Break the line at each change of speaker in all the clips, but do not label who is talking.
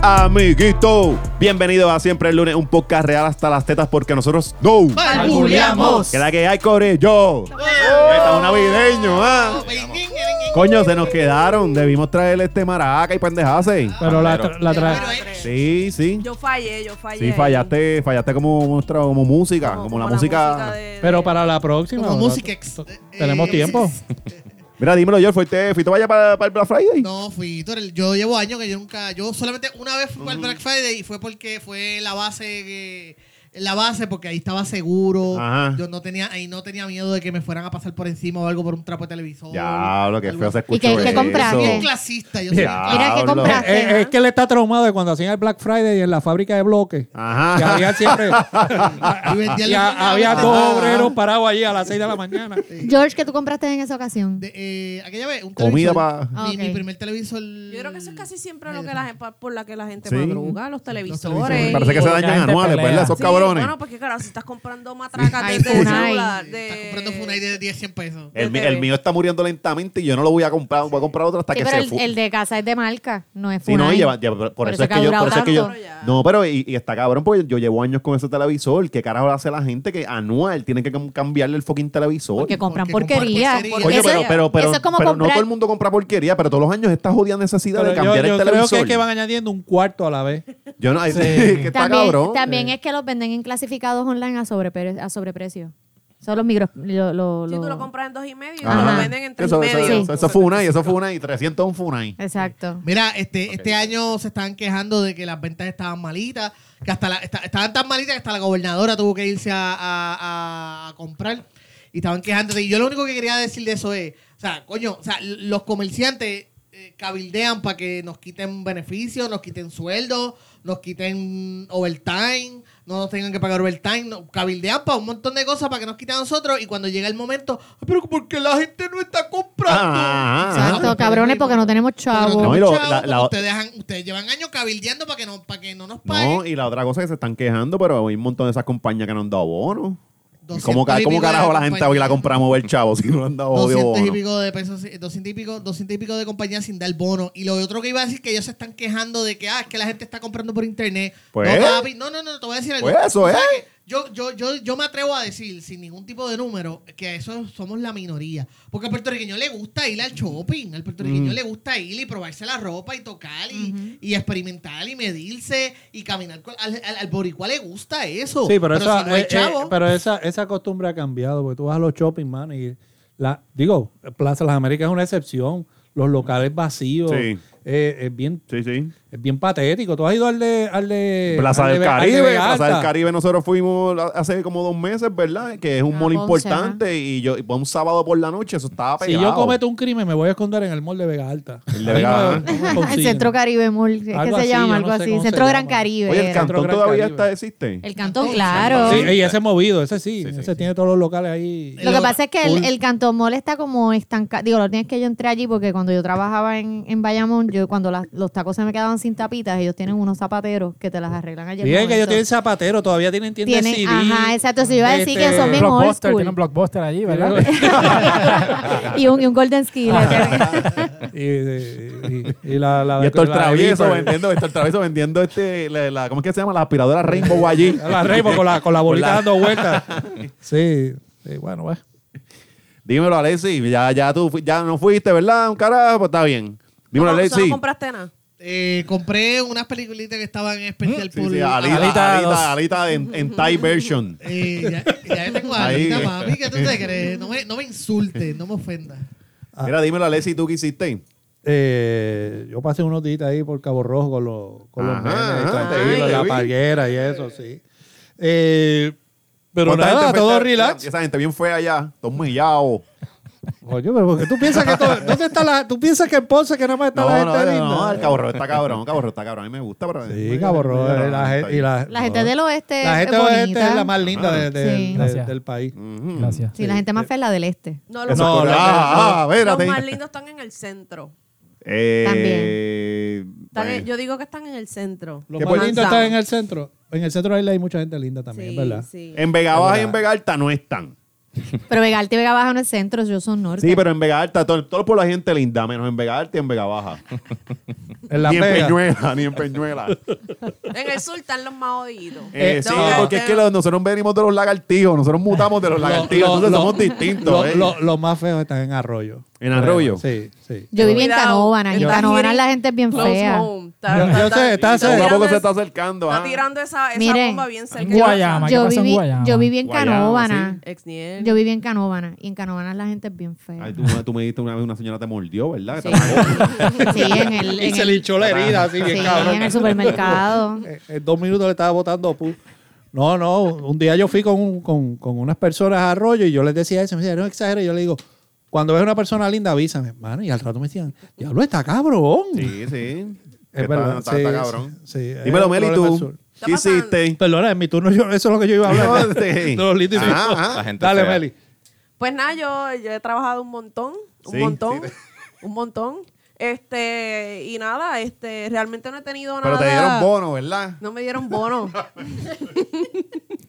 amiguito. Bienvenido a Siempre el Lunes, un podcast real hasta las tetas porque nosotros no.
¡Balbuleamos!
Que la que hay, Corillo. Ya Está un navideño, ¿ah? Coño, se nos quedaron. Debimos traerle este maraca y pendejase.
Pero la, tra- la tra-
Sí, sí.
Yo fallé, yo fallé.
Sí,
ahí.
fallaste, fallaste como, nuestra- como música, como, la, música.
de-
Pero para la próxima.
Como
¿verdad?
música ex-
T- Tenemos
eh,
tiempo.
Mira, dímelo, yo, ¿fuiste, ¿fuiste para allá para, para el Black Friday?
No, fui. tú eres- Yo llevo años que yo nunca. Yo solamente una vez fui al Black Friday y fue porque fue la base. que- la base, porque ahí estaba seguro.
Ajá.
Yo no tenía, ahí no tenía miedo de que me fueran a pasar por encima o algo por un trapo de televisor.
Ya, lo que
algo
feo se
así.
escuchó.
qué- qué
eso.
compraste?
Bien clasista, yo soy.
Mira.
bien
Mira, ¿qué
Diablo.
compraste?
Eh, eh, es que él está traumado de cuando hacían el Black Friday en la fábrica de bloques.
Ajá.
Que había
Y
siempre.
vendían
y
los
a- había
mangos.
dos obreros parados allí a las 6 de la mañana.
George, ¿qué tú compraste en esa ocasión?
De- eh, aquella vez, un
Comida
televisor.
pa-
Ah,
Mi,
ok.
mi primer televisor.
Yo creo que eso es casi siempre lo que la, gen- pa- por la que la gente
Sí.
madruga, los televisores.
televisores.
Parece que
y-
se
Mucha
dañan
gente
anuales,
pelea.
¿verdad? Esos
Sí,
cabrones.
Bueno, porque claro, si estás comprando matracas
Ay,
desde el
Funai.
celular. De...
Estás comprando Funai de 10 100 pesos.
El, mi-
de
el mío está muriendo lentamente y yo no lo voy a comprar. Voy a comprar otro hasta
Sí,
que
pero
se
el,
fu-
el de casa es de marca, no es
Sí, no,
Funai.
y lleva- lleva- por, eso, es que yo,
ha
por eso es que yo,
durado
tanto.
no, pero y, y está cabrón, porque yo llevo años con ese televisor. ¿Qué carajo hace la gente que anual tiene que cam- cambiarle el fucking televisor?
Porque compran
Porque compran
porquería.
porquería.
Oye,
Eso-
pero, pero, pero,
eso es como
pero no
comprar...
todo el mundo compra porquería, pero todos los años esta jodida necesidad
Pero
de
yo,
cambiar
yo
el
creo
televisor.
que es que van añadiendo un cuarto a la vez.
Yo no, es-
Sí.
que está
también
cabrón. Eh.
también es que los venden en clasificados online a, sobrepre- a sobreprecio. Son los micros... Lo, lo-
Si tú lo
lo-
compras en dos y medio, y
Ajá.
lo venden en tres y
eso, eso,
medio.
Sí.
eso, eso fue una y eso fue una y 300 un Funai.
Exacto.
Mira, este, este año se estaban quejando de que las ventas estaban malitas, que hasta la, esta- estaban tan malitas que hasta la gobernadora tuvo que irse a, a- a- a comprar. Y estaban quejándose. Y yo lo único que quería decir de eso es, o sea, coño, o sea, l- los comerciantes eh, cabildean para que nos quiten beneficios, nos quiten sueldos, nos quiten overtime, no nos tengan que pagar overtime, no- cabildean para un montón de cosas para que nos quiten a nosotros. Y cuando llega el momento, "Ay, pero ¿por qué la gente no está comprando?
Ajá, ajá.
Exacto, cabrones, porque no tenemos
Porque
chavo.
No,
no
y lo-
tenemos
la-
chavo,
la-
porque ustedes, han- ustedes llevan años cabildeando para que no, para que no nos paguen.
No, y la otra cosa es que se están quejando, pero hay un montón de esas compañías que no han dado bono. ¿Y
200
¿Cómo, ca-
y
cómo
pico de
carajo la gente hoy la
compañías.
compramos ver chavo si no han dado odio
200 y
bono?
pico de pesos, 200 y pico, 200 y pico de compañías sin dar bono. Y lo otro que iba a decir que ellos se están quejando de que, ah, es que la gente está comprando por internet.
Pues.
no, papi, no, no, no, te voy a decir algo.
Pues eso
Tú sabes
es.
que Yo, yo, yo, yo me atrevo a decir, sin ningún tipo de número, que eso somos la minoría. Porque al puertorriqueño le gusta ir al shopping, al puertorriqueño
Mm.
le gusta ir y probarse la ropa y tocar y, y experimentar y medirse y caminar. con- Al, al, al boricua le gusta eso.
Sí, pero, esa,
si no hay
eh, eh,
chavo,
pero esa, esa costumbre ha cambiado, porque tú vas a los shopping, man, y la, digo, Plaza Las Américas es una excepción, los locales vacíos,
Sí.
eh, es, bien,
Sí, sí.
es bien patético. Tú has ido al de... Al de
Plaza
Eh, al de
del
Ve- al de
Caribe,
Vega
Plaza
Alta.
del Caribe nosotros fuimos la- hace como dos meses, ¿verdad? Que es un
Ah,
mall
Ponce, ajá.
importante y yo y fue un sábado por la noche, eso estaba
Ah, Si
pegado.
yo cometo un crimen, me voy a esconder en el mall de Vega Alta.
El de
Ahí
Vega
no me-
Alta.
no me
el
consiguen.
Centro Caribe Mall, es que
Algo
se
así,
llama
yo
algo
no sé
así.
cómo se
Centro Gran
llama.
Caribe.
Oye, el
era.
cantón
Gran
todavía
Caribe.
está existe.
El Cantón,
Cantón,
claro.
Sí, y ese movido, ese sí.
Sí, sí,
ese
sí.
tiene todos los locales ahí.
Lo que pasa es que el,
Full.
el Cantón Mall está como estancado. Digo, lo tienes que yo entré allí porque cuando yo trabajaba en, en Bayamón, yo cuando las- los tacos se me quedaban sin tapitas, ellos tienen unos zapateros que te las arreglan allí. al
Bien, que ellos
momento.
tienen zapatero, todavía tienen tiendas
Tienen-
CD.
ajá, exacto. Si yo iba a decir que
este,
son bien old
blockbuster, tiene un
school.
blockbuster allí, ¿verdad?
y, un, y un Golden Skillet.
y, y- y- y la, la
Y esto el
la de
travieso
Viper.
vendiendo, esto el travieso vendiendo este, la, la- ¿cómo es que se llama? La aspiradora Rainbow allí.
La Rainbow con la, con la bolita
Con la-
dando vueltas. Sí, sí, bueno, pues. bueno.
Dímelo, Alexi, ya, ya tú fui- ya no fuiste, ¿verdad? Un carajo, pues está bien. Dímelo,
No, eso
Alexi.
no compraste nada.
Eh, compré unas peliculitas que estaban en especial
Mm, Sí,
por
sí, alita, alita,
Alita dos.
alita en, en Thai version.
Eh, ya, ya tengo
Ahí.
alita, mami, ¿qué tú te crees? No me, no me insultes, no me ofendas.
Ah.
Mira, dímelo, Alexi, ¿tú qué hiciste?
Eh, yo pasé unos días ahí por Cabo Rojo con los, con los
Ajá,
nenes,
ajá,
tranquilo,
te vi, te
la
vi.
palguera y eso, sí. Eh, pero
¿Cuánta
nada,
gente fue
todo
esta-
relax.
Esa gente bien fea allá, todos millados.
Coño, pero porque tú piensas que todo- ¿dónde está la, tú piensas que en Ponce que nada más está
No,
la
no,
gente
no,
linda?
no, el cabrón está cabrón, cabrón está cabrón. A mí me gusta, pero.
Sí, Cabo Rojo, eh, la gente- y la,
La gente del oeste
la
es
gente
bonita.
oeste es la más
Ah,
linda de- de-
Sí.
de-
Gracias.
del país.
Ujú.
Gracias.
Sí, la gente más fea es la del este.
No, los,
Eso
No,
es
la-
correcto. ah, ah,
los
espérate.
más lindos están en el centro.
Eh,
Están en-
bueno.
yo digo que están en el centro.
Lo
¿Qué pues
más
por-
lindo
Manzano.
está en el centro. En el centro de la isla hay mucha gente linda también,
Sí,
es ¿verdad?
sí.
En Vega Baja y en Vega Alta no están.
Pero Vega Alta y Vega Baja no es centro, yo soy norte.
Sí, pero en Vega Alta, todo, todo el pueblo hay gente linda, menos en Vega Alta y en Vega Baja.
En la
ni en
pega.
Peñuela, ni en Peñuela.
En el sur están los más oídos.
Eh, sí,
Entonces,
porque es que los- nosotros venimos de los lagartijos, nosotros mutamos de los lagartijos,
lo-
nosotros
lo-
somos distintos.
Lo-
eh.
lo- Los más feos están en Arroyo.
¿En Arroyo?
Sí, sí.
Yo viví en
Cuidado,
Canóvanas. y En
está
Canóvanas
hitting
la gente es bien
close
fea.
home. Está-
Yo-
está-
yo
está-
sé, está cerca.
Poco a poco
tirando
se está
esa-
acercando.
Está
ah.
tirando esa, esa
Miren.
bomba bien cerca.
En Guayama. ¿Qué
Yo
pasa en
viví,
Guayama?
yo viví en
Guayama,
Canóvanas.
Exniel.
Yo viví en Canóvanas. Y en Canóvanas la gente es bien fea.
Ay, tú, tú me diste una vez, una señora te mordió, ¿verdad? Que
Sí.
te pagó.
Sí, en el,
Y
en
se
el-
le hinchó la herida así, bien
sí,
cabrón.
en el supermercado.
Eh, En dos minutos le estaba botando pu. No, no, un día yo fui con, un- con, con unas personas a Arroyo y yo les decía eso, me decían, no exageres, yo le digo, cuando ves una persona linda, avísame, mano, y al rato me decían, diablo, está cabrón.
Sí, sí.
Es
Está-
verdad,
está-
sí,
está
sí,
cabrón.
sí, es
Dímelo,
un
Meli,
problema
tú.
del sur.
Está
¿Qué
pasando.
hiciste?
Perdona, en mi turno, yo, eso es lo que yo iba a hablar.
No, sí.
De los lindos y
Ajá,
feos.
ajá.
La gente
Dale,
fea.
Meli.
Pues nada, yo, yo he trabajado un montón, un
Sí,
montón,
sí.
un montón. Este, y nada, este, realmente no he tenido
Pero
nada.
te dieron bono, ¿verdad?
No me dieron bono.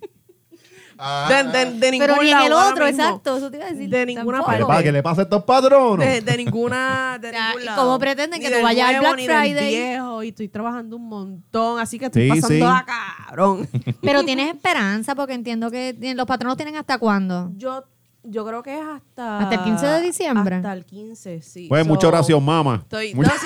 Ah,
De, de- de ningún
Pero ni en
lado
el
ahora
otro,
mismo.
exacto. Eso te iba a decir.
De ninguna
Tampoco.
¿Qué le
parte.
pasa? ¿Qué le pasa a estos padronos?
De, de ninguna. De
O sea,
ningún
¿y
lado.
cómo pretenden
Ni
que tú
del
vayas al
nuevo,
Black
ni del
Friday?
viejo, y estoy trabajando un montón, así que estoy
Sí,
pasando
sí.
la cabrón.
Pero tienes esperanza porque entiendo que tienen- los patronos tienen hasta cuándo.
Yo, yo creo que es hasta.
¿Hasta el 15 de diciembre?
Hasta el 15, sí.
Pues
So,
mucha oración, mamá.
Estoy,
Mucha-
no,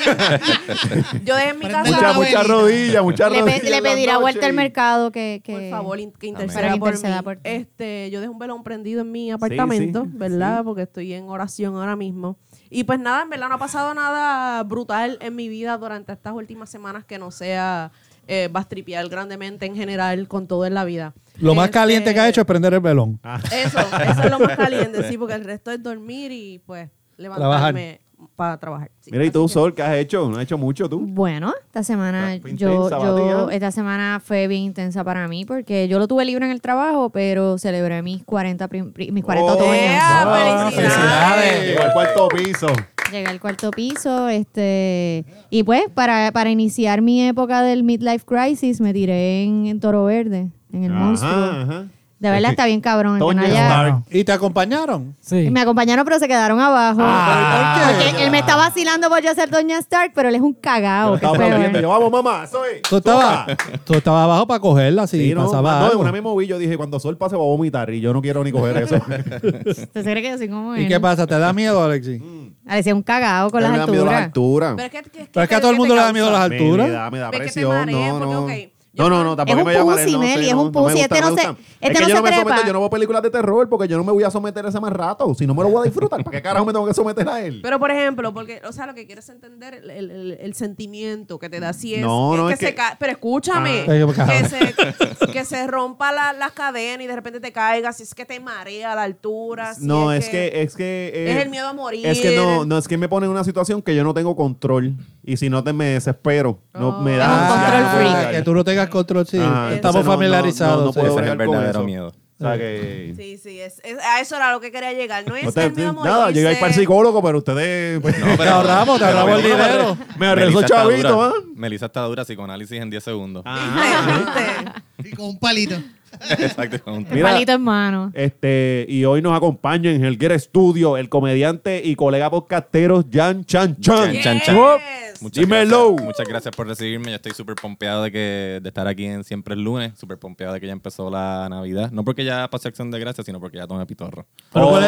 sí. yo dejé en mi
Prende
casa.
Mucha,
la
mucha
velita.
rodilla, mucha
Le, pe-
rodilla.
le pedirá vuelta al mercado que, que-
Por favor, in- que
Para
interceda,
que interceda
por
por
mí.
ti.
Este, yo dejé un velón prendido en mi apartamento,
sí,
¿verdad? Porque estoy en oración ahora mismo. Y pues nada, en verdad no ha pasado nada brutal en mi vida durante estas últimas semanas que no sea eh, bastripear grandemente en general con todo en la vida.
Lo más
Este,
caliente que ha hecho es prender el velón.
Ah,
Eso, eso es lo más caliente, sí, porque el resto es dormir y pues levantarme para trabajar. sí.
Mira, ¿y tú,
Así que-
Sol, qué has hecho? ¿No has hecho mucho tú?
Bueno, esta semana
Ah, fue
yo,
intensa,
yo
batía.
esta semana fue bien intensa para mí porque yo lo tuve libre en el trabajo, pero celebré mis 40 prim- pri- mis 40
Oh,
otoños.
¡Ea!
Ah,
¡Felicidades!
Llegó al cuarto piso.
Llegué al cuarto piso, este, y pues para, para iniciar mi época del midlife crisis me tiré en, en Toro Verde, en el monstruo. De verdad está bien cabrón. el que no
Toño
haya-
Stark.
¿Y te acompañaron?
Sí.
Me acompañaron, pero se quedaron abajo.
Ah.
porque él me está vacilando por yo ser Doña Stark, pero él es un
Yo
cagao.
estaba
qué peor.
aplaudiendo. Yo, vamos, mamá, soy.
Tú estabas, tú estabas abajo para cogerla si
Sí, no,
pasaba
no,
algo.
una vez me moví, yo dije, cuando Sol pase va a vomitar y yo no quiero ni coger eso.
¿Usted se cree que yo soy como
¿Y
él?
qué pasa? ¿Te da miedo, Alexis?
Parecía un cagao con
Ya me
las
da miedo
alturas.
las alturas.
Pero es que, este que-
Pero es que a
creo
todo el
te
mundo le da
causa.
miedo las
Me-
alturas.
Me da, me da
Ve que te
presión.
mareas,
no,
porque,
no.
ok,
no,
yo-
no, no, tampoco
Es
me
un
voy a llamar
pussy,
no,
Nelly,
sí,
es
no, no me
un pussy.
gusta,
Este
me
no se-
gusta.
este
es que
no
yo
se
no me someto,
trepa.
yo no veo películas de terror porque yo no me voy a someter a ese más rato. Si no me lo voy a disfrutar, ¿para qué carajo me tengo que someter a él?
Pero por ejemplo, porque, o sea, lo que quieres entender el, el- el- el sentimiento que te da si es,
No,
es
no,
que,
es
se
que-
ca- pero escúchame,
Ah. Ay, qué
que,
cabrón.
se, que se rompa la- las cadenas y de repente te caigas, si es que te marea la altura, si
no, es, que, es que. eh,
es el miedo a morir.
Es que no, no, es que me pone en una situación que yo no tengo control. Y si no te me desespero. No,
Oh.
me da.
Es un
ansiedad,
control
no puedo
freak.
bregar.
Que tú no tengas control, sí.
Ah, entonces
Estamos
no, no,
familiarizados.
no, no
sí.
puedo
Ese es
bregar
el
con
verdadero
eso.
miedo.
O sea que.
Sí, sí, es, es- a eso era lo que quería llegar. No es
No te-
el miedo a morir.
nada, yo iba a ir para el psicólogo, pero ustedes. pues,
No, pero-
ahorramos, te
pero
ahorramos el
bueno, pero-
dinero.
Me arrezó
Melissa está
chavito,
dura.
¿ah?
Melissa está dura, psicoanálisis en 10 segundos.
Ah.
Y con un palito.
Exacto. con un
El
Mira.
palito en mano.
Este, y hoy nos acompaña en Helguer Studio el comediante y colega podcastero Jan Chan Chan.
Chan, chan, chan.
Wop.
Muchas
Dímelo.
gracias, muchas gracias por recibirme. Yo estoy súper pompeado de que de estar aquí en Siempre el Lunes. Súper pompeado de que ya empezó la Navidad. No porque ya pasé acción de gracias, sino porque ya tomé pitorro.
Pero
Oh,
¿cuál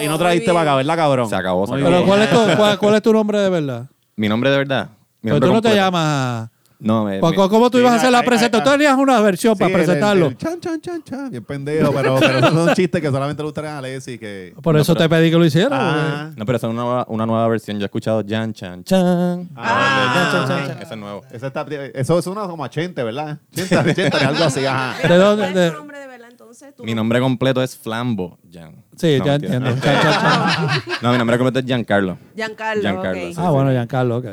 es- y no trajiste vaca, ¿verdad, cabrón?
Se acabó, se
Muy
acabó.
Pero
bien.
¿cuál es, tu, cuál, cuál es tu nombre de verdad?
Mi nombre de verdad. Mi
Pero
nombre
tú no te
completo. Eh,
llamas.
No, me,
¿Cómo,
me-
cómo tú ibas a hacer la
ahí- ahí-
presentación? Tú tenías una versión
Sí,
para
el- el-
presentarlo.
el Chan Chan Chan Chan. Bien pendejo, pero, pero esos son chistes que solamente le gustarán a Alexis. Que...
Por eso te pedí que lo hicieras.
Ah.
no, pero esa es una nueva, una nueva versión. Yo he escuchado Jan Chan Chan.
Ah.
Jan, Chan, Chan, Chan. Ese es nuevo.
Eso, está- eso es una como a Chente, ¿verdad? Chente, Chente, algo así, ajá.
¿De dónde-
¿Cuál es
de-
tu nombre de verdad entonces? ¿Tu
Mi nombre completo es Flambo Jan.
Sí,
No,
ya
mentira.
entiendo. Chan, chan, chan.
No, mi nombre completo es Giancarlo.
Giancarlo,
Giancarlo,
ok.
sí.
Ah, bueno, Giancarlo, ok.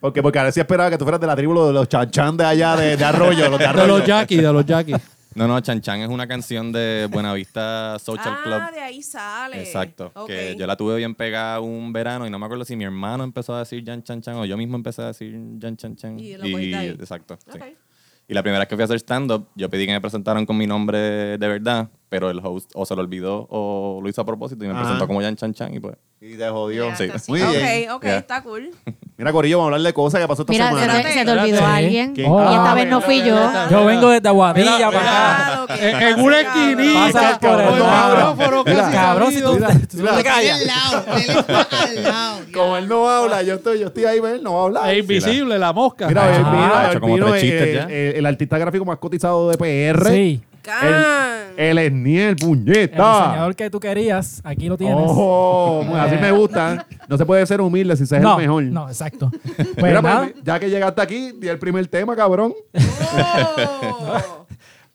Porque, porque Alexis esperaba que tú fueras de la tribu de los Chan Chan de allá, de, de Arroyo, los de
De
Arroyo.
los Jackie, de los
Ah,
Jackie.
No, no, Chan Chan es una canción de Buenavista Social
ah,
Club.
de ahí sale.
Exacto.
Ok.
Que yo la tuve bien pegada un verano y no me acuerdo si mi hermano empezó a decir Jan Chan Chan o yo mismo empecé a decir Jan Chan Chan.
Y lo cogiste ahí.
Exacto. sí.
Ok.
Y la primera vez que fui a hacer stand-up, yo pedí que me presentaran con mi nombre de verdad, pero el host o se lo olvidó o lo hizo a propósito y me
Ah.
Ajá.
presentó como Yan Chan Chan y pues.
Y te jodió.
Sí.
Muy bien.
Ok, ok,
Ya.
está cool.
Mira, Corillo, vamos a hablar de cosas que pasó esta
Mira, se
semana.
te, se te olvidó
Espérate.
alguien.
¿Quién?
Y esta
Ah,
vez no fui yo.
Yo vengo desde Aguadilla para
Claro
acá.
que
En- en una
claro.
esquinita.
Pasa por
Cabrón,
el lado.
cabrón,
Mira,
casi
Cabrón, si
salido.
tú tú te
Él
callas.
al lado, él está al lado.
Como él no habla, yo estoy, yo estoy ahí, pero él no va a hablar.
Es invisible la mosca.
Mira,
Ajá.
Elvino,
Ha hecho como
Elvino
tres
es
chistes
el,
ya.
el- el artista gráfico más cotizado de PR.
Sí.
Can.
El Esniel,
El
puñeta.
diseñador que tú querías, aquí lo tienes.
Oh, pues así
Eh.
me gusta. No se puede ser humilde si se es
no,
el mejor.
no, exacto. Pues
Mira, pues,
nada,
ya que llegaste aquí, di el primer tema, cabrón.
Oh.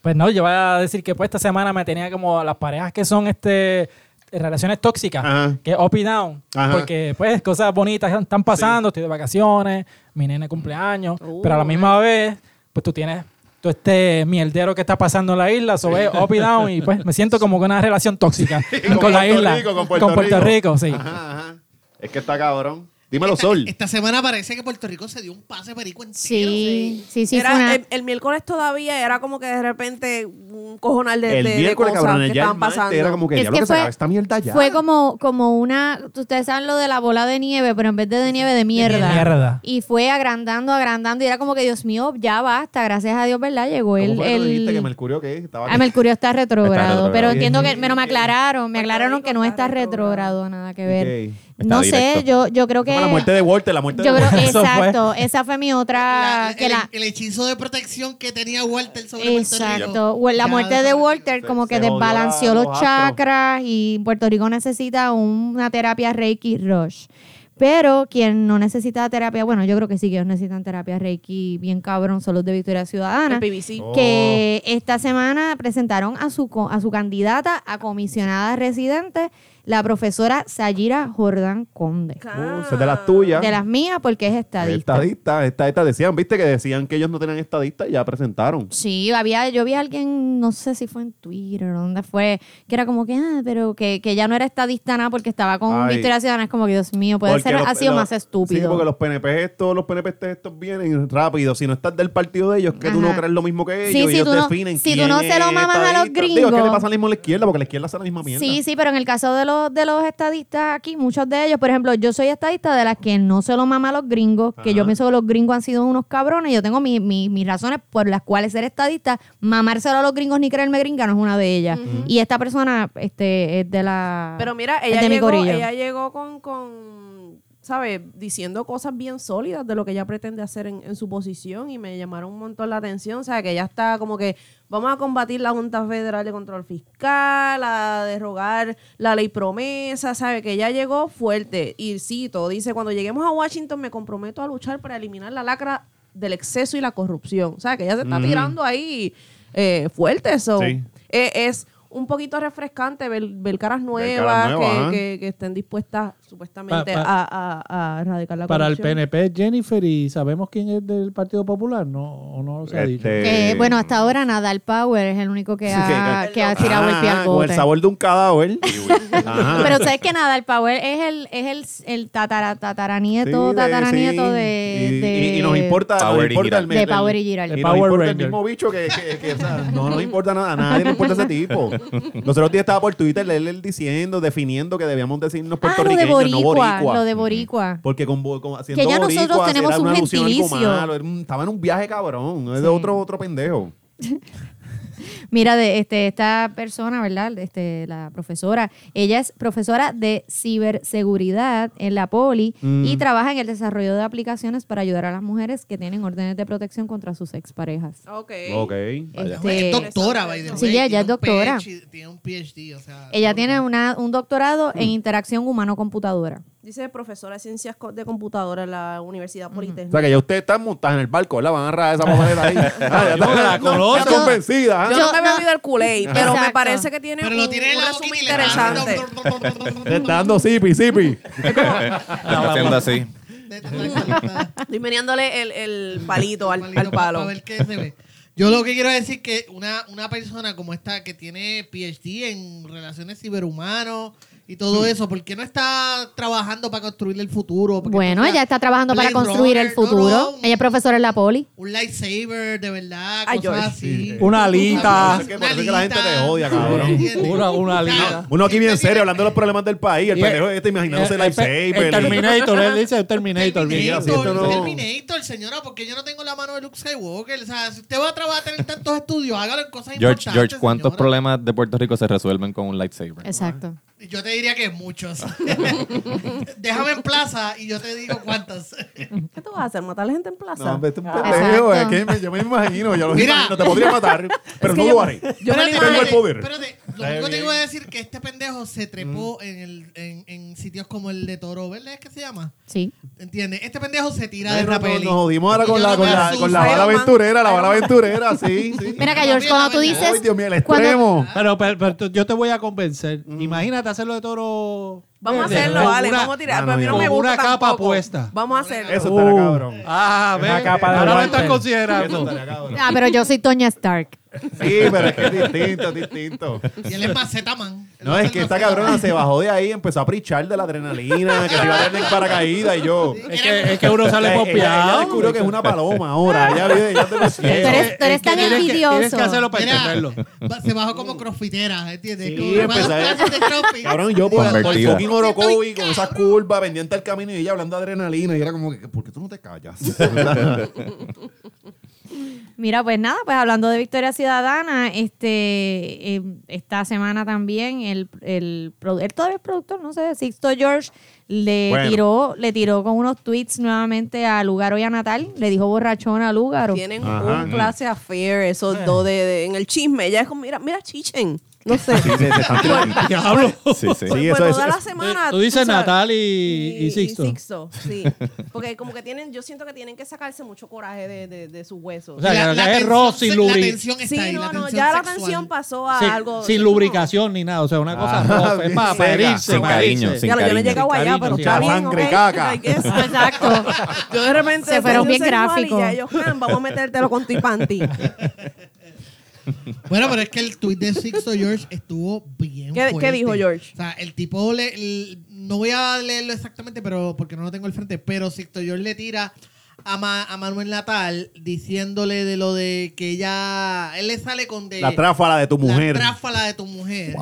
Pues no, yo voy a decir que pues esta semana me tenía como las parejas que son este relaciones tóxicas,
Ajá.
que up y down,
Ajá.
porque pues cosas bonitas están- están pasando, estoy de vacaciones, mi nene cumpleaños, pero a la misma vez pues tú tienes todo este mierdero que está pasando en la isla, sobre up y down y pues me siento como con una relación tóxica con,
con
la
Puerto
isla,
Rico, con Puerto
Rico, sí.
Ajá, ajá. Es que está cabrón. Dímelo,
Este,
Sol.
Esta semana parece que Puerto Rico se dio un pase perico entero.
Sí, sí, sí.
Era-
fue una-
el, el miércoles todavía era como que de repente un cojonal de,
el
de- de
miércoles,
cosas
cabrón,
que
ya el
estaban pasando.
martes era como que
Es
ya lo que se
que fue-
acaba esta mierda ya.
Fue como, como una, ustedes saben lo de la bola de nieve, pero en vez de de nieve, de mierda.
mierda.
Y fue agrandando, agrandando, y era como que, Dios mío, ya basta, gracias a Dios, ¿verdad? Llegó
¿Cómo
el...
fue que tú dijiste
el-
que Mercurio qué? Estaba
Ah, Mercurio está retrógrado,
retrógrado.
pero entiendo que, pero me aclararon, me
Puerto
aclararon
Rico
que no
está
está retrógrado, nada que ver.
Ok.
Está
No sé,
directo.
yo, yo creo
Como
que...
la muerte de Walter, la muerte
Yo
de
creo,
Walter.
Eso fue.
exacto, esa fue mi otra...
La-
que
el,
la,
el hechizo de protección que tenía Walter sobre
Exacto.
Puerto Rico.
O La
Ya,
muerte de
sobre-
Walter
Se-
como que
se jodió la-
desbalanceó los
los astros.
chakras y Puerto Rico necesita una terapia Reiki Rush. Pero quien no necesita terapia, bueno, yo creo que sí que ellos necesitan terapia Reiki bien cabrón, son los de Victoria Ciudadana.
El PVC.
Que esta semana presentaron a su, co- a su candidata a comisionada residente, la profesora Sayira Jordán Conde.
Can.
Uh, esa es de las tuyas.
De las mías, porque es estadista.
Estadistas, estadistas decían, viste que decían que ellos no tenían estadistas y ya presentaron.
Sí, había, yo vi a alguien, no sé si fue en Twitter o dónde fue, que era como que, ah, pero que, que ya no era estadista nada porque estaba con
Ay.
Victoria Ciudadana. Es como que, Dios mío, puede
Porque
ser,
los-
ha sido
los-
más estúpido.
Sí, porque los PNP estos, los PNP estos vienen rápido. Si no estás del partido de ellos, que tú no
Ajá.
crees lo mismo que
Sí,
ellos,
si
ellos
tú no-
definen
si tú
quién
no se
es
lo mamas a los
estadista. Digo, es que le
gringos.
pasa lo mismo a la izquierda? Porque la izquierda hace la misma mierda.
Sí, sí, pero en el caso de los, de los estadistas aquí, muchos de ellos, por ejemplo, yo soy estadista de las que no se lo mama a los gringos, que yo pienso que los gringos han sido unos cabrones. Yo tengo mi- mi- mis razones por las cuales ser estadista, mamárselo a los gringos ni creerme gringa no es una de ellas. Y esta persona este, es de la.
Pero mira,
es
ella
de mi
llegó,
corillo.
ella llegó con, con, ¿sabes? Diciendo cosas bien sólidas de lo que ella pretende hacer en, en su posición y me llamaron un montón la atención. O sea, que ella está como que vamos a combatir la Junta Federal de Control Fiscal, a derrogar la ley promesa, ¿sabes? Que ella llegó fuerte. Y cito, dice, cuando lleguemos a Washington me comprometo a luchar para eliminar la lacra del exceso y la corrupción. O sea, que ella se está tirando ahí eh, fuerte eso.
Sí.
es un poquito refrescante ver, ver caras nuevas
Ver
nuevas
caras nuevas,
que,
ajá.
que- que estén dispuestas supuestamente
Pa- pa-
a, a- a erradicar la
Para el
corrupción.
PNP es Jennifer y sabemos quién es del Partido Popular, ¿no? ¿O no se ha dicho?
Este,
Que, Eh, bueno, hasta ahora Nadal Power es el único que ha, que ha tirado el pie
Ah,
al
Con el
bote.
sabor de un cadáver. Ajá.
Pero sabes que Nadal Power es el, es el, el tatara- tataranieto,
Sí, de-
tataranieto
sí.
de,
Y-
de-
Y, y nos importa, nos
Power y
importa
Giral.
el,
de
el-
Power y Giral.
Y
El
nos
Power
importa el
Ranger.
mismo bicho que, que- que- o sea, no nos importa nada, a nadie nos importa ese tipo. Los otros días estaba por Twitter él, él diciendo, definiendo que debíamos decirnos
Ah, lo de
puertorriqueños, no
Boricua,
boricua. Mm.
lo de Boricua.
Porque con, bo- con- haciendo
ya nosotros
boricua, si
tenemos
era
un
una alusión a algo
gentilicio.
malo, era un- Estaba en un viaje cabrón, es de otro, otro pendejo.
Mira, de este, esta persona, ¿verdad? Este, la profesora, ella es profesora de ciberseguridad en la Poli
Mm.
y trabaja en el desarrollo de aplicaciones para ayudar a las mujeres que tienen órdenes de protección contra sus exparejas.
Ok.
Ok.
Este,
Es doctora, by the way.
Sí, ella- ella
Tiene
es
un
doctora.
PhD, tiene un PhD, o sea.
ella tiene una- un doctorado
Hmm.
en interacción humano-computadora.
Dice profesora de ciencias co- de computadora en la Universidad
O
Politécnica.
sea que ya ustedes están montadas en el barco, la van a agarrar a esa mujer ahí. Ah, ya está,
la conozco.
está convencida. ¿ah?
Yo,
Yo
no me
no-
he bebido el culé, pero me
Exacto.
parece que tiene
Pero
un,
lo tiene en
un
la
resumen
boquita y le da-
interesante.
Te está dando sipi, sipi.
Lo está haciendo así.
Estoy meneándole el, el palito al,
Malito,
al palo.
pa' ver qué se ve. Yo lo que quiero decir que una, una persona como esta que tiene PhD en relaciones ciberhumanos y todo eso, ¿por qué no está trabajando para construir el futuro? ¿Por qué no
Bueno,
está-
ella está trabajando para
Blade
construir el
Runner, no,
futuro.
no, un-
Ella es profesora en la poli.
Un lightsaber, de verdad,
Ay,
cosas
George.
Eh,
así.
Una alita.
Por eso es que- por eso es que la gente te odia, cabrón.
¿Entiendes?
Una, una liga.
Uno aquí bien serio hablando de los problemas del país. El
Y-
pendejo este imaginándose
el- el- El
Lifesaver.
Terminator, él dice el Terminator. bien.
así esto
Terminator,
no-
Terminator, señora, porque yo no tengo la mano de Luke Skywalker. O sea, si usted va a trabajar tener tantos estudios, hágalo en cosas
George,
importantes.
George, ¿cuántos
señora.
problemas de Puerto Rico se resuelven con un lightsaber?
Exacto.
Yo te diría que muchos. Déjame en plaza y yo te digo cuántas.
¿Qué tú vas a hacer? ¿Matar a la gente en plaza?
No, hombre, este es un
Ah.
pendejo. Es
Exacto.
que me- yo me imagino, yo lo
Mira.
imagino, te podría matar, pero
Es
no
que
lo haré.
Yo me lo
espérate,
Tengo
imagino-
el poder.
espérate. Lo único que tengo que decir que este pendejo se trepó
Mm.
en, el, en, en sitios como el de Toro ¿verdad? ¿Es que se llama?
Sí.
¿Entiendes? Este pendejo se tira
Ay,
de
no,
la
no,
peli.
Nos jodimos ahora
Y yo
con la,
no
con
me
la,
asusto.
con la bala
Iron Man.
aventura, la bala aventura, sí, sí.
Mira acá,
No,
George,
mira,
cuando tú
mira.
dices.
Ay, Dios mío, el
cuando-
extremo.
Pero, pero, pero tú- yo te voy a convencer. Imagínate hacerlo de toro.
Vamos a
verde,
hacerlo,
con
vale.
una-
Vamos a tirar.
Ah,
Pero a mí
no,
no me
con
gusta
una capa
tampoco.
puesta.
Vamos a hacerlo.
Eso estará
Uh.
cabrón.
Ah,
Una
ve,
capa de
Ahora me
guante.
estás
Eso
considerando.
estará cabrón.
Ah, pero yo soy Toña Stark.
Sí, pero es que es distinto, es distinto.
Y él es maceta man. Él
No,
va a
es
ser
que esta
maceta
cabrona
man.
se bajó de ahí, empezó a prichar de la adrenalina, que se iba a tener paracaídas y yo. Eh,
Es que, es que uno sale
Ella- ella, ella
pompeado.
descubrió que es una paloma ahora. Ella vive, ella te lo
Tú eres, tú eres
Es que
tan
tienes que- Tienes
envidioso.
que hacerlo para
Mira,
entenderlo.
va- se bajó como crossfitera, ¿entiendes?
Sí,
Como
empezó
cuando
a-
clases de crossfit.
Cabrón, yo por, por
Convertida.
fucking Orocovi con esas curvas, pendiente al camino y ella hablando de adrenalina. Y era como que, ¿por qué tú no te callas?
Mira, pues nada, pues hablando de Victoria Ciudadana, este, eh, esta semana también el, el, pro- él todavía es productor, no sé, Sixto George le
Bueno.
tiró, le tiró con unos tweets nuevamente a Lugaro y a Natal, le dijo borrachona a Lugaro.
Tienen
Ajá.
un clase affair, esos dos de, de- en el chisme. Ella es como, mira, mira, chichen. No sé.
Diablo.
Sí, sí.
Sí,
Pues
eso es-
toda la
es-
semana.
Tú dices
sabes,
Natal y, y Sixto.
sí. Porque como que tienen, yo siento que tienen que sacarse mucho coraje de, de, de sus huesos.
O sea, que es
tensión
Rosy
se-
Lubri.
La tensión está
sí,
ahí,
no,
la
no,
tensión
ya la
sexual.
tensión pasó
Ah,
a
Sin-
algo.
sin
no.
lubricación ni nada. O sea, una cosa
Ah,
rough, Es
bien
para
seca.
pedirse.
Sin cariño,
pedirse.
sin
Claro, yo no he
cariño.
lagado allá,
Sin
pero
cariño,
está
sin
bien.
sangre,
ok,
caca.
I guess.
Exacto.
Yo de repente.
Se fueron
soy
bien
sexual y
gráficos.
ya ellos, "Can, vamos a metértelo con tu y panty.
Bueno, pero es que el tweet de Sixto George estuvo bien
¿Qué- qué
fuerte.
dijo George?
O sea, el tipo le, l- no voy a leerlo exactamente, pero porque no lo tengo al frente, pero Sixto George le tira a, Ma- a Manuel Natal diciéndole de lo de que ella él le sale con de
La tráfala de tu mujer.
La tráfala de tu mujer.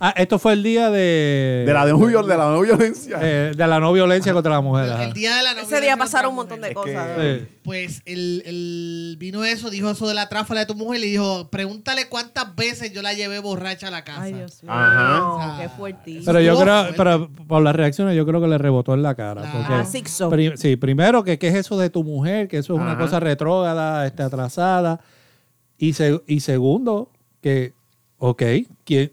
Ah, esto fue el día de.
De la de New York, de la no violencia.
eh, de la no violencia contra la mujer. ajá.
El día de la
Ese
novela
día
de la
pasaron un
otra
montón de
mujer.
cosas.
Sí.
Pues el, el- vino eso, dijo eso de la tráfala de tu mujer y dijo, pregúntale cuántas veces yo la llevé borracha a la casa.
Ay, Dios mío.
Ajá.
no, Qué fuertísimo.
Pero yo
Estuvo
creo,
fuerte.
pero por las reacciones, yo creo que le rebotó en la cara.
Ah,
porque-
Ah, Sixto.
pri- sí, primero que qué es eso de tu mujer, que eso es una
Ajá.
cosa retrógrada, este, atrasada. Y, se- y segundo, que, ok, que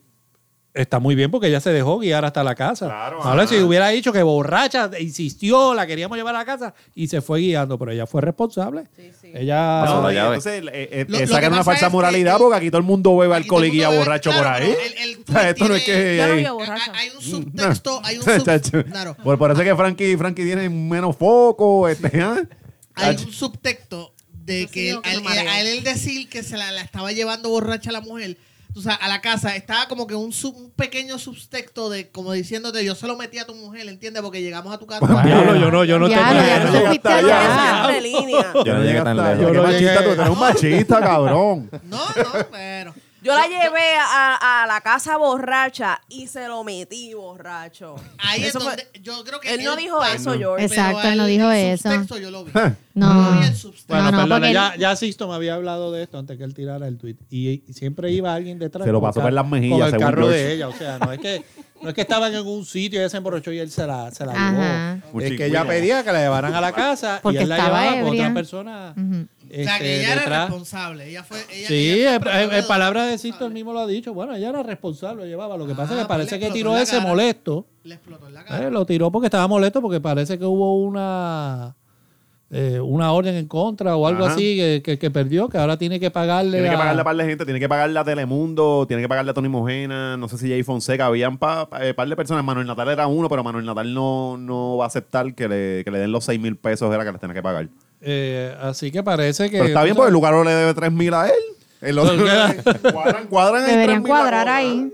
está muy bien porque ella se dejó guiar hasta la casa.
Claro,
Ahora,
ajá.
si hubiera dicho que borracha, insistió, la queríamos llevar a la casa y se fue guiando, pero ella fue responsable. Ella...
No,
Pasó la
y
llave.
entonces eh, eh,
Lo-
eh,
lo
sacan
que
una
pasa
falsa
es que
moralidad
el-
porque aquí todo el mundo bebe
aquí todo
alcohol
el
y guía
mundo bebe,
borracho por
claro,
ahí.
pero el- el
O sea, esto no es
tiene-
que...
Yo no vi a
Ah,
borracha.
ah, Hay un subtexto, hay un
Chacho.
subtexto. Claro.
Por, por eso es que Frankie, Frankie tiene menos foco. Este, ¿ah?
Hay un subtexto de
Yo sí
que
digo que
al-
lo mareo.
a él el decir que se la, la estaba llevando borracha a la mujer, o sea, a la casa, estaba como que un, sub- un pequeño subtexto de como diciéndote, yo se lo metí a tu mujer, ¿entiendes? Porque llegamos a tu casa.
Diablo, yo no, yo no
Ya,
tengo-
ya,
no
tú
llega
fuiste
hasta
allá.
allá.
Siempre línea.
Yo no llegué tan
Hasta-
lejos.
Qué
Yo no
machista,
llegué.
tú eres un machista, cabrón.
No, no, pero.
Yo la llevé a, a la casa borracha y se lo metí borracho.
Ahí
Eso
es
fue-
donde yo creo que
Él no dijo
pa-
eso,
pero
George.
Exacto, él no
al-
dijo
el
eso.
subtexto yo lo vi.
No.
Yo vi el subtexto.
Bueno,
No, no,
perdona,
porque-
ya, ya Sixto me había hablado de esto antes que él tirara el tweet. Y, y siempre iba alguien detrás.
Se lo
con
pasó
el ca-
por las mejillas,
Con el
según
carro
George.
de ella. O sea, no es que, no es que estaban en un sitio y ella se emborrachó y él se la, se la
Ajá.
llevó. Es que ella pedía que la llevaran a la casa
Porque
y él la
estaba
llevaba con
ebria.
otra persona.
Ujú.
o sea, que
este,
ella era
detrás.
responsable. Ella fue, ella,
Sí,
ella
en,
siempre
en-
fue
en palabras de Sixto,
responsable.
él mismo lo ha dicho. Bueno, ella era responsable, lo llevaba. Lo que pasa
Ah,
es que
pues
parece
le
que
explotó
tiró
la
ese
cara.
molesto.
Le explotó en la cara.
Eh, lo tiró porque estaba molesto, porque parece que hubo una eh, una orden en contra o algo
Ajá.
así que, que- que perdió, que ahora tiene que pagarle.
Tiene que
a-
pagarle a par de gente, tiene que pagarle a Telemundo, tiene que pagarle a Tony Mojena, no sé si Jay Fonseca, habían pa, pa- eh, par de personas. Manuel Natal era uno, pero Manuel Natal no, no va a aceptar que le, que le den los 6 mil pesos, era que les tenía que pagar.
Eh, así que parece que.
Pero está bien,
tú
porque
sabes,
el lugar le debe 3 mil a él. El otro,
Porque-
cuadran, cuadran. ahí
Deberían
3.000 a
cuadrar
cada
ahí.
uno.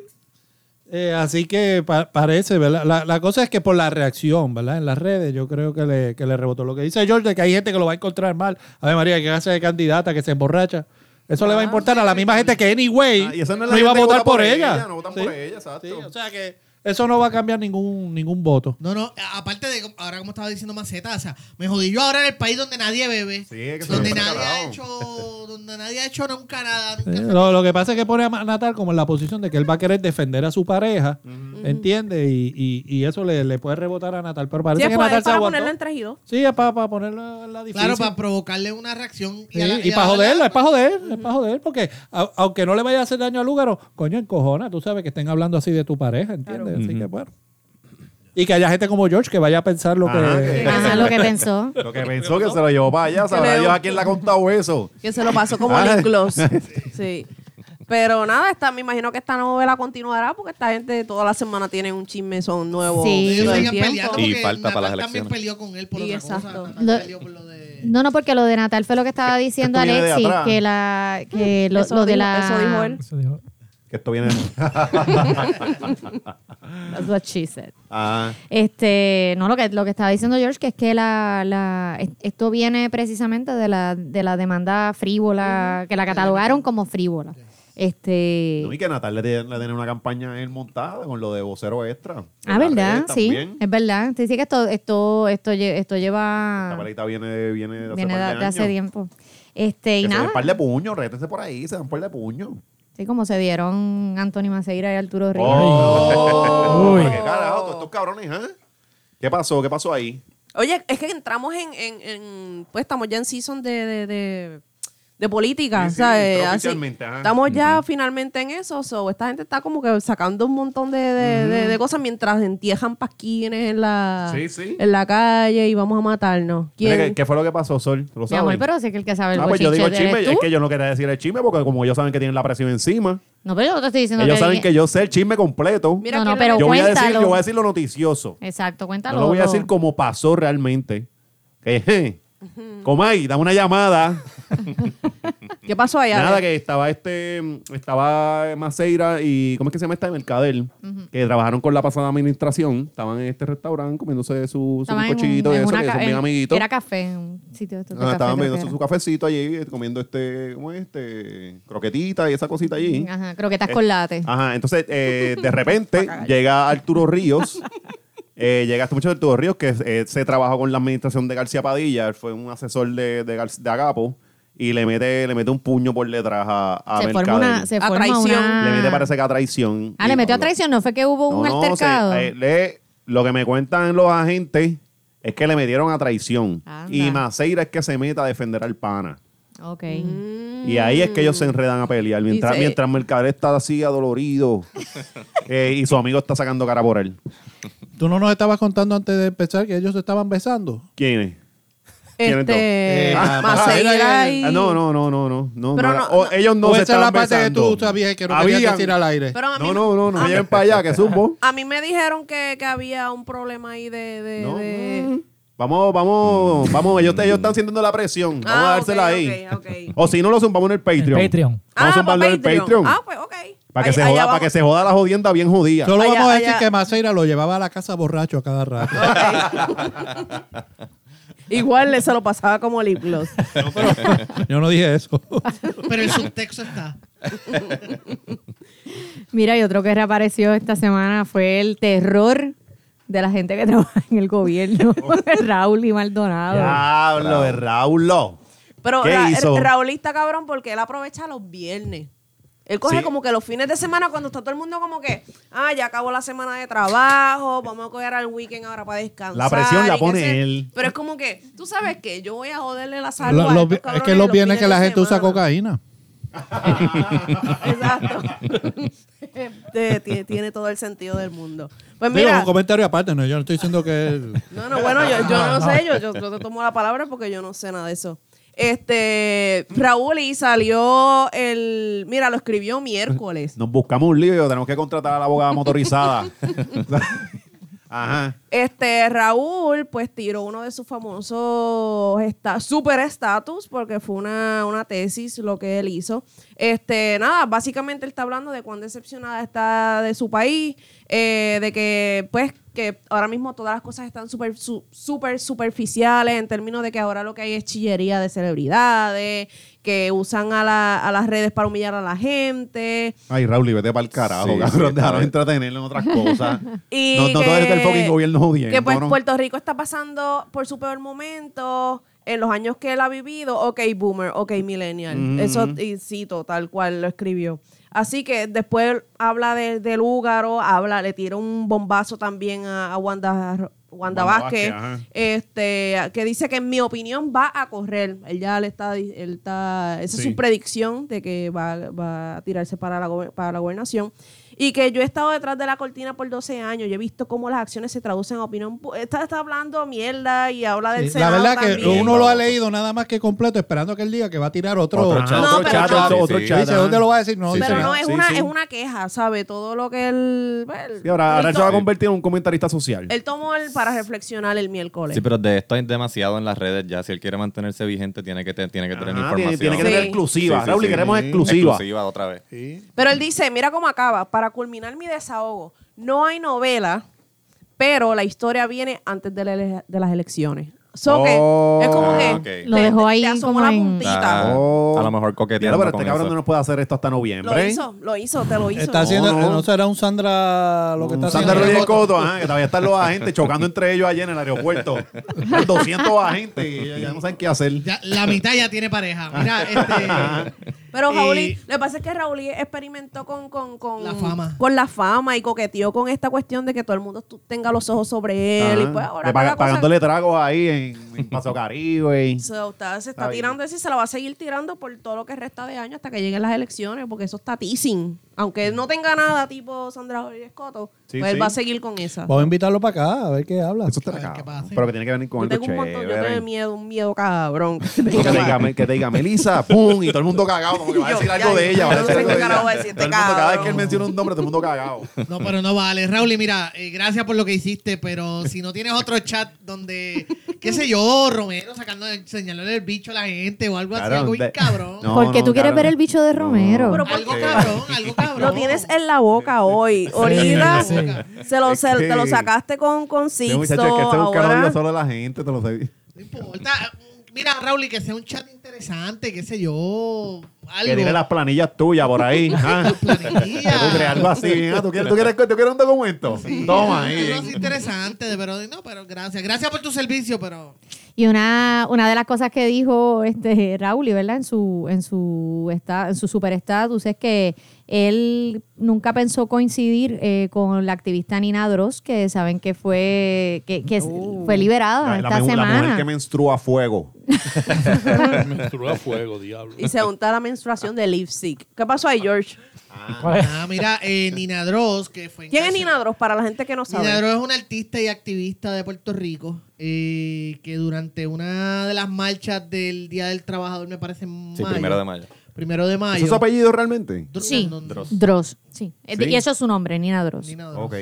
Eh, así que pa- parece, ¿verdad? La, la cosa es que por la reacción, ¿verdad? En las redes, yo creo que le, que le rebotó. Lo que dice George de que hay gente que lo va a encontrar mal. A ver, María, que hace de candidata, que se emborracha. Eso le va a importar a la misma gente que, anyway,
Ah, y esa no
no,
es la
iba a
gente que
votar
vota
por
por
ella.
ella, no votan por ella, exacto.
Sí, o sea que eso no va a cambiar ningún, ningún voto.
No, no, a- aparte de ahora como estaba diciendo Maceta, o sea, me jodí yo ahora en el país donde nadie bebe.
Sí, es que se
donde
lo
nadie ha
sacaron.
hecho, donde nadie ha hecho nunca nada, nunca
Eh, Lo, lo que pasa es que pone a Ma- Natal como en la posición de que él va a querer defender a su pareja, ¿entiendes? Y, y- y eso le, le puede rebotar a Natal. Pero
Sí,
parece
es
que
para,
Natal se
es para
aguantó.
ponerlo en trajido.
Sí, es para, para ponerlo en la difícil.
Claro, para provocarle una reacción.
Sí,
a la-
y
a
para
la-
joderlo, es para joder, es para joder, porque a- aunque no le vaya a hacer daño a Lúgaro, coño, encojona, tú sabes que estén hablando así de tu pareja, ¿entiendes? Así que bueno. Y que haya gente como George que vaya a pensar lo
Ajá,
que...
que-
Ajá, lo que pensó.
Lo que pensó que se lo llevó para allá, sabrá
Creo.
Dios a quién le ha contado eso.
Que se lo pasó como
Ah.
Lip Gloss. Sí. Pero nada, esta, me imagino que esta novela continuará porque esta gente toda la semana tiene un chisme son nuevo.
Sí.
Ellos
todo el
siguen
tiempo.
peleando
Y
porque
falta para las
Natal también
elecciones.
peleó con él por
Sí,
otra
exacto.
cosa. Natal
Lo-
peleó por lo de...
No, no, porque lo de Natal fue lo que estaba diciendo
viene de
Alexis,
atrás.
que la que lo,
Mm, Eso
lo de
dijo-
la
eso dijo él.
Eso dijo.
Que esto viene.
That's what she said.
Ah,
Este, no, lo que, lo que estaba diciendo George, que es que la, la- es- esto viene precisamente de la, de la demanda frívola, que la catalogaron como frívola. Este,
no, y que Natal le tiene, le tiene una campaña a él montada con lo de vocero extra.
ah,
En las
¿verdad?
redes
Sí,
también.
es verdad. Te dice que esto, esto, esto, lle- esto lleva...
La paleta viene, viene de hace,
Viene
par
de,
de
de hace
años.
tiempo. Este,
Que
y
se den
nada.
par de puños, rétense por ahí, se dan par de puños.
Sí, como se dieron Anthony Maceira y Arturo Ríos.
¡Oh!
Uy.
Pero ¡Qué carajo! Todos estos cabrones, ¿eh? ¿Qué pasó? ¿Qué pasó ahí?
Oye, es que entramos en, en, en- pues estamos ya en season de, de, de, de política,
Sí, sí,
¿sabes?
entró
Así,
oficialmente, ajá.
estamos ya finalmente en eso, so, esta gente está como que sacando un montón de, de, de- de cosas mientras entierran pasquines en la,
Sí, sí.
en la calle y vamos a matarnos.
Mira,
¿Quién?
¿Qué, qué fue lo que pasó, Sol? ¿Tú ¿Lo
Mi amor,
sabes?
pero sé que el que sabe el
Ah, pues yo
bochinche
digo chisme,
eres tú.
es que yo no quería decir el chisme porque como ellos saben que tienen la presión encima,
No, pero yo no te estoy diciendo
ellos
que
saben
alguien-
que yo sé el chisme completo.
Mira
no,
quién
no,
es-
pero
yo, voy a decir,
cuéntalo.
yo voy a decir lo noticioso.
Exacto,
No
cuéntalo.
lo voy a
no.
decir como pasó realmente. Que, je, Comay, dame una llamada.
Ah, ¿Qué pasó allá?
Nada, que estaba este, estaba Maceira y, ¿cómo es que se llama esta? Mercader, que trabajaron con la pasada administración, estaban en este restaurante comiéndose su, su
Estaba en un-
bizcochito y
en
eso,
una
que
ca-
son bien
en-
amiguitos.
Era café, un sitio de estos de
Ah,
café,
estaban
creo que
bebiendo su
era.
cafecito allí, eh, comiendo este, ¿cómo es este? Croquetita y esa cosita allí.
Ajá,
Eh,
croquetas con latte.
Ajá, entonces eh, de repente llega Arturo Ríos. eh, llega este muchacho Arturo Ríos que eh, se trabajó con la administración de García Padilla. él fue un asesor de, de, Gar- de Agapo y le mete, le mete un puño por detrás a, a
se forma
Mercader.
una, se
A
forma
traición.
una-
ah, Le mete parece que a traición.
Ah, le
Y
metió a
Pablo-
traición, no fue que hubo un
No, no, se-
altercado.
eh, le- lo que me cuentan los agentes es que le metieron a traición.
Anda.
Y Maceira es que se meta a defender al pana.
ok.
Mm,
Y ahí es que ellos se enredan a pelear. Mientras,
Dice-
mientras Mercader está así adolorido eh, y su amigo está sacando cara por él.
Tú no nos estabas contando antes de empezar que ellos se estaban besando.
¿Quién es? ¿quién entró?
este,
Eh,
Maceira
Maceira y-
y-
Ah, no, no, no, no, no. no,
Pero
no era-
no,
o
no.
Ellos no
O
se
esa es
estaban
la parte
besando.
que tú sabías que no querías
Habían-
decir al aire.
Pero a mí
No,
Ah.
no, no, no
a
me
mí-
lleven para allá, que supo.
A mí me dijeron que, que había un problema ahí de... de-
No.
de-
Vamos, vamos, vamos. Ellos, ellos están sintiendo la presión. Vamos
Ah,
a dársela
ok,
ahí.
ok, ok.
O si no, lo zumbamos en el Patreon.
El Patreon.
Vamos a
Ah,
zumbarlo en el Patreon.
Ah, pues, ok.
Para que,
Ahí-
se
allá
joda, para
vamos.
que se joda la jodienda bien jodida.
Solo
Allá,
vamos a decir
allá.
que Maceira lo llevaba a la casa borracho a cada rato.
Igual le se lo pasaba como lip gloss.
Yo no dije eso.
Pero el subtexto está.
Mira, y otro que reapareció esta semana fue el terror de la gente que trabaja en el gobierno, Raúl y Maldonado.
Diablo de Raúl.
Pero
¿Qué
Ra-
hizo?
el Raulista cabrón porque él aprovecha los viernes. Él coge
Sí.
como que los fines de semana cuando está todo el mundo como que, ah, ya acabó la semana de trabajo, vamos a coger al weekend ahora para descansar.
La presión la
y qué
pone
sé-
él.
Pero es como que, tú sabes que yo voy a joderle la salud.
Lo-
a
lo-
estos
es
cabrones
que los viernes
fines
que la
de
gente usa
semana. Pues
cocaína.
Exacto. Este, tiene, tiene todo el sentido del mundo. Pues
Digo,
mira,
un comentario aparte, no, yo no estoy diciendo que...
No, no, bueno, yo, yo no sé, yo, yo, yo te tomo la palabra porque yo no sé nada de eso. Este, Raúl y salió el, mira, lo escribió miércoles.
Nos buscamos un lío, tenemos que contratar a la abogada motorizada. Ajá.
Este, Raúl, pues tiró uno de sus famosos esta- super estatus, porque fue una, una tesis lo que él hizo. Este, nada, básicamente él está hablando de cuán decepcionada está de su país, eh, de que, pues, que ahora mismo todas las cosas están súper su- súper superficiales en términos de que ahora lo que hay es chillería de celebridades, que usan a, la- a las redes para humillar a la gente.
Ay, Raúl, y vete para el carajo,
Sí,
cabrón.
sí,
déjanos
está
entretenerlo en otras cosas.
Y
no, no
que,
todo es del fucking gobierno jodiendo.
Que pues
¿no?
Puerto Rico está pasando por su peor momento en los años que él ha vivido. Ok, boomer, ok, millennial.
Mm.
Eso y cito tal cual lo escribió. Así que después habla de, de Lúgaro, habla, le tira un bombazo también a, a Wanda, Wanda,
Wanda Vázquez,
Vázquez,
ajá.
este, que dice que en mi opinión va a correr. Él ya le está, di- él está, esa es
Sí.
su predicción de que va, va a tirarse para la, gober- para la gobernación. Y que yo he estado detrás de la cortina por 12 años. Yo he visto cómo las acciones se traducen en opinión. pu- Está, está hablando mierda y habla del
Sí, la
Senado
verdad que
también.
uno lo ha leído nada más que completo, esperando que él diga que va a tirar otro,
Otro
Ajá.
chat,
No,
otro
pero
chat,
no.
otro- otro
Sí,
chat.
Dice, ¿dónde lo va a decir? No,
Sí,
dice
Pero
sí.
no,
nada.
es,
Sí,
una,
sí.
es una queja, ¿sabe? Todo lo que él... él-
Sí, ahora, ahora
él,
él se va a
tomó-
convertir en un comentarista social.
él tomó el para reflexionar el miércoles.
Sí, pero de esto hay demasiado en las redes ya. Si él quiere mantenerse vigente, tiene que, te- tiene que tener
Ajá, Ah, tiene,
información.
tiene que tener
Sí.
exclusiva.
Sí, sí,
Raúl, y
sí.
queremos
Sí.
exclusiva.
Exclusiva otra vez.
Pero él dice, mira cómo acaba, para culminar mi desahogo, no hay novela, pero la historia viene antes de, la ele- de las elecciones. So
Oh,
que es como que
ok.
Lo dejó ahí
asomó
como
una
en-
puntita.
Ah,
Oh.
A lo mejor coqueteando
Diablo, pero
con
este cabrón
eso.
no nos puede hacer esto hasta
Lo
noviembre.
hizo, lo hizo, te lo hizo.
Está haciendo,
no.
no será un Sandra lo que está
Sandra
haciendo.
Rodríguez Coto, ajá, que todavía están los agentes chocando entre ellos allá en el aeropuerto. Están 200 agentes y ya- ya no saben qué hacer.
Ya, la mitad ya tiene pareja. Mira, este.
Pero
Y-
Raúl, lo que pasa es que Raúl experimentó con, con, con,
La fama.
con la fama y coqueteó con esta cuestión de que todo el mundo tu- tenga los ojos sobre él.
Ajá.
Y pues ahora
Ah. Le paga-
cada cosa-
pagándole tragos ahí en, en Paso Caribe. y-
So, está- se está,
Está bien.
tirando eso y se lo va a seguir tirando por todo lo que resta de año hasta que lleguen las elecciones, porque eso está teasing. Aunque él no tenga nada tipo Sandra Rodríguez Coto,
Sí,
pues él
sí.
va a seguir con esa.
Vamos a invitarlo para acá a ver qué habla.
Eso está
A ver
acá.
qué pasa.
Pero que tiene que venir con
Yo
algo
tengo un montón, yo
chévere.
tengo miedo, un miedo cabrón.
Que te diga, que te diga Melissa, pum, y todo el mundo cagado, como que va a
Yo,
decir
ya,
algo
ya,
de ella.
ya
va a
no
decir
sé
algo
qué
de
carajo
ella.
decirte,
Todo el mundo, Cada vez que él
este cabrón.
menciona un nombre, todo el mundo cagado.
No, pero no vale. Raúl, y mira, eh, gracias por lo que hiciste, pero si no tienes otro chat donde, qué sé yo, Romero sacando, señalándole el bicho a la gente o algo así,
Cabrón,
algo bien
de-
cabrón.
No,
Porque tú quieres
cabrón.
ver el bicho de Romero.
Pero
Algo
porque-
cabrón, algo cabrón.
Lo tienes en la boca hoy. Ahorita
sí.
se lo,
Es
se-
que-
te lo sacaste con, con
Sí,
Sixto.
muchachos, que él se busca la
ahora-
vida solo de la gente, te lo sé.
No importa. Mira, Raúl, y que sea un chat interesante, qué sé yo,
Que tiene las
algo.
planillas tuyas por ahí. ¿ah?
planillas.
Que tú creas algo así. ¿ah? ¿Tú, quieres, tú, quieres, ¿Tú quieres un documento? Toma ahí. eh.
Algo así interesante, de- pero no, pero gracias. Gracias por tu servicio, pero
Y una, una de las cosas que dijo este Raúl, y, ¿verdad? En su, en su esta- en su superestatus es que él nunca pensó coincidir eh, con la activista Nina Dross, que saben que fue, que, que fue
Ah,
liberada
Uh, La, la
esta
mu- la
semana.
mujer que menstrua a fuego.
Menstruó a fuego, diablo.
Y se unta la menstruación de Lipstick. ¿Qué pasó ahí, George?
¿Cuál es?
Ah, mira, eh, Nina Dross, que fue.
¿Quién es
encarcelada.
Nina Dross? Para la gente que no sabe.
Nina Droz es una artista y activista de Puerto Rico eh, que durante una de las marchas del Día del Trabajador, me parece, en
Sí,
mayo,
primero de mayo.
primero de
¿Eso
mayo.
es su apellido realmente?
Dro-
Sí,
no, no, no,
Dross. sí. Eh,
Sí.
Y eso es su nombre, Nina Dross.
Nina Droz.
Ok.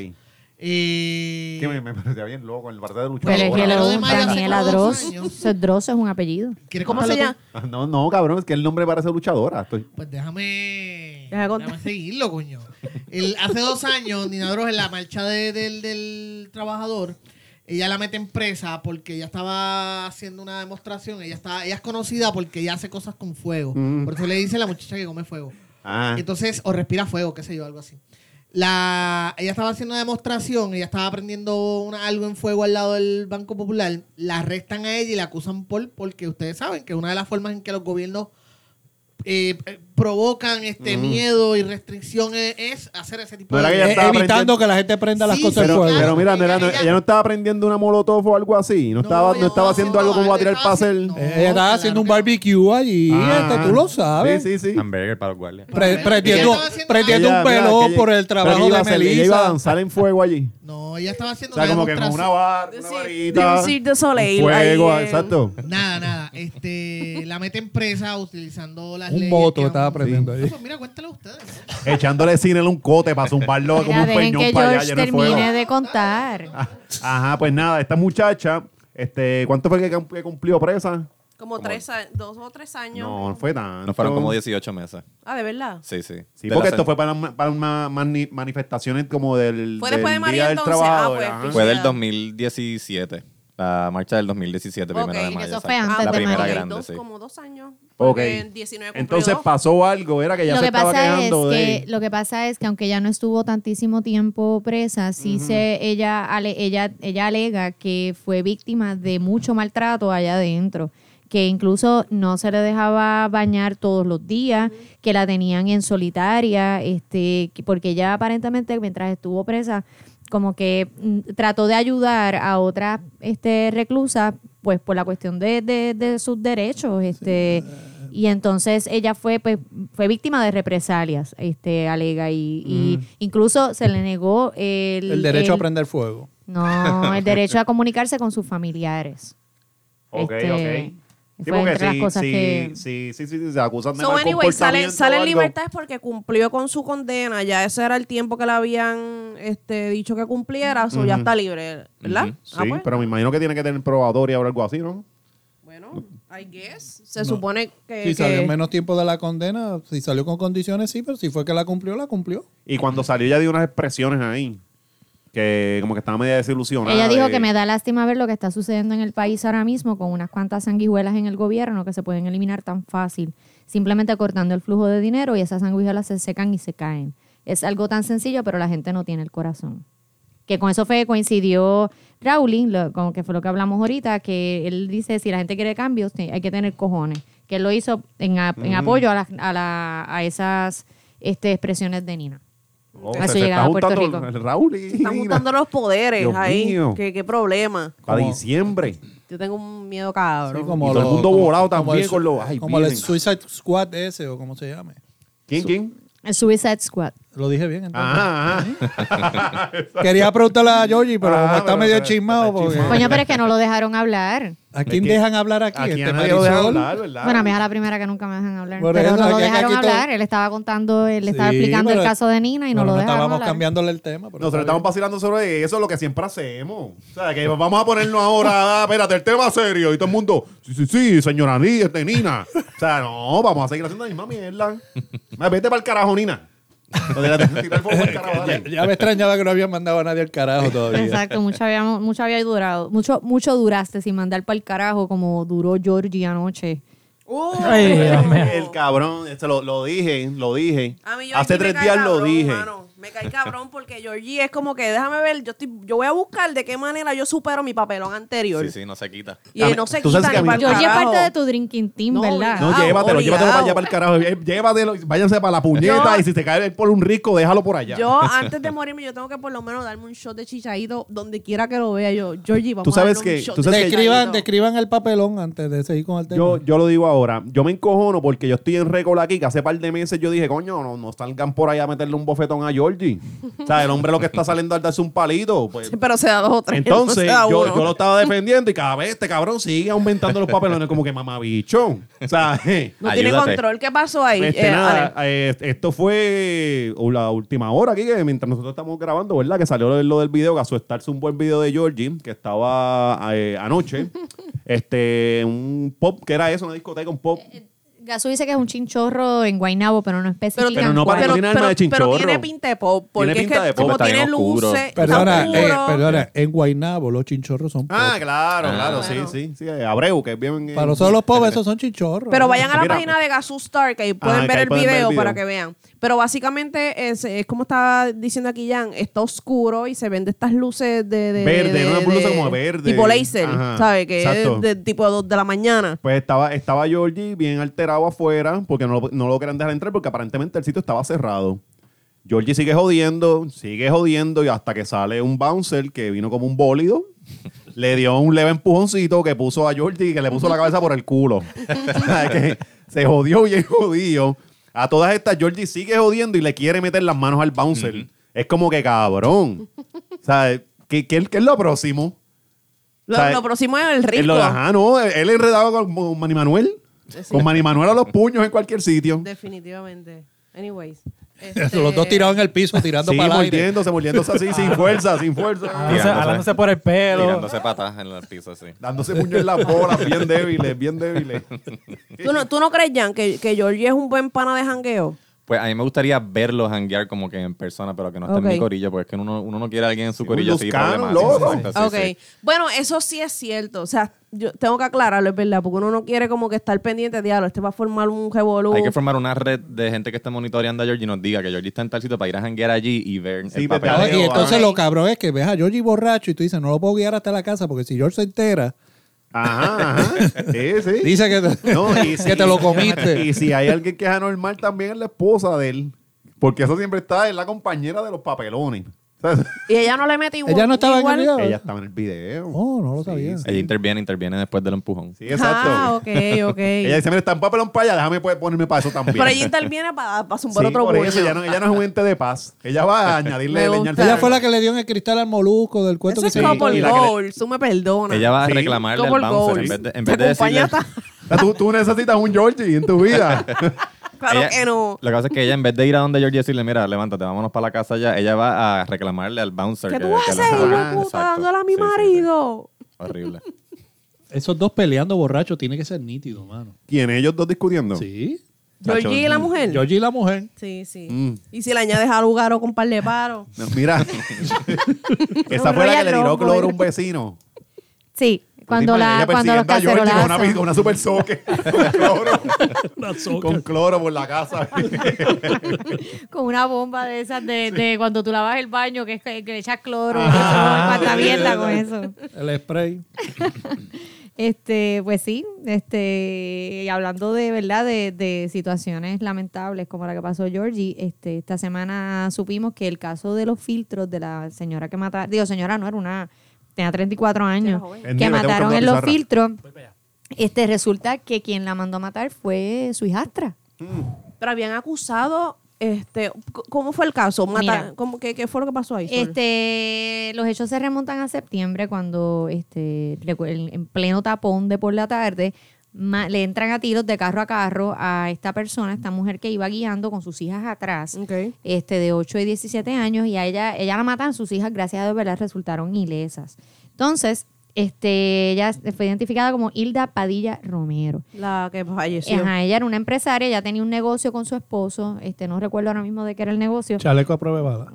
Eh,
Que me, me parecía bien loco en el partido de
Pero es
luchador.
que
Primero
lo-
de mayo hace
Daniela
como dos
Dross,
años.
eso es Dross es un apellido.
¿Quieres
¿Cómo se
contarlo tú?
llama?
Ah, No, no, cabrón, es que el nombre parece luchadora. Estoy...
Pues déjame,
Deja contar.
déjame seguirlo, coño. El- hace dos años, Nina Droz, en la marcha de- del, del trabajador, ella la mete en presa porque ella estaba haciendo una demostración. Ella, está, ella es conocida porque ella hace cosas con fuego. Por eso le dice la muchacha que come fuego.
Ah,
Entonces, o respira fuego, qué sé yo, algo así. La, ella estaba haciendo una demostración, ella estaba prendiendo una- algo en fuego al lado del Banco Popular, la arrestan a ella y la acusan por, porque ustedes saben que una de las formas en que los gobiernos eh, eh, provocan este miedo y restricción es, es hacer ese tipo
No era
de...
que ella
Eh,
estaba
evitando
aprendiendo-
que la gente prenda las
Sí,
cosas en
pero,
fuego.
pero mira, mira, no-
Ella-
ella no estaba aprendiendo una molotov o algo así. No estaba, no,
ella
estaba haciendo algo como a tirar
estaba
pase.
haciendo-
Eh, Ella estaba
claro
haciendo un
que no.
barbecue allí,
Ah.
este, tú lo sabes.
Sí, sí, sí.
Hamburger para los guardias.
Pre-
Ella
prendiendo
estaba haciendo-
prendiendo
Ella-
un
mira,
pelo
que
por
ella-
el
pero
trabajo
ella iba a
de
hacer- Ella iba a
Melissa.
danzar en fuego allí.
No, ella estaba
O
haciendo
sea,
una
como que con una
demostración.
barra, una varita.
Un Cirque du Soleil
Fuego, ah,
ahí en-
exacto.
Nada, nada. Este, la meten presa utilizando las
Un
leyes
voto
que han
estaba estaba aprendiendo ahí.
Pues mira, cuéntalo ustedes.
Echándole cine en un cote para zumbarlo como
Mira,
un
dejen
peñón
que
para allá
George
lleno de fuego.
termine de contar.
Ah, Ajá, pues nada, esta muchacha, este, ¿cuánto fue que cum- que cumplió presa?
Como tres, a- dos o tres años.
No, no fue tanto.
Nos fueron como 18 meses.
Ah, de verdad.
Sí, sí.
Sí,
De
porque
la
esto
sen-
fue para, ma- para una mani- manifestaciones como del,
Fue
del
después de María,
Día del
entonces. Ah,
Trabajo.
pues,
ajá.
pichea.
Fue del 2017. La marcha del 2017, primero
Ok,
de mayo.
eso
exacto.
fue antes
La
de
primera
mayo.
grande,
dos,
sí.
Como dos años.
Ok.
Porque en 19 cumplió
Entonces
dos.
pasó algo, era que ya
lo
se
que
estaba
pasa es
quejando de...
que lo que pasa es que aunque ya no estuvo tantísimo tiempo presa sí se ella ale- ella ella alega que fue víctima de mucho maltrato allá adentro que incluso no se le dejaba bañar todos los días, que la tenían en solitaria, este, que- porque ella aparentemente mientras estuvo presa, como que mm, trató de ayudar a otras este, reclusas, pues por la cuestión de, de- de sus derechos,
eh,
este, y entonces ella fue pues, fue víctima de represalias, este, alega, y, y incluso se le negó el,
Mm. El derecho a
el-
prender fuego.
No, el derecho a comunicarse con sus familiares.
Ok,
Este,
ok. Sí,
fue
porque
entre las
si,
cosas
si-
que-
si- si- si- si se acusan de
So,
mal
anyway, sale,
comportamiento
sale
o
en
algo,
libertad es porque cumplió con su condena. Ya ese era el tiempo que le habían este, dicho que cumpliera. O ya está libre, ¿verdad?
Ujú.
Sí,
Ah, pues.
pero me imagino que tiene que tener probatoria o algo así, ¿no?
Bueno, I guess. Se supone que...
Si
que-
salió en menos tiempo de la condena, si salió con condiciones, sí, pero si fue que la cumplió, la cumplió.
Y cuando salió ella dio unas expresiones ahí, que como que estaba media desilusionada.
Ella dijo
de-
que me da lástima ver lo que está sucediendo en el país ahora mismo con unas cuantas sanguijuelas en el gobierno que se pueden eliminar tan fácil, simplemente cortando el flujo de dinero y esas sanguijuelas se secan y se caen. Es algo tan sencillo, pero la gente no tiene el corazón. Que con eso fue coincidió Rowling, lo- con que fue lo que hablamos ahorita, que él dice, si la gente quiere cambios, te- hay que tener cojones. Que él lo hizo en, a- en apoyo a, las- a, la- a esas este, expresiones de Nina.
Oh,
A eso llegaba a Puerto
juntando
Rico.
el Raúl y
Están
Nina.
juntando los poderes
Dios
ahí.
mío.
¿Qué, qué problema.
Para
Como-
diciembre.
Yo tengo un miedo
Sí,
cabrón.
como
Y todo el
los-
mundo volado
como
también
el-
con los- ay,
Como el
vienen.
Suicide Squad ese o como se llame.
¿Quién, Ah, quién?
El Suicide Squad.
Lo dije bien. entonces.
Ajá, ajá.
Quería preguntarle a Georgie, pero
Ah,
como está
pero-
medio
pero-
chismado.
está
Porque,
Coño, pero es que no lo dejaron hablar.
¿A quién
Es que-
dejan hablar aquí?
Aquí
Este
a nadie lo dejan
Marisol.
hablar, ¿verdad?
Bueno, a mí es a la primera que nunca me dejan hablar.
Por
pero
eso,
no lo
aquí-
dejaron
aquí todo-
hablar. Él estaba contando, él estaba
Sí,
explicando
pero-
el caso de Nina y no
pero
lo dejaron
Estábamos
hablar.
cambiándole el tema. pero
Nosotros
está
estamos
bien.
vacilando sobre eso, lo que siempre hacemos. O sea, que vamos a ponernos ahora, ah, espérate, el tema serio. Y todo el mundo, sí, sí, sí, señora Ni- este, Nina. O sea, no, vamos a seguir haciendo la misma mierda. Ma, Vete para el carajo, Nina. Lo de la- tira el fuego pa'l carajo, dale.
Ya me extrañaba que no habían mandado a nadie al carajo todavía.
Exacto, mucho había, mucho había durado. Mucho, mucho duraste sin mandar para el carajo como duró Georgie anoche.
Uh.
Ay, Dios mío.
El cabrón, este, lo, lo dije, lo dije.
A mí Georgie
Hace
me
tres
cae
días lo
cabrón,
dije.
mano. Me cae cabrón porque Georgie es como que déjame ver, yo estoy, yo voy a buscar de qué manera yo supero mi papelón anterior.
Sí, sí, no se quita.
Y él no se
Tú
quita
sabes
ni
que a mí-
pa'l
Georgie es
carajo.
parte de tu drinking team,
No,
¿verdad?
No,
Ah,
llévatelo, llévatelo para allá
obligado.
para el carajo. Eh, Llévatelo, váyanse para la puñeta
Yo-
y si te cae por un rico, déjalo por allá.
Yo, antes de morirme, yo tengo que por lo menos darme un shot de chichaíto donde quiera que lo vea yo. Georgie, vamos
Tú sabes
a darle
que-
un shot
tú
de
sabes que-
Describan,
chichaíto.
describan el papelón antes de seguir con el tema.
Yo, yo lo digo ahora, yo me encojono porque yo estoy en récord aquí, que hace par de meses yo dije, coño, no, no salgan por ahí a meterle un bofetón a Georgie. o sea, el hombre lo que está saliendo al darse un palito. Pues.
Pero se da dos o tres.
Entonces,
no se da
yo,
uno.
yo lo estaba defendiendo y cada vez este cabrón sigue aumentando los papelones como que mamabicho. O sea, eh,
No tiene
Ayúdate.
control. ¿Qué pasó ahí?
este,
Eh,
nada,
Ale.
eh, esto fue la última hora aquí, que mientras nosotros estamos grabando, ¿verdad? Que salió lo, lo del video, que a su estarse un buen video de Georgie, que estaba eh, anoche. este, un pop, que era eso, una discoteca, un pop.
Gasú dice que es un chinchorro en Guaynabo, pero no especifica.
pero,
Pero no
cuál.
para- tiene alma de chinchorro.
pero tiene pinta de pop. Porque
Tiene
es
pinta
que
de pop,
como
está
tiene
bien oscuro.
luces. está
Perdona,
oscuro.
eh, perdona, en Guaynabo los chinchorros son
Ah,
pobres.
claro,
Ah.
claro,
Claro.
sí, sí, sí. eh, Abreu, que es bien. eh,
Para nosotros los pobres, esos son chinchorros.
Pero vayan a la
Mira. ah,
página de Gazoo Star, que ahí pueden,
que
ver,
ahí
el
pueden ver el
video
video.
para que vean. Pero básicamente es, es como está diciendo aquí Jan, está oscuro y se ven de estas luces de... de
Verde,
de-
una
de-
blusa como verde.
Tipo laser,
Ajá,
¿sabes? Que
exacto.
es de tipo 2 de la mañana.
Pues estaba, estaba Georgie bien alterado afuera porque no, lo- no lo querían dejar entrar porque aparentemente el sitio estaba cerrado. Georgie sigue jodiendo, sigue jodiendo y hasta que sale un bouncer que vino como un bólido, le dio un leve empujoncito que puso a Georgie que le puso la cabeza por el culo. O sea, que se jodió bien jodido. A todas estas, Georgie sigue jodiendo y le quiere meter las manos al bouncer. Es como que cabrón. O sea, ¿qué, qué, qué es lo próximo?
Lo,
¿Sabes?
lo próximo es el
Él
risco.
lo- ajá, no, él enredado con, con Manny Manuel.
Deci-
Con Manny Manuel a los puños en cualquier sitio.
Definitivamente. Anyways.
Los dos
este,
tirados en el piso, tirando
Sí,
para el aire.
mordiéndose, mordiéndose así, sin fuerza, sin fuerza.
Alándose,
Tirándose.
alándose por el pelo.
Tirándose patas en el piso, así.
Dándose puños en las bolas, bien débiles, bien débiles.
¿Tú no, ¿Tú no crees, Jan, que, que Georgie es un buen pana de jangueo?
Pues a mí me gustaría verlos hanguear como que en persona, pero que no esté en mi
Ok.
corillo, porque es que uno, uno no quiere a alguien en su
un
corillo así
Luzcano,
problemático.
loco.
Exacto, sí,
ok.
sí.
Bueno, eso sí es cierto. O sea, yo tengo que aclararlo, es verdad, porque uno no quiere como que estar pendiente, diablo, este va a formar un revolú.
Hay que formar una red de gente que esté monitoreando a Georgie y nos diga que Georgie está en tal sitio para ir a janguear allí y ver
Sí,
el
pero-
papel.
No, y
Leo,
entonces
ah.
lo cabrón es que ves a Georgie borracho y tú dices, no lo puedo guiar hasta la casa porque si George se entera,
Ajá, ajá. Sí, sí.
dice que te,
No, y
que te lo comiste.
Y si hay alguien que es anormal, también es la esposa de él. Porque eso siempre está, es la compañera de los papelones. ¿Sabes?
Y ella no le mete igual.
Ella no estaba
igual-
en el video.
Ella estaba en el video.
Oh, no lo sabía.
Ella interviene, interviene después del empujón.
Sí, exacto.
Ah, ok, ok.
Ella dice, mira, está en papelón para allá, déjame pues, ponerme para eso también.
Pero ella interviene para zumbar
Sí,
otro
por eso,
buño.
ella no, ella no es un ente de paz. Ella va a añadirle
Me
leña al
gusta.
fuego.
Ella fue la que le dio en el cristal al molusco del cuento
Eso
que
es
Sí,
se
y
couple
la que le-
goals, tú me perdonas.
Ella va a
Sí.
reclamarle al
Couple
bouncer en
goals.
vez de, en
Te
vez de
acompaña
decirle...
hasta-
O sea, tú, tú necesitas un Georgie en tu vida.
Claro
Ella-
que no.
Lo que pasa es que ella, en vez de ir a donde Georgie y decirle, mira, levántate, vámonos para la casa ya, ella va a reclamarle al bouncer.
¿Qué
que-
tú
que
haces,
la-
hijo
Ah,
de puta,
exacto.
dándole a mi
Sí, sí, sí.
marido?
Horrible.
Esos dos peleando borrachos tiene que ser nítido, mano.
¿Quién? ¿Ellos dos discutiendo?
Sí.
Georgie
mm,
y la mujer.
Georgie y la mujer.
Sí, sí. Y si le añades al lugar con par de paros.
No, mira. Esa fue la que
Un Royal
le tiró
Rumble.
cloro a un vecino.
Sí, cuando,
Dime,
la,
ella
cuando los
persiguiendo a Georgie con una,
cacerolazos.
con una super soque. Con cloro. con cloro por la casa.
Con una bomba de esas de, de cuando tú lavas el baño, que, es que que le echas cloro.
Ah.
cuanta mierda con eso.
El spray.
Este, pues sí, este, y hablando de verdad de, de situaciones lamentables como la que pasó Georgie, este, esta semana supimos que el caso de los filtros de la señora que mataron, digo, señora no era una, tenía 34 años,
joven.
Es
que
negro, tengo
mataron
que
en
tomar
los
pizarra.
filtros, este, resulta que quien la mandó a matar fue su hijastra.
Pero habían acusado, este, c- ¿cómo fue el caso? Mata-
Mira.
¿cómo- qué, qué fue lo que pasó ahí? Sol?
Este, los hechos se remontan a septiembre cuando este, recu- el- en pleno tapón de por la tarde ma- le entran a tiros de carro a carro a esta persona, esta mujer que iba guiando con sus hijas atrás,
Ok.
este, de 8 y 17 años, y a ella, ella la matan, sus hijas, gracias a Dios, ¿verdad? resultaron ilesas. Entonces, este, ella fue identificada como Hilda Padilla Romero.
La que falleció.
Ajá, ella era una empresaria, ella tenía un negocio con su esposo, este, no recuerdo ahora mismo de qué era el negocio.
Chaleco a prueba de bala.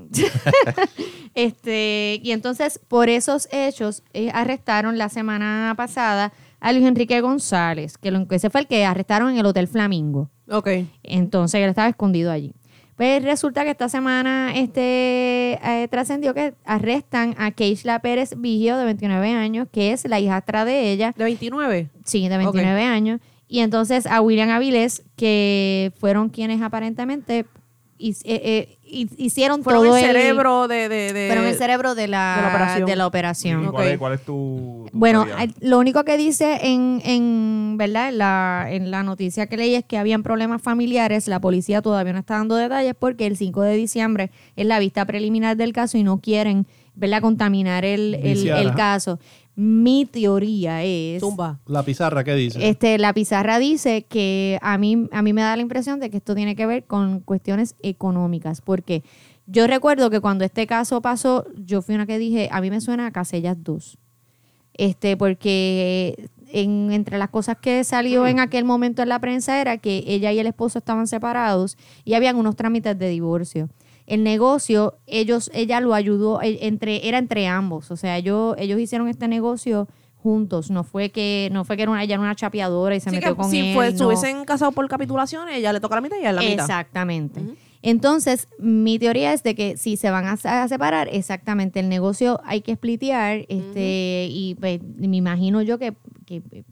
Este, y entonces, por esos hechos, eh, arrestaron la semana pasada a Luis Enrique González, que lo, ese fue el que arrestaron en el Hotel Flamingo.
Ok.
Entonces, él estaba escondido allí. Pues resulta que esta semana este, eh, trascendió que arrestan a Keishla Pérez Vigio, de 29 años, que es la hijastra de ella,
¿De 29?
sí, de 29 años, y entonces a William Avilés, que fueron quienes aparentemente his- eh, eh, hi- hicieron
Fueron
todo
el cerebro de... de, de-
fueron el cerebro de la,
Eh, de la operación.
de la operación.
Ok.
tu, tu
Bueno,
teoría?
al- lo único que dice en, en, ¿verdad? En, la, en la noticia que leí es que habían problemas familiares. La policía todavía no está dando detalles porque el 5 de diciembre es la vista preliminar del caso y no quieren ¿verdad? contaminar el, el,
Viciar,
el
ajá.
caso. Mi teoría es...
Zumba.
La pizarra, ¿qué dice?
Este, la pizarra dice que a mí, a mí me da la impresión de que esto tiene que ver con cuestiones económicas, porque yo recuerdo que cuando este caso pasó, yo fui una que dije, a mí me suena a Casellas 2, este, porque eh, en- entre las cosas que salió
Mm.
en aquel momento en la prensa era que ella y el esposo estaban separados y habían unos trámites de divorcio. El negocio, ellos, ella lo ayudó, eh, entre, era entre ambos, o sea, ellos, ellos hicieron este negocio juntos, no fue que, no fue que era una, ella era una chapeadora y se
Así
metió
que
con
si
él.
fue, se
no.
hubiesen casado por capitulaciones, ella le toca la mitad y a él la mitad.
Exactamente. Entonces, mi teoría es de que si se van a, sa- a separar, exactamente, el negocio hay que splitear, este, y pues, me imagino yo que, que, eh,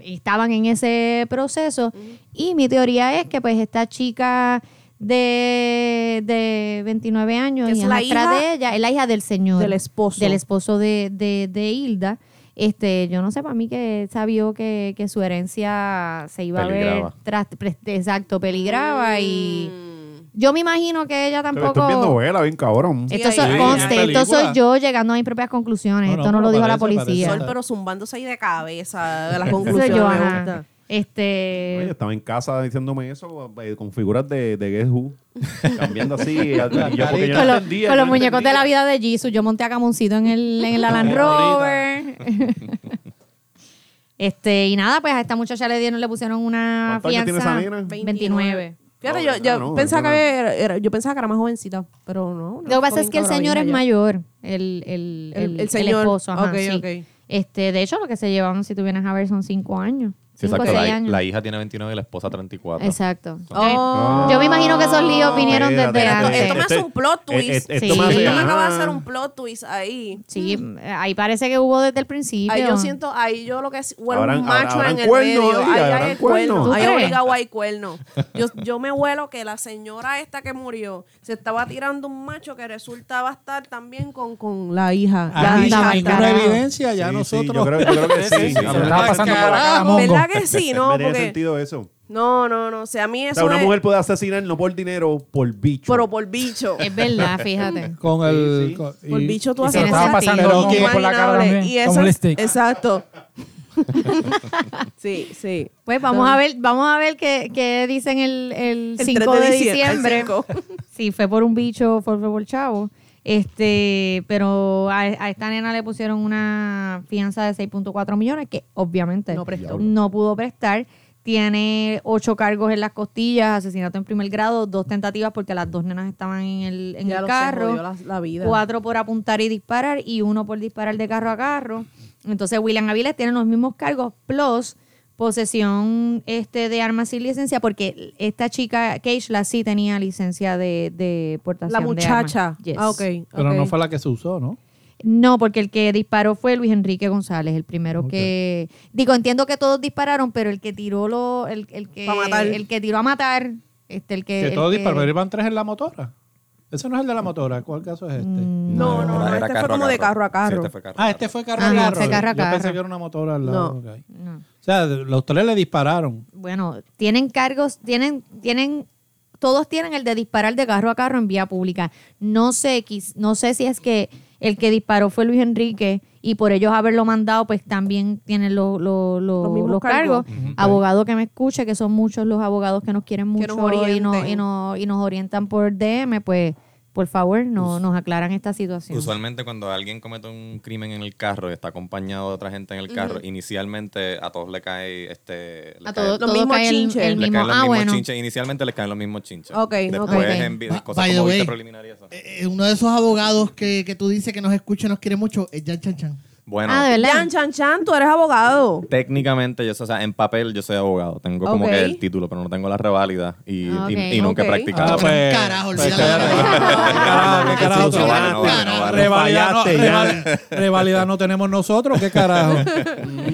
estaban en ese proceso. Y mi teoría es que pues esta chica de, de 29 años
Es
y
la
hijastra
hija
de ella, es la hija del señor.
del esposo.
Del esposo de, de, de Hilda. Este, yo no sé, para mí que sabió que, que su herencia se iba a ver
Peligraba.
tras- pre- exacto, peligraba y
Mm.
yo me imagino que ella
Pero Estoy viendo
tampoco. Eh.
novela, bien cabrón.
Esto
Sí, ahí-
so-
ahí-
conste,
ahí-
esto soy
película.
yo llegando a mis propias conclusiones.
No, no,
esto no
pero
lo dijo la
parece,
policía.
parece.
Sol, pero zumbándose ahí de cabeza de las
Soy
conclusiones.
yo,
me
ajá.
gusta.
Este.
Oye, estaba en casa diciéndome eso eh, con figuras de, de Guess Who. Cambiando así. y yo, porque yo no
con, los-
entendía,
con
yo no
los muñecos de
entendía.
la vida de Jesus. Yo monté a Camoncito en el, en la Land Rover. este, y nada, pues a esta muchacha le dieron, le pusieron una
¿Cuántos años tiene
fianza.
esa nena?
29.
Fíjate,
No,
yo, yo
ah, no,
pensaba
no,
que
no.
era, era- yo pensaba que era más jovencita, pero no. no,
Lo que pasa es
joven
que el
cabra
señor
vieja
es
ya.
mayor, el, el,
El-
el,
el
el
señor.
esposo. Ajá,
Ok,
sí.
ok.
Este, de hecho, lo que se llevaron, si tú vienes a ver, son 5 años.
Sí,
5 o
exacto.
6
La,
años.
la hija tiene 29 y la esposa 34.
Exacto.
Ah.
Oh.
Yo me imagino que esos líos vinieron
Espérate,
desde
espérate,
antes.
Esto me hace un plot
eh, eh,
twist.
esto
Sí.
me hace-
Esto
me
ajá.
acaba de hacer un plot twist ahí.
Sí, ahí parece que hubo desde el principio.
Ahí Mm. yo siento, ahí yo lo que es huelo
Habrán-
un macho
habrán
en el
cuernos
medio.
ahí,
Ahí
habrán
hay el cuerno.
cuernos.
Ahí
¿Tú crees?
obligado hay cuerno. Yo, yo me huelo que la señora esta que murió se estaba tirando un macho que resultaba estar también con, con la hija.
Anda,
Aquí sin
mal
ninguna
carajo.
evidencia, ya
Sí, sí,
nosotros.
yo, creo, yo creo que sí.
Se lo estaba pasando por la cara, mongo.
¿Verdad que sí?
Eh,
No,
me tiene
porque.
sentido eso.
No, no, no. O sea, a mí
O
eso
sea, una
es.
mujer puede asesinar no por dinero, por bicho.
Pero por bicho.
Es verdad, fíjate.
Con el.
Sí, sí.
con-
Por
y-
bicho tú
y se
haces
lo estaba
cosas
pasando
el hongo
por la
inimaginables.
cara también,
Y
como
eso
el
es-
stick.
Exacto. sí, sí.
Pues vamos a ver, vamos a ver qué, qué dicen el, el 5 de,
3
diciembre.
el 5.
Sí, fue por un bicho, fue fue por chavo. Este, pero a, a esta nena le pusieron una fianza de 6.4 millones que obviamente
No prestó.
no pudo prestar. Tiene ocho cargos en las costillas, asesinato en primer grado, dos tentativas porque las dos nenas estaban en el, en
Ya
el
lo sé,
carro.
jodió la- la vida.
Cuatro por apuntar y disparar y uno por disparar de carro a carro. Entonces William Aviles tiene los mismos cargos plus posesión este de armas sin licencia porque esta chica Cage la sí tenía licencia de, de portación
La
de
muchacha.
armas. Yes.
Ah, ok.
Pero no
ok.
fue la que se usó, ¿no?
No, porque el que disparó fue Luis Enrique González, el primero que digo entiendo que todos dispararon, pero el que tiró lo el, el que
Pa' matar.
el que tiró a matar este el que
Que
el
todos
que-
dispararon. pero Iban tres en la motora. Ese no es el de la motora. ¿Cuál caso es este?
Mm.
No, no, no, este fue como de carro a
Sí,
carro.
este fue carro
Ah,
a
este
carro.
fue carro
Ajá,
a carro.
fue carro a
Yo
carro.
pensé que era una motora al lado.
No.
ok.
No.
O sea, los tres le dispararon.
Bueno, tienen cargos, tienen, tienen, todos tienen el de disparar de carro a carro en vía pública. No sé, quiz- no sé si es que el que disparó fue Luis Enrique y por ellos haberlo mandado, pues también tienen lo- lo- lo-
Los mismos
los cargos. Abogado que me escuche, que son muchos los abogados que nos quieren
Que nos
mucho y, no-
orienten.
y, no- y nos orientan por DM, pues por favor no, nos aclaran esta situación.
Usualmente cuando alguien comete un crimen en el carro y está acompañado de otra gente en el carro, inicialmente a todos le cae este le
a
cae-
todos
Los
todos
mismos
cae el-
chinches.
el
le
mismo.
caen los
Ah,
mismos
bueno.
chinches. Inicialmente le caen los mismos chinches.
Ok,
Después
ok.
en vi-
By-
cosas
by the
como vista
way.
preliminar y eso.
Eh, eh, uno de esos abogados que, que tú dices que nos escucha y nos quiere mucho es Jan Chan Chan.
Bueno,
Ah, de verdad.
Yan, Chan Chan, tú eres abogado.
técnicamente yo soy- o sea, en papel yo soy abogado. Tengo como
Ok.
que el título, pero no tengo la reválida y,
Ah,
y-
ok.
y nunca
Ok.
he practicado.
Ah, pues, carajo,
pues,
olvídalo.
cállate. Carajo, qué Ah, carajo,
No vale, no vale, no
Carajo.
vale.
Revalida no,
Fallaste, ya.
reval- revalida no tenemos nosotros, qué carajo.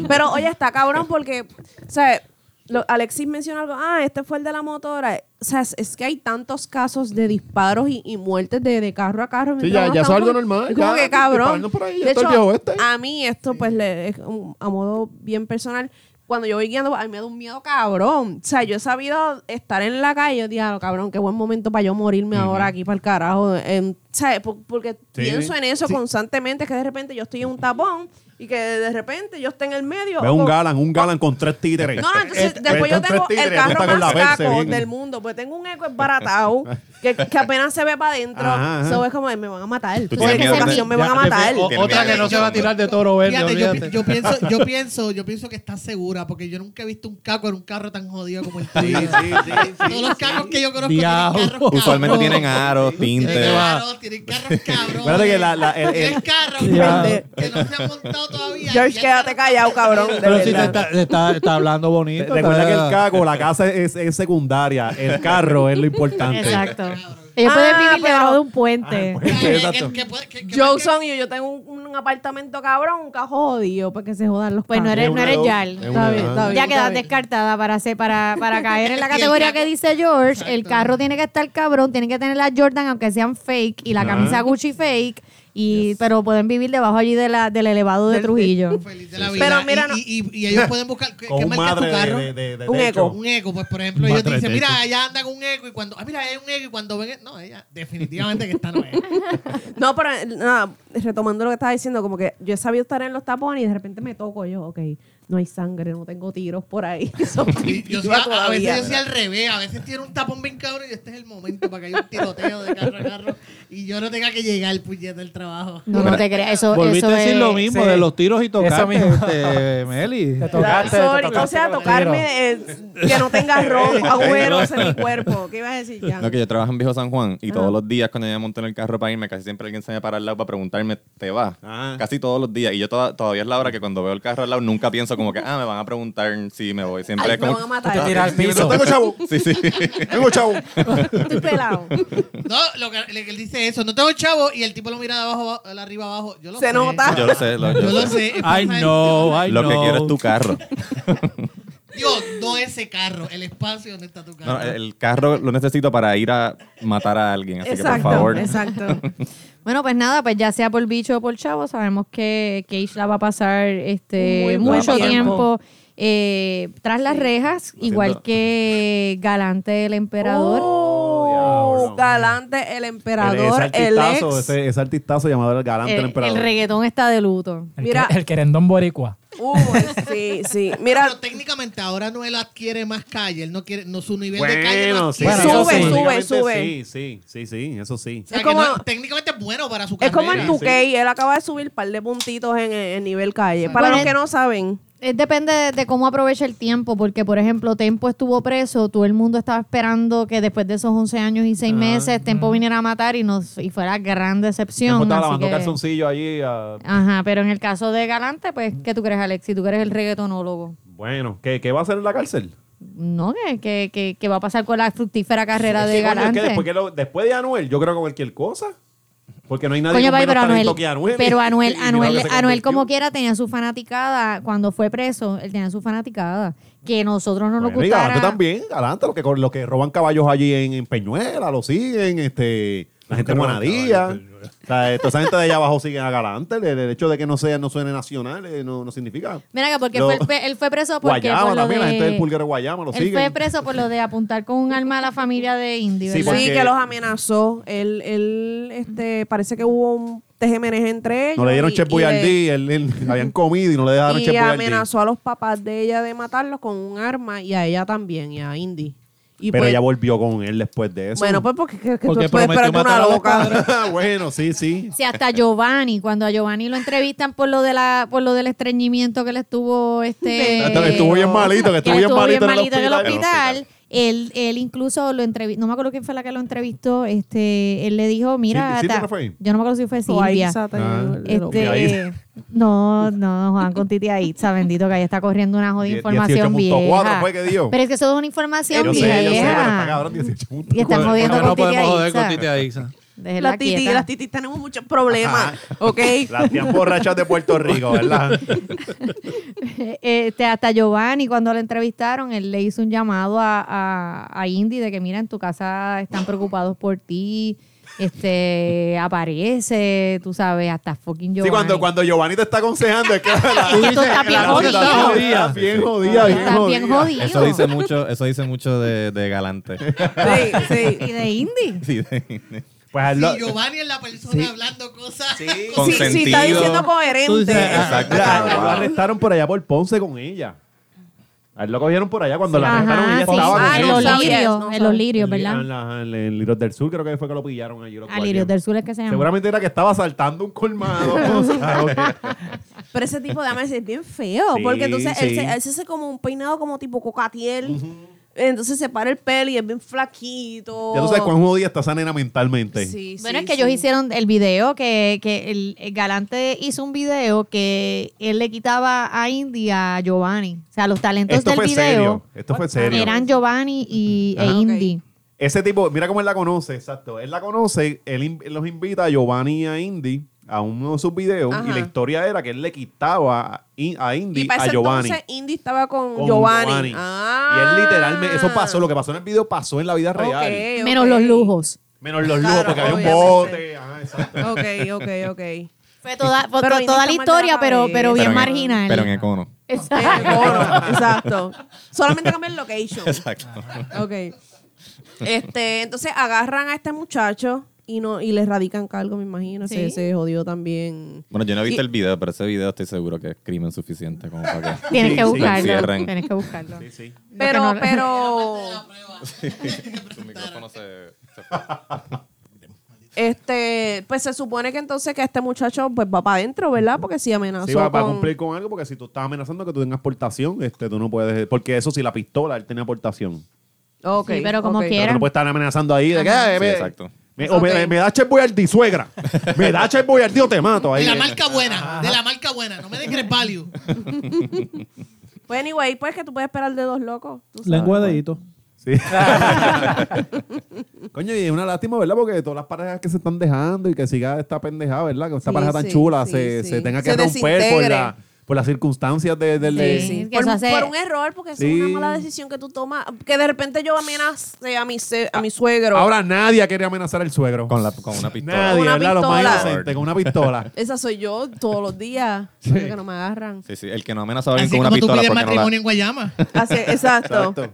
Pero oye, está cabrón porque, o sea, lo- Alexis menciona algo, ah, este fue el de la motora. O sea, es, es que hay tantos casos de disparos y, y muertes de, de carro a carro.
Sí,
mientras
ya-
uno
ya
está
es algo
en un-
normal,
es Como
ya,
que cabrón.
disparando por ahí, ya
de
está
hecho,
el viejo este.
a mí esto, pues, le- es un- a modo bien personal, cuando yo voy guiando, a mí me da un miedo cabrón. O sea, yo he sabido estar en la calle, yo digo, "Ah, cabrón, qué buen momento para yo morirme ahora aquí para el carajo. Em, o sea, por- porque
Sí.
pienso en eso constantemente, es que de repente yo estoy en un tapón y que de repente yo esté en el medio.
Ve un
o-
galan, un galan con tres títeres.
no, no, entonces después yo
Estos tres
tengo el
tigres,
carro
apunta con
más
la verse,
caco
bien.
del mundo, pues tengo un eco esbaratado que, que apenas se ve para adentro.
Ajá, ajá.
Eso es como, me van a matar. Por
tienes miedo de-
equivocación me
Ya,
van a
que
matar.
fue o-
Tiene
otra
miedo
que no
de
se va a tirar de toro verde,
Fíjate, yo, pi-
olvídate.
yo pienso, yo pienso, yo pienso que está segura, porque yo nunca he visto un caco en un carro tan jodido como el tuyo.
Sí, sí, sí, sí,
Todos los cacos que yo conozco
Diablo.
tienen carros
Usualmente
cabrones.
tienen aros,
Tienen
tintes.
carros, tienen carros cabrones.
Espérate que la- la- el-
Tienen
el-
carros
Diablo.
que no se han montado todavía.
George,
Ya
quédate callado, cabrón. de
Pero si te
verdad.
está, te está- está hablando bonito. está-
Recuerda que el caco, la casa es, es secundaria, el carro es lo importante.
Exacto. Ellos pueden
Ah,
vivir
pero-
debajo de un puente.
Ah,
está- que- que-
Exacto.
que puede- que- que-
Johnson y yo, yo tengo un, un apartamento cabrón, un cajo jodido, para que se jodan los
Pues no
cabros.
eres, no eres Yal.
Está bien, está bien.
Ya
está
quedas
bien.
descartada para, hacer, para, para caer en la
Y el
categoría
carro-
que dice George. El
Exacto.
carro tiene que estar cabrón, tiene que tener la Jordan, aunque sean fake, y la camisa Gucci fake, y, pero pueden vivir debajo allí de la, del elevado de
Del-
Trujillo.
Feliz de la vida.
Pero mira,
Y-
no-
y, y- y ellos pueden buscar. ¿Qué,
Con
qué
un
marca es tu
madre
carro?
de, de- de-
Un
de
eco.
hecho.
Un eco, pues por ejemplo, ellos
Madre
te dicen,
de
mira,
eco.
ella anda con un eco y cuando, ah, mira, hay un eco y cuando ven, no, ella definitivamente que está no es.
No, pero eh, nada, retomando lo que estaba diciendo, como que yo he sabido estar en los tapones y de repente me toco yo, ok. no hay sangre, no tengo tiros por ahí. que son
Y yo
vivas
soy- a, a
todavía.
veces yo soy al revés, a veces tiene un tapón bien cabrón y este es el momento para que haya un tiroteo de carro a carro y yo no tenga que llegar el puñete del trabajo.
No, no te creas. Eso,
Volviste
eso
a decir
es...
lo mismo
sí.
de los tiros y
Eso
tocarte,
mismo.
este, Meli.
Te
Claro,
tocaste,
sorry,
te tocaste
o sea,
con el tiro.
tocarme eh, que no tenga ro- agüeros en mi cuerpo. ¿Qué ibas a decir, Jan?
No, que yo trabajo en Viejo San Juan y
Ah.
todos los días cuando yo me monto en el carro para irme, casi siempre alguien se me para al lado para preguntarme, ¿te vas?
Ah.
Casi todos los días. Y yo toda- todavía es la hora que cuando veo el carro al lado nunca pienso como que, ah, me van a preguntar si me voy. Siempre
Ay,
es
me
como...
van a
Te
matar.
tira al piso.
Tengo chavo.
Sí, sí.
Tengo chavo.
Estoy pelado.
No, lo que le- que él dice eso, no tengo chavo y el tipo lo mira de abajo, de arriba abajo. Yo lo
Se
sé.
nota.
Yo lo sé. Lo, yo
Yo lo
sé.
sé.
Ay,
Pasa el-
no, ay, no.
Lo que quiero es tu carro.
Dios, no ese carro, el espacio donde está tu carro.
No, eh. el carro lo necesito para ir a matar a alguien. Así que,
exacto,
por favor.
exacto.
Bueno, pues nada, pues ya sea por bicho o por chavo, sabemos que Cage la va a pasar este
Muy buen
mucho
tiempo.
tiempo eh, tras las rejas, igual
Haciendo-
que Galante el Emperador.
Oh,
diablo.
galante el emperador,
ese
el, ex.
artistazo, ese, ese artistazo llamado el galante del
Eh, el, el
emperador.
reggaetón está de luto.
El,
Mira.
que- el querendón boricua.
Uh, sí, sí. Mira,
Pero técnicamente ahora no él adquiere más calle, él no quiere, no su nivel de calle no
Bueno, sí.
adquiere.
Bueno,
eso
Sube,
sí.
sube,
Técnicamente
sube.
Sí, sí, sí, sí, eso sí.
O sea,
Es
que
como-
no- técnicamente es bueno para su
es
carrera.
como en tu
sí.
él acaba de subir un par de puntitos en, en nivel calle. Para
Bueno,
Pues,
los que no saben,
Es depende de, de cómo aprovecha el tiempo, porque por ejemplo, Tempo estuvo preso, todo el mundo estaba esperando que después de esos 11 años y 6 meses, Tempo viniera a matar y nos y fuera gran decepción.
Tempo estaba
así
lavando
que-
calzoncillo ah, allí. a-
Ajá, pero en el caso de Galante, pues, ¿qué tú crees, Alex? Si tú eres el reggaetonólogo.
Bueno, ¿qué, ¿qué va a hacer en la cárcel?
No, que, que, que, que va a pasar con la fructífera carrera
Es
de
que, coño, es que
Galante.
después, que lo- después de Anuel, yo creo que cualquier cosa. Porque no hay nadie
Coño,
con
papi,
menos
pero Anuel,
talento que Anuel.
pero Anuel,
Y mira lo
Anuel,
que se
Anuel como
convirtió.
quiera tenía su fanaticada cuando fue preso, él tenía su fanaticada que nosotros no nos
Bueno, y Galante
gustara.
también, Galante, los que, los que roban caballos allí en, en Peñuela, lo siguen, este, la gente en
roban
Guanadilla.
caballos en Peñuela.
O sea, eh, toda esa gente de allá abajo sigue a Galante. El, el hecho de que no sea, no suene nacional eh, no, no significa.
Mira que porque
Lo-
fue- fue- él fue preso porque
Guayama
por lo
también, la gente
de-
del pulguero Guayama lo
él fue
siguen.
preso por lo de apuntar con un arma a la familia de Indio.
Sí,
¿verdad?
sí
porque-
que los amenazó. Él, él este, parece que hubo un tejemeneje entre ellos.
No le dieron
y-
Chef
y le-
Boyardee, él- él- habían comido y no le dejaron
Y
Chef Boyardee.
amenazó a los papás de ella de matarlos con un arma y a ella también, y a Indy. Y
Pero
pues-
ella volvió con él después de eso.
Bueno, pues porque, que- que
Porque
tú puedes
prometió
esperar que una
matar a los
loca.
bueno, sí, sí.
Sí, hasta Giovanni, cuando a Giovanni lo entrevistan por lo de la, por lo del estreñimiento que le estuvo este
Hasta que estuvo bien malito, que estuvo bien malito en el
en el
hospital.
hospital. Él, él incluso lo entrevistó, no me acuerdo quién fue la que lo entrevistó, este, él le dijo, mira,
Silvia
ta-
no fue?
yo no me acuerdo si fue
O ahí
Silvia.
Ah.
Satan, el- el-
Titi
Este,
Aitza.
no, no, Juan con Titi Aitza, bendito que ahí está corriendo una jodida
Die-
información
18.4
vieja.
fue que dio.
Pero es que eso es una información
Yo sé,
vieja.
yo sé, pero está cabrón,
y
18
están jodiendo
no
con Titi
podemos joder con
Aitza.
Titi Aixa.
Déjela
Las titis,
quieta.
las titis tenemos muchos problemas, ¿ok?
Las tías borrachas de Puerto Rico, ¿verdad?
Eh, este, hasta Giovanni, cuando lo entrevistaron, él le hizo un llamado a, a, a Indy de que, mira, en tu casa están preocupados por ti, este, aparece, tú sabes, hasta fucking Giovanni.
Sí, cuando, cuando Giovanni te está aconsejando, es que la,
Esto
la-
está bien
la-
jodido.
está jodida, bien jodida, bien
Está bien
jodida.
jodido.
Eso dice mucho, eso dice mucho de, de galante.
Sí, sí.
Y de Indy.
Sí, de-
Pues él lo-
Si Giovanni es la persona hablando cosas.
Con
Sí, sí, está
sentido.
diciendo coherente.
Tú dices, ah,
Exacto.
la-
Wow.
lo arrestaron por allá por Ponce con ella. A él lo cogieron por allá cuando la arrestaron
Ajá,
ella
sí.
estaba
Ah,
con
en
no
él.
los
sabías,
lirios,
no
en los
sabías.
lirios,
En,
¿verdad?
la- en el Liros del Sur creo que fue que lo pillaron allí. los
A lirios
guardias.
del sur es que se llama.
Seguramente era que estaba saltando un colmado. o sea,
Pero ese tipo de ames es bien feo.
Sí,
porque entonces él,
sí.
se, él se hace como un peinado como tipo cocatiel. Entonces se para el pelo y es bien flaquito.
ya tú sabes cuán jodida está esa nena mentalmente.
Sí,
Bueno,
sí,
es que ellos
sí.
hicieron el video que, que el, el galante hizo un video que él le quitaba a Indy a Giovanni. O sea, los talentos
Esto
del
fue
video
serio. Esto fue serio.
eran Giovanni y, e
Ajá.
Indy.
Ese tipo, mira cómo él la conoce, exacto. Él la conoce, él in- los invita a Giovanni y a Indy a uno de sus videos
Ajá.
y la historia era que él le quitaba a, In- a Indy
Y para
a
ese
Giovanni.
entonces Indy estaba con,
con
Giovanni.
Giovanni.
Ah.
Y él literalmente, eso pasó, lo que pasó en el video pasó en la vida
Ok,
real.
ok.
Menos los lujos.
Menos los
Claro,
lujos, porque había un
obviamente.
bote. Ajá, exacto.
Ok, ok, ok. Eh,
Fue toda, fue
Pero
to-
Indy está
toda la
mal de
historia,
la
pero,
cabeza.
pero bien
pero en-
marginal.
Pero en econo.
bueno, exacto. Solamente cambiar el location.
Exacto.
Ok. Este, entonces agarran a este muchacho y no y le radican cargo, me imagino.
Sí.
Se, se jodió también.
Bueno, yo no he visto el video, pero ese video estoy seguro que es crimen suficiente como para que...
Tienes que
lo
buscarlo.
encierren.
Tienes que buscarlo.
sí.
Lo que
Pero,
no-
pero,
Su micrófono se- se
este, pues se supone que entonces que este muchacho pues va para adentro, ¿verdad? Porque si amenazó
Sí, va, va a
con-
cumplir con algo porque si tú estás amenazando que tú tengas portación, este, tú no puedes. Porque eso, si la pistola, él tenía portación.
Ok, Pues,
Sí, pero como
ok.
Pero
quiera.
tú no puedes estar amenazando ahí de que. eh,
Ajá. Sí,
me-
exacto.
me- o me,
Ok.
me da Chef Boyardee, suegra. me da Chef Boyardee o te mato. Ahí.
De la marca buena, de la marca buena. No me den Great Value.
Pues anyway, pues que tú puedes esperar de dos locos. tú sabes.
Lengua de hito.
Sí. Coño, y es una lástima, ¿verdad? Porque todas las parejas que se están dejando y que siga esta pendejada, ¿verdad? Que esta
Sí,
pareja tan
sí,
chula
sí,
se,
sí.
se tenga que
Se
romper por,
desintegre.
la- por las circunstancias de, del- de-
Sí, que
por,
eso hace-
por un error, porque
Sí.
es una mala decisión que tú tomas. Que de repente yo amenace a mi, se- a mi suegro.
Ahora nadie quiere amenazar al suegro.
Con, la, con una pistola.
Nadie,
Con una
¿verdad? Los más
pistola.
inocentes, con una pistola.
Esa soy yo todos los días. Creo que no me agarran.
Sí, sí. El que no amenaza a alguien
Así
con una
como tú
pistola
pides
porque no la...
matrimonio en Guayama.
Así- exacto.
Exacto.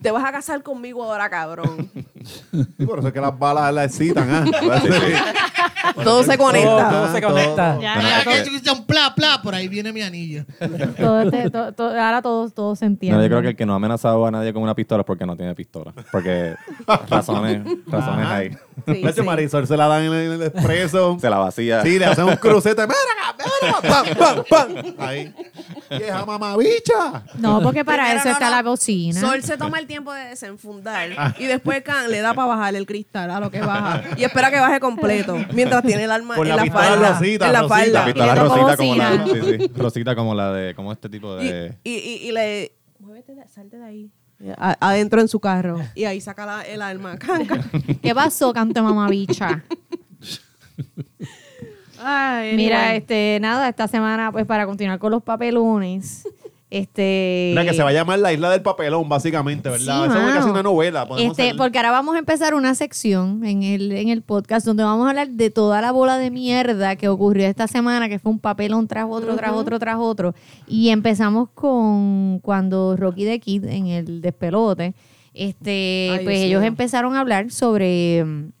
Te vas a casar conmigo ahora, cabrón.
Y por eso es que las balas la excitan, ¿ah? Sí.
Todo se conecta.
Todo se conecta.
Ya,
Bueno,
ya,
Ah,
es
que
que-
es un pla, pla, por ahí viene mi anillo.
todo este- todo- todo- ahora todos todos se entienden.
No, yo creo que el que no ha amenazado a nadie con una pistola es porque no tiene pistola. Porque razones, razones
Ajá.
hay.
Sí,
Ese
sí.
Marisol se la dan en el, en el expreso.
Se la vacía.
Sí, le hacen un crucete. ¡Mira, mira! ¡Pam, pam, pam! Ahí. ¡Vieja mamabicha!
No, porque para
Primero
eso
no,
está
no.
la bocina.
Sol se toma el tiempo de desenfundar y después Can le da para bajar el cristal a lo que baja y espera que baje completo mientras tiene el arma
Con
en
la
la,
pistola
falda.
Rosita,
en la
Rosita.
falda.
La pistola
Y le tocó
rosita como la... Sí,
bocina.
sí. Rosita como la de... Como este tipo
Y,
de...
y, y- y le. Muévete, de- salte de ahí. A- adentro en su carro. Y ahí saca la- el arma. Can, can.
¿Qué pasó, canto mamabicha?
Ay,
Mira,
anyway.
este, nada, esta semana, pues para continuar con los papelones, este.
Mira, que se va a llamar La Isla del Papelón, básicamente,
Sí,
¿verdad? Esa es
mano.
casi una novela. podemos
Este,
hacer-
porque ahora vamos a empezar una sección en el, en el podcast donde vamos a hablar de toda la bola de mierda que ocurrió esta semana, que fue un papelón tras otro, tras otro, tras otro. Y empezamos con cuando Rocky de Kid en el despelote, este,
Ay,
pues
Dios
ellos
mío.
empezaron a hablar sobre mm,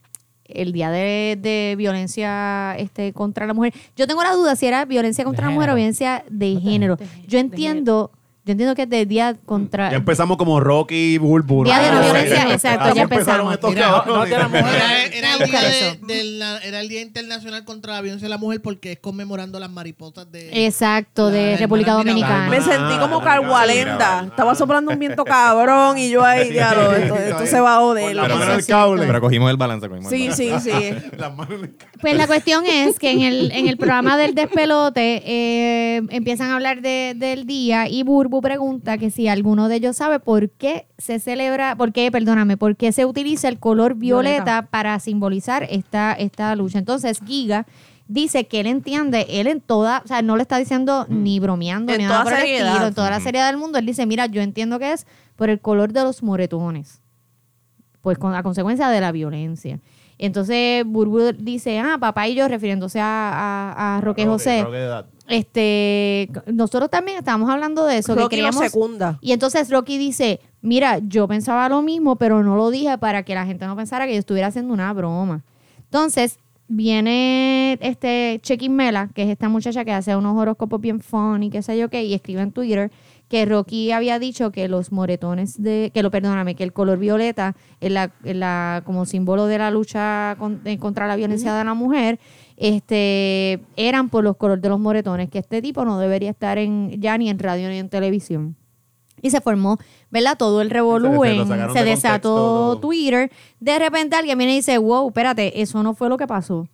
el día de, de violencia este, contra la mujer. Yo tengo la duda si era violencia contra la mujer o
género.
violencia de género. Yo entiendo, yo entiendo que es del día contra
Mm, Ya empezamos como Rocky y Bulbul.
Día de
la
Ah,
violencia,
sí.
exacto,
Así
ya
empezaron
empezamos.
estos
Mira,
cabrones.
no te la mujeres.
Era, era el día
Buscar
de-
eso.
de la- era el Día Internacional contra la Violencia de la Mujer porque es conmemorando las mariposas de...
Exacto,
La
de
hermana
República
Mirabal.
Dominicana.
Me sentí como cargualenda. Estaba soplando un viento cabrón y yo ahí, diablo, esto, esto se va a joder.
Por la
la
mano del
cosa
cable.
Pero cogimos el balance. Cogimos el
Sí,
balance.
sí, sí.
Las manos en el ca-
Pues la cuestión es que en el, en el programa del despelote eh, empiezan a hablar de- del día y Burbu pregunta que si alguno de ellos sabe por qué se celebra, por qué, perdóname, por qué se utiliza el color violeta,
Violeta.
para simbolizar esta, esta lucha. Entonces Giga dice que él entiende, él en toda, o sea, no le está diciendo ni bromeando,
En
ni nada
toda
por el
seriedad.
estilo, en toda la seriedad del mundo, él dice, mira, yo entiendo que es por el color de los moretones pues con la consecuencia de la violencia. Entonces Burbu dice, ah, papá y yo, refiriéndose a, a- a Roque José,
Roque de edad.
este, nosotros también estábamos hablando de eso, que
Rocky no
queríamos...
secunda.
y entonces Rocky dice, mira, yo pensaba lo mismo, pero no lo dije para que la gente no pensara que yo estuviera haciendo una broma. Entonces viene este Chequin Mela, que es esta muchacha que hace unos horóscopos bien funny, qué sé yo qué, y escribe en Twitter que Rocky había dicho que los moretones de, que lo perdóname, que el color violeta es la, es la- como símbolo de la lucha con- eh, contra la violencia de la mujer, este, eran por los colores de los moretones, que este tipo no debería estar en, ya ni en radio ni en televisión. Y se formó, ¿verdad? Todo el revolú,
Se- se lo
en-
sacaron
se
de
desató
contexto.
Twitter. De repente alguien viene y dice, wow, espérate, eso no fue lo que pasó.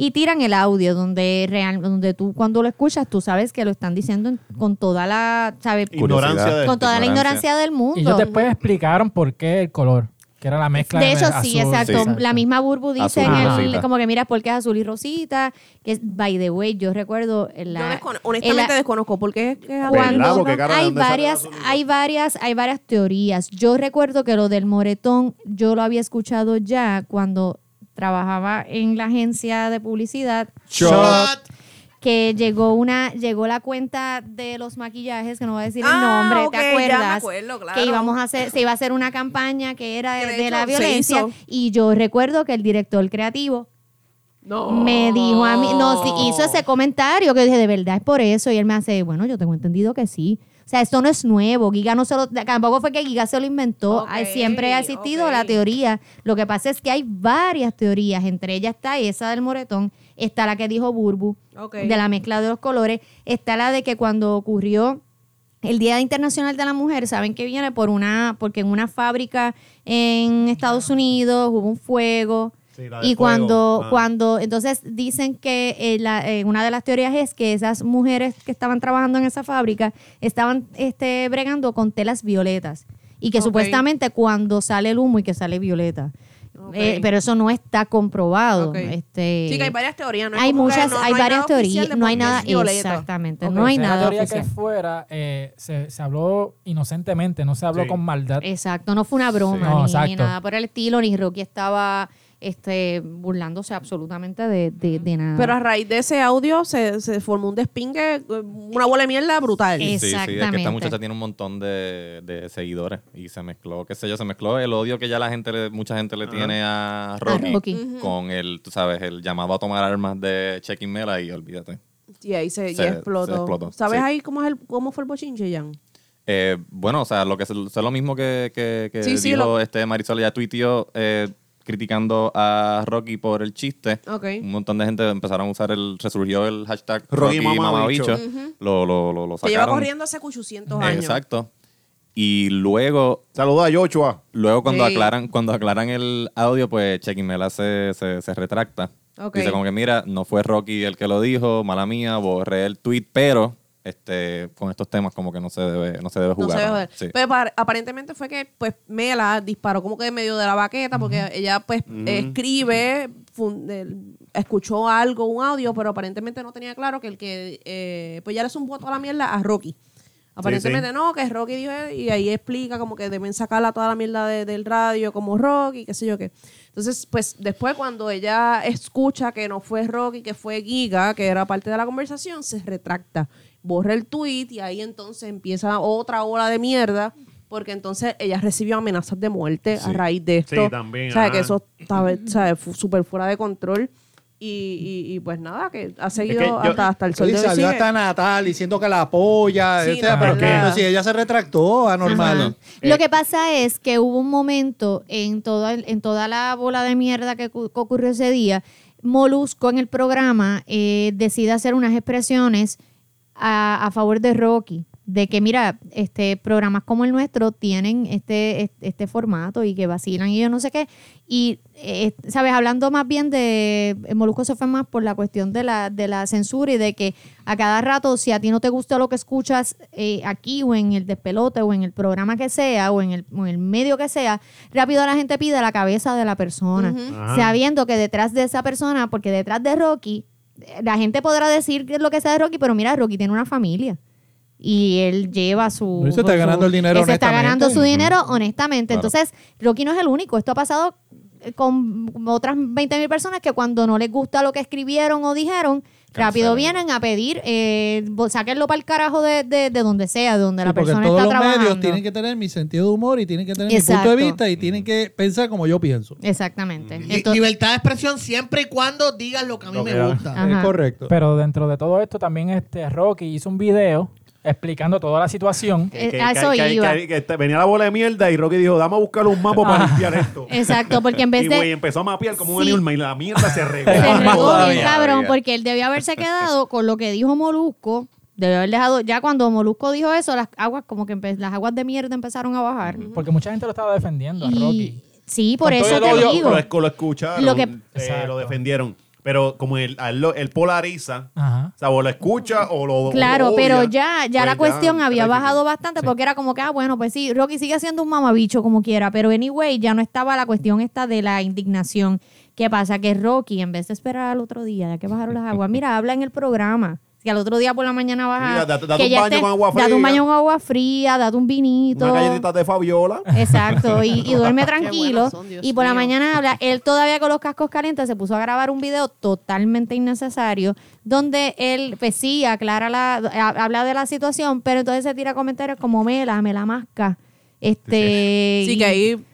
Y tiran el audio donde real, donde tú cuando lo escuchas, tú sabes que lo están diciendo en- con toda la, ¿sabes?
Ignorancia
Curiosidad.
de-
Con toda la ignorancia del
Y ellos
mundo.
después explicaron por qué el color, que era la mezcla
De hecho,
azul,
sí, exacto.
Sí.
La misma Burbu dice
Azul
en
y
el-
rosita.
como que mira, porque es azul y rosita. Que es, by the way, yo recuerdo en la.
Yo descono-
en la-
honestamente desconozco por qué es que es
Pues, ¿Verdad?
cuando
Porque, cara, ¿de
hay
dónde sale
varias,
la
hay varias, hay varias teorías. Yo recuerdo que lo del moretón, yo lo había escuchado ya cuando trabajaba en la agencia de publicidad.
Shot.
que llegó una llegó la cuenta de los maquillajes que no voy a decir el
Ah,
nombre
ok,
te
ya me
acuerdas
acuerdo, claro.
que íbamos a hacer se iba a hacer una campaña que era
Que de
de, de la
hecho se
violencia
hizo.
y yo recuerdo que el director creativo
No.
me dijo a mí, no, sí, hizo ese comentario que yo dije, de verdad es por eso. Y él me hace, bueno, yo tengo entendido que sí. O sea, esto no es nuevo. Giga no se lo, tampoco fue que Giga se lo inventó.
Ok,
Ay, Siempre ha existido
ok.
la teoría. Lo que pasa es que hay varias teorías. Entre ellas está esa del moretón, está la que dijo Burbu,
Ok.
de la mezcla de los colores, está la de que cuando ocurrió el Día Internacional de la Mujer, saben que viene por una, porque en una fábrica en Estados Unidos hubo un fuego.
Sí, la del
y
fuego.
cuando,
Ah.
cuando, entonces dicen que eh, la- eh, una de las teorías es que esas mujeres que estaban trabajando en esa fábrica estaban este, bregando con telas violetas. Y que
Ok.
supuestamente cuando sale el humo y que sale violeta.
Ok.
Eh, pero eso no está comprobado.
Ok.
Este,
Sí, que hay varias teorías. No es
hay
como que
muchas,
no-
hay
no
varias
nada oficial
teorías,
de
no hay
por qué
nada
es violeta.
exactamente,
Ok.
no hay
Sea la
nada
teoría
oficial.
que fuera, eh, se, se habló inocentemente, no se habló
Sí.
con maldad.
Exacto, no fue una broma
Sí. No,
ni,
exacto.
ni nada por el estilo, ni Rocky estaba este, burlándose absolutamente de, de- de nada.
Pero a raíz de ese audio se, se formó un despingue, eh, una bola de mierda brutal.
Eh,
Sí, sí, es que
Exactamente.
esta muchacha tiene un montón de, de seguidores y se mezcló, qué sé yo, se mezcló el odio que ya la gente, le- mucha gente le tiene
Ah,
a Rocky,
Rocky.
con el, tú sabes, el llamado a tomar armas de Checking Mela y olvídate.
y ahí se, y
se-
explotó.
se explotó,
¿Sabes
sí.
ahí cómo, es el, cómo fue el bochinche, Jan?
Eh, bueno, o sea, lo que es es lo mismo que, que, que
Sí, sí,
dijo
lo-
este Marisol, ya tuiteó eh, criticando a Rocky por el chiste.
Ok.
Un montón de gente empezaron a usar el, resurgió el hashtag
Rocky
Rocky,
mamabicho.
mamabicho. lo, lo, lo, lo
Se lleva
sacaron.
corriendo hace 800 años.
Exacto. Y luego
Saluda a Yochua.
Luego cuando
Sí.
aclaran, cuando aclaran el audio, pues Chequimela se, se, se retracta.
Ok.
Dice como que mira, no fue Rocky el que lo dijo, mala mía, borré el tweet, pero este con estos temas como que no se debe, no se debe jugar.
No se debe
¿no?
joder.
Sí.
Pero par- aparentemente fue que pues Mela disparó como que en medio de la baqueta porque ella pues escribe, fun- el- escuchó algo, un audio, pero aparentemente no tenía claro que el que eh, pues ya le es un voto a la mierda a Rocky. Aparentemente
sí.
no, que Rocky dijo y ahí explica como que deben sacarla toda la mierda de- del radio como Rocky, qué sé yo qué. Entonces, pues después cuando ella escucha que no fue Rocky, que fue Giga, que era parte de la conversación, se retracta, borra el tweet y ahí entonces empieza otra ola de mierda porque entonces ella recibió amenazas de muerte a raíz de esto.
Sí, también,
O sea,
ajá.
que eso estaba o sea, fu- súper fuera de control. Y, y- y, pues nada, que ha seguido
que yo-
hasta, hasta el sol
Sí,
de hoy.
salió
sigue.
hasta Natal diciendo que la apoya.
Sí,
o sea,
no,
pero
¿verdad?
pero si ella se retractó, anormal.
Lo que pasa es que hubo un momento en toda, en toda la bola de mierda que, cu- que ocurrió ese día, Molusco en el programa eh, decide hacer unas expresiones a, a favor de Rocky, de que mira, este programas como el nuestro tienen este, este, este formato y que vacilan y yo no sé qué. Y, eh, sabes, hablando más bien de, eh, Molusco se fue más por la cuestión de la, de la censura y de que a cada rato, si a ti no te gusta lo que escuchas eh, aquí o en el despelote o en el programa que sea o en el, o en el medio que sea, rápido la gente pide la cabeza de la persona,
Ajá.
sabiendo que detrás de esa persona, porque detrás de Rocky, eh, la gente podrá decir que es lo que sea de Rocky, pero mira, Rocky tiene una familia. Y él lleva su...
No, y se está
su-
ganando el dinero
él se está
honestamente.
ganando su dinero honestamente.
Claro.
Entonces, Rocky no es el único. Esto ha pasado eh, con otras 20 mil personas que cuando no les gusta lo que escribieron o dijeron, rápido
Cancelan.
vienen a pedir, eh, bo- sáquenlo para el carajo de, de, de donde sea, de donde
Sí,
la
porque
persona
todos
está
los
trabajando.
medios tienen que tener mi sentido de humor y tienen que tener mi
Exacto.
punto de vista y tienen que pensar como yo pienso.
Exactamente.
Li-
Entonces,
libertad de expresión siempre y cuando digas lo que a mí
Lo
me
que-
gusta.
Ajá.
Es correcto.
Pero dentro de todo esto también este Rocky hizo un video explicando toda la situación.
eh, a eso
que-
iba.
que- que- que venía la bola de mierda y Rocky dijo, dame a buscar un mapa para limpiar esto.
Exacto, porque Ah. en vez
Y güey,
de...
empezó a mapear como un
Sí.
animal y la mierda se regó.
Se
Más
regó bien
todavía.
cabrón porque él debió haberse quedado con lo que dijo Molusco. Debió haber dejado, ya cuando Molusco dijo eso, las aguas como que empe- las aguas de mierda empezaron a bajar.
Porque mucha gente lo estaba defendiendo a
Y-
Mm. Rocky.
Sí, por
Con todo
eso
el
te
odio,
digo.
Lo, lo escucharon,
Lo que-
eh,
Exacto.
lo defendieron. Pero como él, a él lo- él polariza,
Ajá.
o sea, o lo escucha o lo o
Claro,
lo
pero
odia,
ya, ya
pues
la cuestión había
era difícil.
bajado bastante porque era como que, ah, bueno, pues sí, Rocky sigue siendo un mamabicho como quiera, pero anyway, ya no estaba la cuestión esta de la indignación. ¿Qué pasa? Que Rocky, en vez de esperar al otro día, ya que bajaron las aguas, mira, habla en el programa. Si al otro día por la mañana vas a.
Mira, date- date
que
un
ya
baño con agua
Date un
fría.
baño con agua fría, date un vinito.
Una galletita de Fabiola.
Exacto, y, y duerme tranquilo.
buenos son, Dios
y por la
mío.
mañana habla, él todavía con los cascos calientes se puso a grabar un video totalmente innecesario, donde él, pues sí, aclara la, ha- habla de la situación, pero entonces se tira comentarios como mela, mela masca. Este,
Sí,
y-
que ahí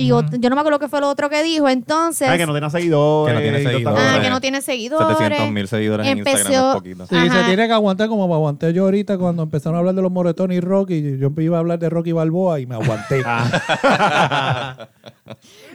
y ot- yo no me acuerdo qué fue lo otro que dijo, entonces...
Ay, Ah, que no tiene seguidores.
Que no tiene
y todo esta
seguidores.
ah,
cosa.
que no tiene seguidores.
700.000 seguidores en Instagram es poquito.
Sí,
Ajá.
se tiene que aguantar como me aguanté yo ahorita cuando empezaron a hablar de los moretones y Rocky. Yo iba a hablar de Rocky Balboa y me aguanté.
Ah,
Ah,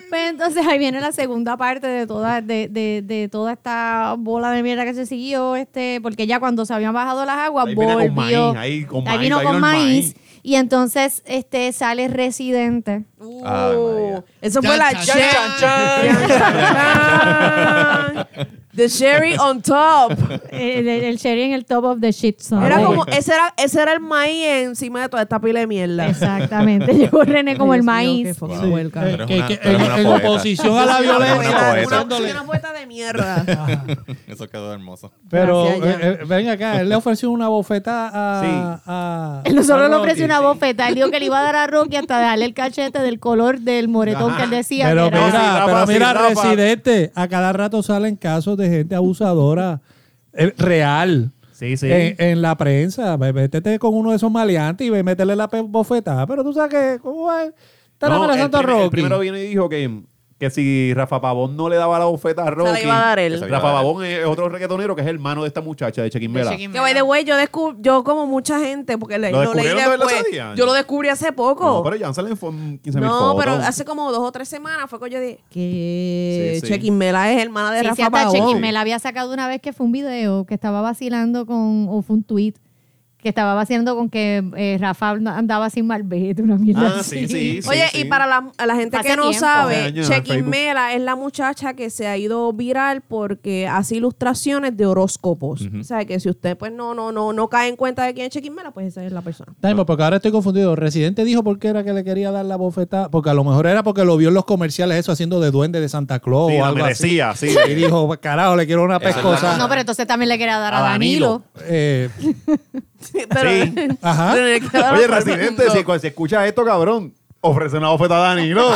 Pues entonces ahí viene la segunda parte de toda, de, de- de toda esta bola de mierda que se siguió, este, porque ya cuando se habían bajado las aguas,
Ahí viene
volvió.
con maíz, ahí con maíz,
vino
ahí
con
vino el maíz.
maíz. Y entonces este sale residente.
Uh,
Ay, María.
eso
Chan,
fue la
chan,
cherry.
chan,
chan.
Chan, chan. The cherry on top.
El, el, el Sherry en el top of the shit zone.
Ah,
Era como, ese era, ese era el maíz encima de toda esta pila de mierda.
Exactamente. Llegó René como
Dios
el
mío,
maíz.
qué fucking
Sí.
huelga.
Eh,
Pero es
que-
una-
que-
pero es
en-
una
en
poeta.
oposición a la
Pero es una
violencia.
poeta.
Una,
dándole-
una puerta de mierda.
Eso quedó hermoso.
Pero
Gracias, ya.
eh, eh, ven acá, él le ofreció una bofeta a.
Sí.
a-
Él no
a
solo le
Rocky.
ofreció una bofeta, él dijo que le iba a dar a Rocky hasta darle el cachete del color del moretón que él decía.
Pero
que era-
mira,
Sí, Rafa,
pero
sí,
mira,
Rafa.
residente, a cada rato salen casos de gente abusadora eh, real.
Sí, sí.
Eh,
En, en la prensa, Ve- métete con uno de esos maleantes y ve, métele la pe- bofetada. Pero tú sabes que, ¿cómo va? Están
No,
amenazando a
el, primer- el
Rocky.
primero vino y dijo que, que si Rafa Pavón no le daba la bofeta a Rocky.
Se la iba a dar
Esa-
él.
Rafa Pavón es otro reggaetonero que es hermano de esta muchacha de Chequín Vela.
Que by the way, yo descub- yo como mucha gente, porque le-
¿Lo
lo leí
descubrieron de verdad
después.
ese día?
Yo lo descubrí hace poco.
No, pero Jan se le fue 15 mil
No,
fotos.
pero hace como dos o tres semanas fue que yo dije que
Sí, sí.
Chequín Mela es hermana de
Sí, sí,
Rafa
hasta Chequi
Pavón.
me la había sacado una vez que fue un video que estaba vacilando con, o fue un tweet que estaba vacilando con que eh, Rafa andaba sin malvete, una mierda
Ah, sí,
así.
sí, sí,
Oye,
sí.
y para la, a la gente
Hace
que no
tiempo.
Hace
sabe,
años,
Chequín
Facebook.
Mela es la muchacha que se ha ido viral porque hace ilustraciones de horóscopos. O sea, que si usted pues no no no no cae en cuenta de quién es Chequín Mela, pues esa es la persona.
Time, porque ahora estoy confundido. Residente dijo por qué era que le quería dar la bofetada. Porque a lo mejor era porque lo vio en los comerciales, eso haciendo de duende de Santa Claus
Sí,
o
la
algo así.
merecía, sí.
Y dijo, "Pues, carajo, le quiero una
Esa es la-
pescosa.
No, pero entonces también le quería dar a,
A Danilo.
Danilo.
Eh,
Pero,
Sí.
Ajá.
pero le queda
Oye,
la-
residente, si, si escuchas esto, cabrón, ofrece una bofeta a Danilo.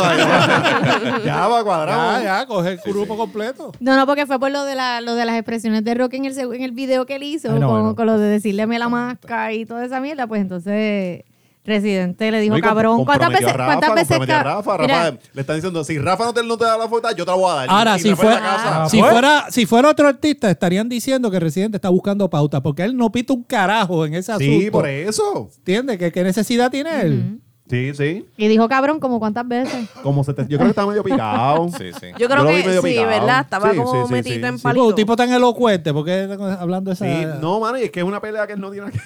ya va cuadrado.
ya, ya, coge el grupo completo.
No, no, porque fue por lo de, la, lo de las expresiones de Rock en el, seg- en el video que él hizo,
Ay, no,
con,
ay, no.
con lo de decirle a mí la máscara y toda esa mierda, pues entonces Residente le dijo,
No, y com-
cabrón, ¿cuántas
comprometió
veces?
a Rafa,
¿Cuántas veces?
comprometió a
ca-
Rafa,
Mira,
Rafa le están diciendo, si Rafa no te, no te da la foto, yo te la voy a dar.
Ahora,
Y
si
Rafa en la
fuera,
casa.
si,
pues.
fuera, si fuera otro artista, estarían diciendo que Residente está buscando pauta, porque él no pita un carajo en ese asunto.
Sí, por eso.
¿Entiendes? ¿Qué, qué necesidad tiene él?
Sí, sí.
y dijo, cabrón, como cuántas veces.
Como se te- yo creo que está medio picado.
Sí, sí.
Yo
Yo
creo
lo vi
que
medio
sí,
picado.
¿verdad? Estaba
Sí,
como
sí, sí,
metido
sí,
en
sí.
Sí,
palito.
pues, un tipo tan elocuente, porque hablando de esa.
Sí, no, mano, y es que es una pelea que no tiene nada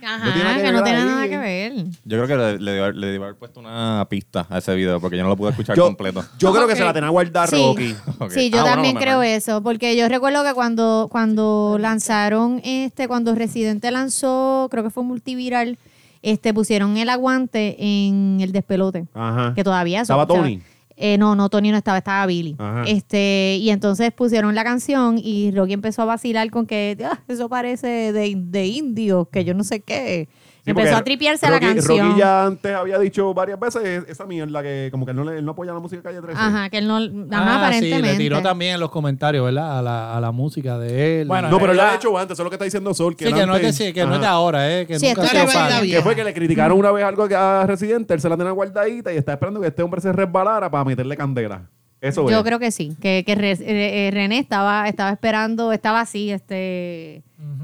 que
Ajá,
No tiene nada que
que no
ver
tiene
ahí.
nada que ver.
Yo creo que le, le, debió- le debió haber puesto una pista a ese video porque yo no lo pude escuchar
Yo,
completo.
yo creo que se la tenía guardada
Sí.
Rocky.
Ok.
Sí, yo
Ah, bueno,
también
no me
creo
acuerdo.
eso, porque yo recuerdo que cuando, cuando lanzaron, este, cuando Residente lanzó, creo que fue multiviral, este, pusieron el aguante en el despelote,
Ajá.
que todavía eso,
¿Estaba
o sea,
Tony?
eh, no, no, Tony no estaba, estaba Billy.
Ajá.
Este, y entonces pusieron la canción y Rocky empezó a vacilar con que "Ah, eso parece de, de indio, que yo no sé qué.
Sí,
empezó
porque
a tripiarse
Rocky-
la canción.
Rocky ya antes había dicho varias veces esa mierda que como que él no, le- él no apoya la música de Calle 13.
Ajá, que él no, ajá,
Ah, sí,
aparentemente.
le tiró también en los comentarios, ¿verdad? A la, a la música de él.
Bueno,
No, pero él lo ha
Era-
hecho antes, eso es lo que está diciendo Sol. Que
sí,
él
que no es de,
antes-
sí, que no es de
Ajá.
ahora, ¿eh? Que
Sí,
nunca
esto
ha sido
es
fan.
realidad
Que fue que le criticaron una vez algo a Residente, él se la tenía guardadita y está esperando que este hombre se resbalara para meterle candela. Eso es.
Yo creo que sí, que, que Re- eh, eh, René estaba, estaba esperando, estaba así, este,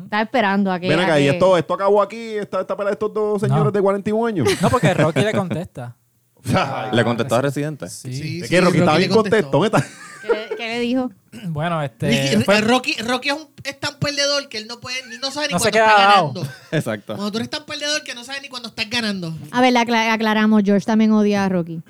estaba esperando a que...
Ven
a
acá, y
que-
esto, esto acabó aquí, esta, esta pelea de estos dos señores
No.
de 41 años.
No, porque Rocky le contesta.
O sea,
¿Le contestó a Residente?
Sí.
es que Rocky estaba bien contestón. esta-
¿Qué le, qué le dijo?
Bueno, este.
Ricky- eh,
fue-
Rocky, Rocky es, un, es tan perdedor que él no puede, no sabe ni
No
cuándo
se queda
está
dado.
ganando.
Exacto.
Cuando tú eres tan perdedor que no sabes ni cuando estás ganando.
A ver, la acla- aclaramos, George también odia a Rocky.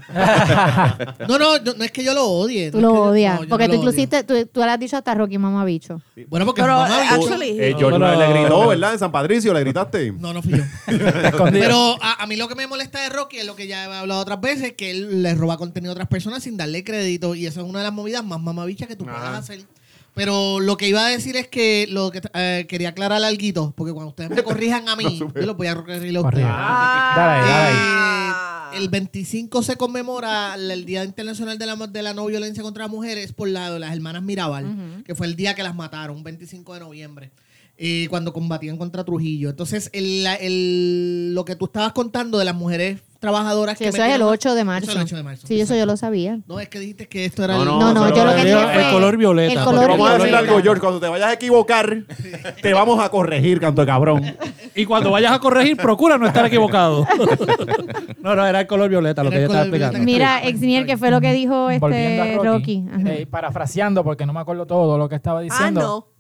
No, no, no, no es que yo lo odie.
Tú
no
lo
es que yo-
odias,
no, yo
porque
no
tú
lo odio.
inclusive, tú, tú le has dicho hasta Rocky, mamá bicho.
Bueno, porque
Pero,
mi mamá
eh,
dijo-
actually-
Eh, George
Pero-
le gritó, ¿verdad? En San Patricio le gritaste.
No, no fui yo.
escondido.
Pero a, a mí lo que me molesta de Rocky es lo que ya he hablado otras veces, que él le roba contenido a otras personas sin darle crédito. Y eso es una de las movidas más mamabichas que tú puedas hacer. Pero lo que iba a decir es que lo que eh, quería aclarar algo, porque cuando ustedes me corrijan a mí, yo los voy a corregir a ustedes.
Corrija.
Ah.
Dale ahí, dale ahí.
Eh, el 25 se conmemora el Día Internacional de la, de la No Violencia contra las Mujeres por la de las hermanas Mirabal, que fue el día que las mataron, 25 de noviembre, eh, cuando combatían contra Trujillo. Entonces, el, la- el- lo que tú estabas contando de las mujeres trabajadoras
Sí,
que
eso es el
metieron-
8 de
eso
marzo.
es el 8 de marzo.
Sí, eso yo lo sabía.
No, es que dijiste que esto era
No,
el-
no,
No, no,
pero
yo lo
le
que
digo
dije fue...
el color violeta,
El
porque
color
Pero vamos a decir
violeta.
algo, George. Cuando te vayas a equivocar, te vamos a corregir, canto de cabrón.
Y cuando vayas a corregir, procura no estar equivocado. no, no, era el color violeta lo
Era
que
el
yo estaba
color violeta.
explicando.
Mira, Exnier, que fue lo que dijo
Volviendo
este
a Rocky,
Rocky. Ajá.
eh, parafraseando porque no me acuerdo todo lo que estaba
Ah,
diciendo.
no.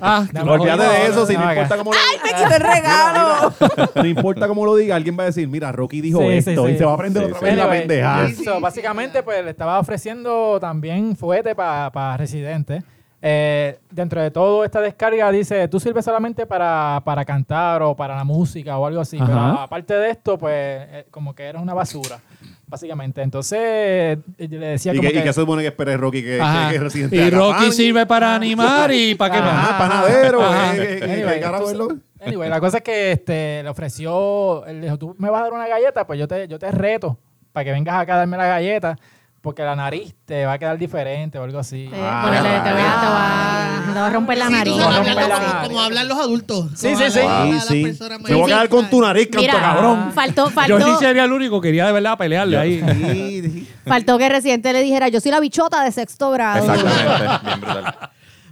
Ah,
Dame
Olvídate
oído,
de eso, si no
haga.
importa cómo lo
Me quité el regalo.
No importa cómo lo diga, alguien va a decir, mira, Rocky dijo
Sí, sí,
esto
sí.
y se va a aprender
Sí,
otra
sí.
vez la
Anyway,
pendeja.
eso, básicamente, pues le estaba ofreciendo también fuete para residentes. Eh, dentro de todo esta descarga dice, tú sirves solamente para, para cantar o para la música o algo así, pero
Ajá.
aparte de esto, pues eh, como que eres una basura, básicamente. Entonces eh, yo le decía
¿Y
como
qué, y
que-
qué se supone que espere Rocky que,
Ajá.
que, que residente
Y
haga
Rocky
pan?
sirve para animar y para qué más.
Ah, panadero.
Ajá.
eh, eh, eh,
Anyway,
¿qué carajo es lo?
entonces- anyway, la cosa es que este, le ofreció, él dijo, tú me vas a dar una galleta, pues yo te, yo te reto para que vengas acá a darme la galleta, porque la nariz te va a quedar diferente o algo así.
Eh, ponele, te, voy a, te, voy a, te voy a romper la
Sí,
nariz.
tú
No,
sabes,
no,
hablando
no,
como,
no.
como hablan los adultos.
Sí,
Como
sí, sí.
hablan
Sí,
las
sí.
personas
Te voy a
mayores.
quedar con tu nariz, canto
Mira,
cabrón.
faltó,
Yo sí
faltó,
sería el único que quería de verdad pelearle ahí.
faltó que reciente le dijera, yo soy la bichota de sexto grado.
Exactamente. Bien brutal.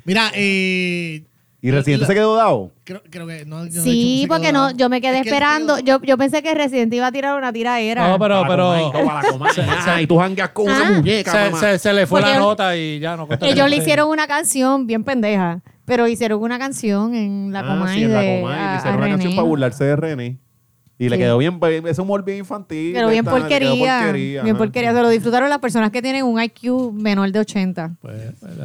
Mira, eh,
¿Y residente
La-
se quedó dado?
creo, creo que no. yo no he dicho que
Sí,
se
porque
quedó
no,
dado.
yo me quedé
Es que él
esperando.
quedó-
Yo, yo pensé que Residente iba a tirar una tiraera.
No, pero, pero
y tú jangas con
una Ah.
muñeca,
se, se- se le fue
Porque
la
él-
nota y ya no contestó.
Ellos le hicieron una canción bien pendeja, pero hicieron una canción en la Comay
Ah, sí, en
de-
la Comay.
a-
Le
a
hicieron una canción
René.
para burlarse de René. Y le
Sí.
quedó bien, pues, ese humor bien infantil.
Pero bien
esta- le quedó
porquería, bien
ajá.
porquería. Se lo disfrutaron las personas que tienen un IQ menor de 80.
Pues,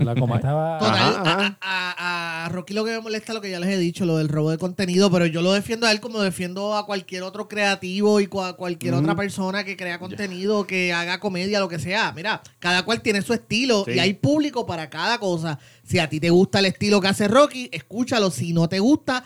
la coma.
Estaba-
Total,
Ajá, ajá.
A, a- a Rocky lo que me molesta es lo que ya les he dicho, lo del robo de contenido, pero yo lo defiendo a él como defiendo a cualquier otro creativo y cu- a cualquier otra
Mm.
persona que crea contenido, que haga comedia, lo que sea. Mira, cada cual tiene su estilo
Sí.
y hay público para cada cosa. Si a ti te gusta el estilo que hace Rocky, escúchalo. Si no te gusta,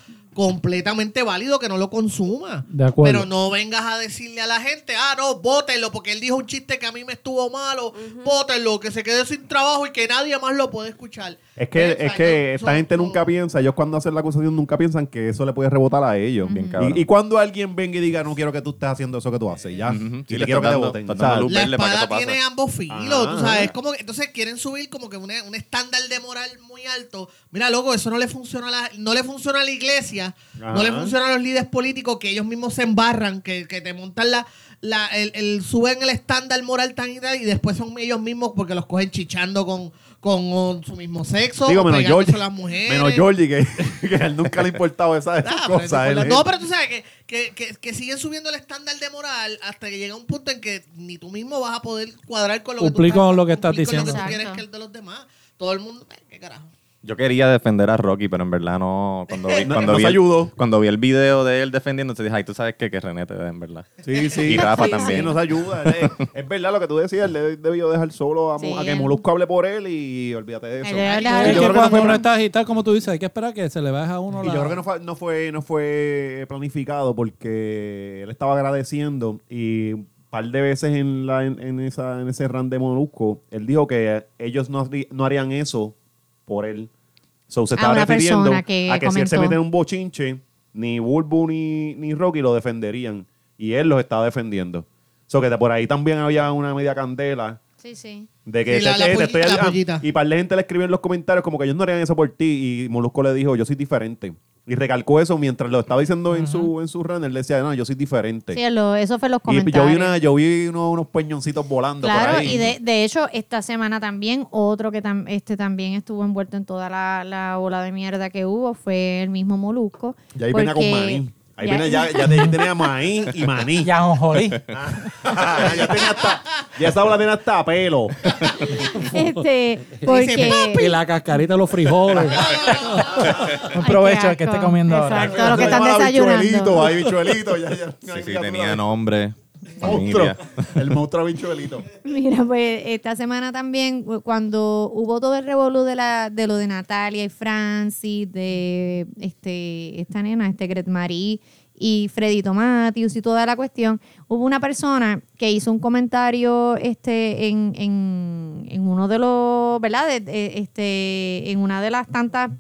completamente válido que no lo consuma.
De acuerdo.
Pero no vengas a decirle a la gente, ah, no, bótenlo, porque él dijo un chiste que a mí me estuvo malo, bótenlo, que se quede sin trabajo y que nadie más lo puede escuchar.
Es que,
Piensa,
es que
yo-
esta
son-
gente
son-
nunca piensa, ellos cuando hacen la acusación nunca piensan que eso le puede rebotar a ellos.
Bien cabrón.
Y, y cuando alguien venga y diga, no quiero que tú estés haciendo eso que tú haces, ya.
Ujú.
Y
Sí,
le quiero
le
que
estás
te
dando-
voten.
estás
¿sabes?
dando luz.
La
verle para que
espada
eso pase.
tiene ambos filos,
Ajá,
tú sabes.
ajá.
Es como que, entonces quieren subir como que una- un estándar de moral muy alto. Mira, loco, eso no le funciona a la, no le funciona a la iglesia, no
Ajá.
le funciona a los líderes políticos que ellos mismos se embarran, que, que te montan la, la el, el- suben el estándar moral tan y tal, y después son ellos mismos porque los cogen chichando con, con, con su mismo sexo,
Digo,
o
menos
pegándose
George.
a las mujeres.
Menos Georgie, que, que a él nunca le ha importado esa, esas
Ah, pero
cosas.
no importa.
él-
no, pero tú sabes que, que, que- que siguen subiendo el estándar de moral hasta que llega un punto en que ni tú mismo vas a poder cuadrar con lo
Cumplir
que tú
con lo que estás
cumplir con Lo que
diciendo.
tú quieres
Exacto.
que el de los demás. Todo el mundo, eh, qué carajo.
Yo quería defender a Rocky, pero en verdad no. Cuando vi,
No-
cuando
no
vi
se
el,
ayudó.
Cuando vi el video de él defendiendo, te dije, ay, tú sabes qué? que René te da, en verdad.
Sí, sí.
Y Rafa
Sí,
también.
sí, nos ayuda. Es, es verdad lo que tú decías, le debió dejar solo a, Mo-
Sí,
a que
él-
Molusco hable por él y olvídate de eso.
Él debe hablar-
Sí,
Es
yo creo
que
que no
cuando
fue
uno
plan-
está agitado, como tú dices, hay que esperar que se le baje a uno
Y
la...
yo creo que no fue, no fue, no fue planificado porque él estaba agradeciendo y un par de veces en, la, en, en esa, en ese run de Molusco, él dijo que ellos no, harí- no harían eso por él. So, se
A
estaba
una
refiriendo
persona que
a que si él se
comentó.
mete en un bochinche, ni Bulbu ni, ni Rocky lo defenderían. Y él los estaba defendiendo. So, que de por ahí también había una media candela
Sí, sí.
de que
Sí, la-
te-
la
te- te
pollita,
estoy
la
ah,
pollita.
Y par de gente le escribió en los comentarios como que ellos no harían eso por ti. Y Molusco le dijo, yo soy diferente. Y recalcó eso mientras lo estaba diciendo en su en su run. Él decía, no, yo soy diferente.
Sí, lo- eso fue los
y
comentarios.
yo vi, una, yo vi uno- unos peñoncitos volando
Claro,
por ahí.
y de, de hecho, esta semana también, otro que tam- este también estuvo envuelto en toda la, la ola de mierda que hubo fue el mismo Molusco.
y ahí venía con
porque-
maní. Ahí
ya-
venía, ya, ya te- tenía maní y maní.
Ya, jonjolí.
Ah, ya tenía hasta, ya esa bola tenía hasta pelo.
Este, porque...
Y la cascarita de los frijoles.
Un provecho
Ay,
al que
qué
esté
asco.
comiendo ahora.
Exacto, lo que están
Llamaba
desayunando.
Bichuelito, ahí bichuelito. Ya, ya,
Sí, sí, tenía nombre.
Monstruo.
familia.
El monstruo bichuelito.
Mira, pues esta semana también, cu- cuando hubo todo el revolú de, la, de lo de Natalia y Francis, de este, esta nena, este Gret Marie y Freddy Tomatius y toda la cuestión, hubo una persona que hizo un comentario este, en, en, en uno de los, ¿verdad? De- de- este, en una de las tantas